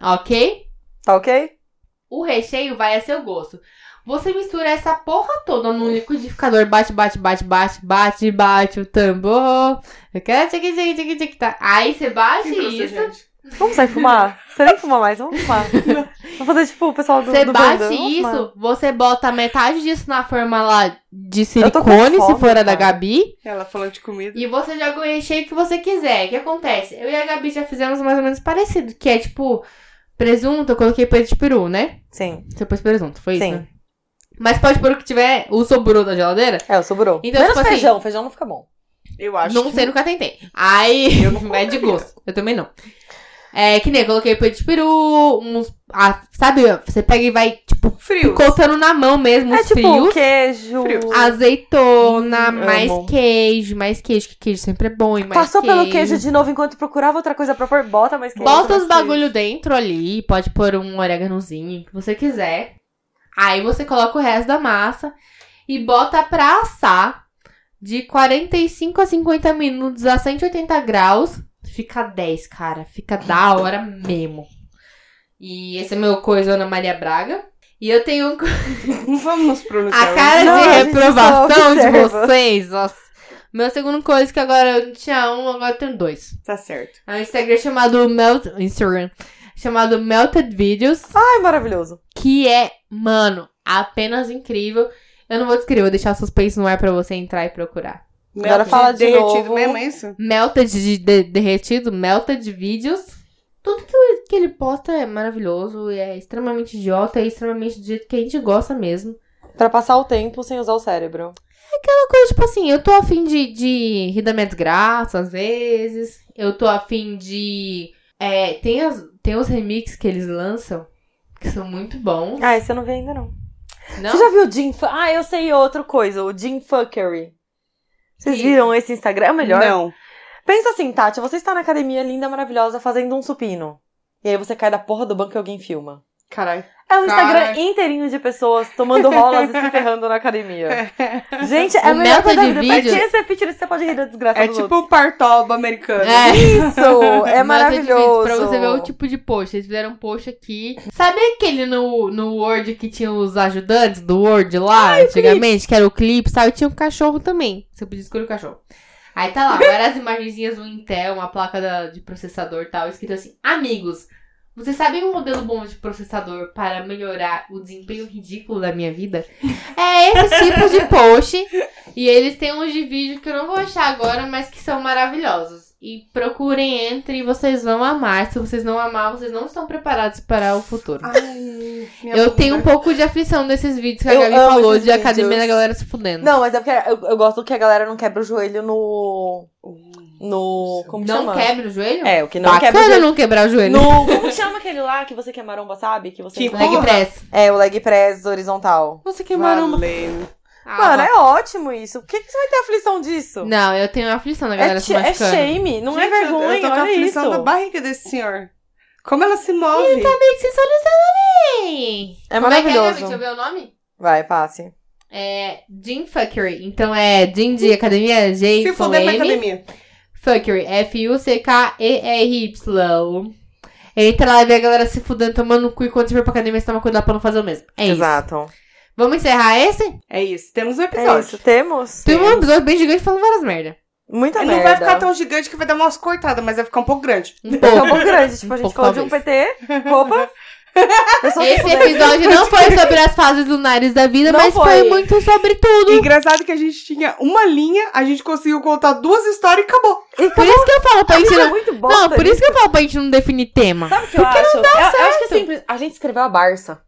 ok?
Tá ok?
O recheio vai a seu gosto. Você mistura essa porra toda num liquidificador, bate, bate, bate, bate, bate, bate o tambor. Eu quero tchiqui, tchiqui, tchiqui, tchiqui, tá. Aí você bate isso,
Vamos sair fumar? Você nem fuma mais, vamos fumar. Vamos fazer tipo o pessoal do
você
do
bate
Wanda, vamos fumar.
isso, você bota metade disso na forma lá de
Eu tô com
silicone, se
fome,
for a da
cara.
Gabi.
Ela falando de comida.
E você joga o recheio que você quiser. O que acontece? Eu e a Gabi já fizemos mais ou menos parecido, que é tipo, presunto, eu coloquei peito de peru, né?
Sim.
Você pôs presunto, foi
Sim.
isso? né? Mas pode pôr o que tiver, o sobrou da geladeira?
É, sobrou.
Então,
Menos
tipo assim-
feijão, feijão não fica bom.
Eu acho
não
que...
sei, nunca tentei. Aí, é de gosto. Eu também não. É que nem, eu coloquei peito de peru, uns. ah, sabe, você pega e vai, tipo,
Frios.
cortando na mão mesmo
é
os
tipo
frios.
queijo.
Frios.
Azeitona,
Hum,
mais
amo.
queijo, mais queijo, que queijo sempre é bom. E mais
Passou pelo queijo de novo enquanto procurava outra coisa pra pôr, bota mais queijo.
Bota
mais
os bagulho dentro ali, pode pôr um oréganozinho, o que você quiser. Aí você coloca o resto da massa e bota pra assar de 45 a 50 minutos a 180 graus. Fica 10, cara. Fica da hora mesmo. E esse é meu coisa Ana Maria Braga. E eu tenho um
Não vamos nos pronunciar.
a cara
Não,
de
a gente só
reprovação de
observa.
vocês, nossa. Meu segundo coisa que agora eu tinha um, agora eu tenho dois.
Tá certo.
É um Instagram chamado Melt... Instagram. Chamado Melted Videos.
Ai, maravilhoso.
Que é, mano, apenas incrível. Eu não vou descrever, vou deixar suspense no ar pra você entrar e procurar.
Agora fala de
derretido
novo.
mesmo, é isso?
Melted de, de- derretido, Melted Videos. Tudo que, o- que ele posta é maravilhoso, é extremamente idiota, é extremamente do jeito que a gente gosta mesmo.
Pra passar o tempo sem usar o cérebro.
Uma coisa, tipo assim, eu tô afim de, de rir da minha desgraça, às vezes. Eu tô afim de. é, tem, as, tem os remixes que eles lançam, que são muito bons.
Ai, você Ah, não vê ainda não.
Não?
Você já viu o Jim Fu- Ah, eu sei outra coisa, o Jim Fuckery. Vocês
Sim.
viram esse Instagram? É o melhor?
Não.
Pensa assim, Tati, você está na academia linda, maravilhosa, fazendo um supino. E aí você cai da porra do banco e alguém filma.
Caralho.
É um Instagram
Caraca.
inteirinho de pessoas tomando rolas e se ferrando na academia. Gente, é
O
a melhor
meta
coisa
de
da vida.
vídeos-
Tira esse fitness, você pode rir da desgraça
É
dos
tipo
outros.
um partoba americano.
É.
Isso, é
Mas eu divido
maravilhoso.
Pra você ver o tipo de post. Eles fizeram um post aqui. Sabe aquele no, no Word que tinha os ajudantes do Word lá antigamente? Que era o clipe, sabe? Tinha um cachorro também. Você podia escolher o cachorro. Aí tá lá, várias imagenzinhas do Intel, uma placa da- de processador e tal, escrito assim: Amigos, vocês sabem um modelo bom de processador para melhorar o desempenho ridículo da minha vida? É esse tipo de post. E eles têm uns de vídeo que eu não vou achar agora, mas que são maravilhosos. E procurem entre, vocês vão amar. Se vocês não amar, vocês não estão preparados para o futuro.
Ai, minha
eu
bunda.
tenho um pouco de aflição desses vídeos que a
Eu
Gabi
amo
falou
esses
de academia
vídeos.
da galera se fudendo.
Não, mas é porque eu, eu gosto que a galera não quebra o joelho no...
Hum,
No... Como que
Não
chama?
quebra o joelho?
É, o que não
Bacana
quebra o joelho.
não quebrar o joelho.
No... Como que chama aquele lá que você que é maromba, sabe? Que você...
Que
Leg
Porra.
press.
É, o leg press horizontal.
Nossa, que maromba.
Valeu.
Ah,
Mano,
vai.
é ótimo isso. Por que, que você vai ter aflição disso?
Não, eu tenho aflição da galera
é,
se
ti- é
machucando.
shame, não é
Gente, eu-
vergonha,
Eu tô com a
olha
aflição
isso.
da barriga desse senhor. Como ela se move.
Tem que se solucionar ali.
É
Como é que é, Gabi?
maravilhoso.
Deixa eu ver o nome?
Vai, passe.
É Jean Fuckery. Então é Jean de academia, J
se fuder na academia.
Fuckery, F-U-C-K-E-R-Y. Entra lá e vê a galera se fudendo, tomando cu e quando você for pra academia, você toma cuidado pra não fazer o mesmo. É isso.
Exato.
Vamos encerrar esse?
É isso. Temos um
É
episódio.
isso, temos
Tem um episódio bem gigante falando várias merda.
muita
Ele
merda.
não vai ficar tão gigante que vai dar umas cortadas, mas vai ficar um pouco grande.
Um
Vai ficar
pouco.
um pouco grande, tipo, a
Um
gente
pouco,
falou de um PT, roupa, Eu só
Esse
fico lembrando.
episódio não foi sobre as fases lunares da vida,
Não
mas foi.
foi.
muito sobre tudo.
Engraçado que a gente tinha uma linha, a gente conseguiu contar duas histórias e acabou.
Por isso que eu falo pra gente
Isso é
não.
muito bom.
tá Não, por isso que eu falo pra gente não definir tema.
Sabe o que eu acho? eu, eu acho que é simples. A gente escreveu a Barça.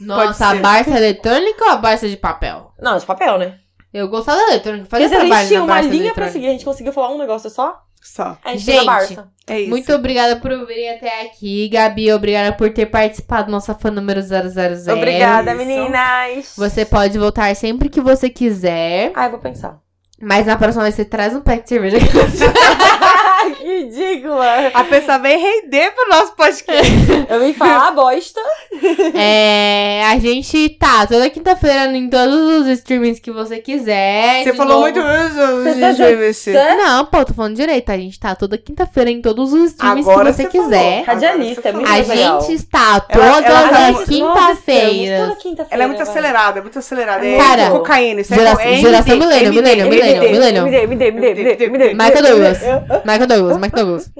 Nossa, a
ser.
Barça é eletrônica ou a Barça é de papel?
Não, de papel, né?
Eu gostava da eletrônica,
Porque
fazia
se a gente
trabalho
tinha
na
uma
Barça
linha pra
eletrônica.
seguir, a gente conseguiu falar um negócio só.
Só.
A gente, fez a
Gente,
Barça.
É isso.
Muito obrigada por ouvirem até aqui. Gabi, obrigada por ter participado do nosso fã número 000.
Obrigada,
isso.
meninas.
é Você pode voltar sempre que você quiser.
Ah, eu vou pensar.
Mas na próxima vez você traz um pack de cerveja.
que ridícula.
A pessoa vem render pro nosso podcast.
Eu vim falar bosta.
é, a gente tá toda quinta-feira em todos os streamings que você quiser.
Você
É, de
falou
novo. tá
muito.
né?
Não, pô, tô falando direito. A gente tá toda quinta-feira em todos os streamings
Agora
que você,
você falou.
quiser.
Radialista, é muito
A
legal.
gente está todas
Ela- ela tá
as
muito-
quinta-feiras.
Ela é muito acelerada, é muito acelerada. É
Cara,
cocaína, isso é
gera-
co- é
geração
MD,
milênio,
MD,
milênio,
MD.
milênio, milênio.
Me dê, me dê, me dê, me dê, me dê.
Michael Douglas.
Eu-
Michael Douglas, Michael Douglas.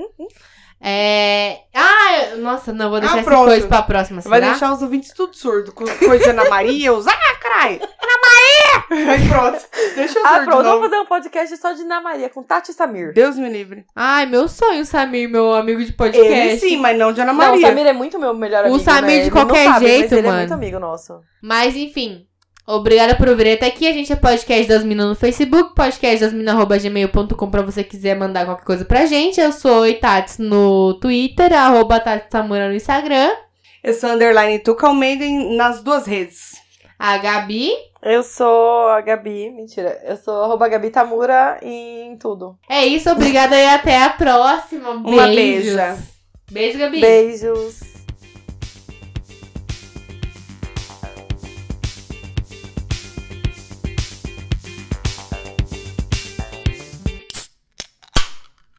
É... Ah, eu- nossa, não, vou deixar
Ah,
essas
pronto.
coisas pra próxima, será?
Vai deixar os ouvintes tudo surdo. Com coisa de Ana Maria, os. Ah, caralho! Ana Maria! Aí pronto. Deixa eu
Ah,
surdo.
pronto,
de novo.
vamos fazer um podcast só de Ana Maria, com Tati e Samir.
Deus me livre.
Ai, meu sonho, Samir, meu amigo de podcast.
Ele sim, mas não de Ana
Não, o
Maria.
Samir é muito meu melhor
O
amigo.
Samir
né?
de
Ele
qualquer
não sabe,
jeito,
mas Ele é
mano.
muito amigo nosso.
Mas enfim, obrigada por ouvir até aqui. A gente é podcast das minas no Facebook, podcastdasminas.gmail.com pra você quiser mandar qualquer coisa pra gente. Eu sou oi Tats no Twitter, arroba Tati Samura no Instagram.
Eu sou underline Tuca Almeida em- nas duas redes.
A Gabi.
Eu sou a Gabi, mentira. Eu sou arroba Gabi Tamura em tudo.
É isso, obrigada e até a próxima.
Uma
Beijos.
beija.
Beijo, Gabi.
Beijos.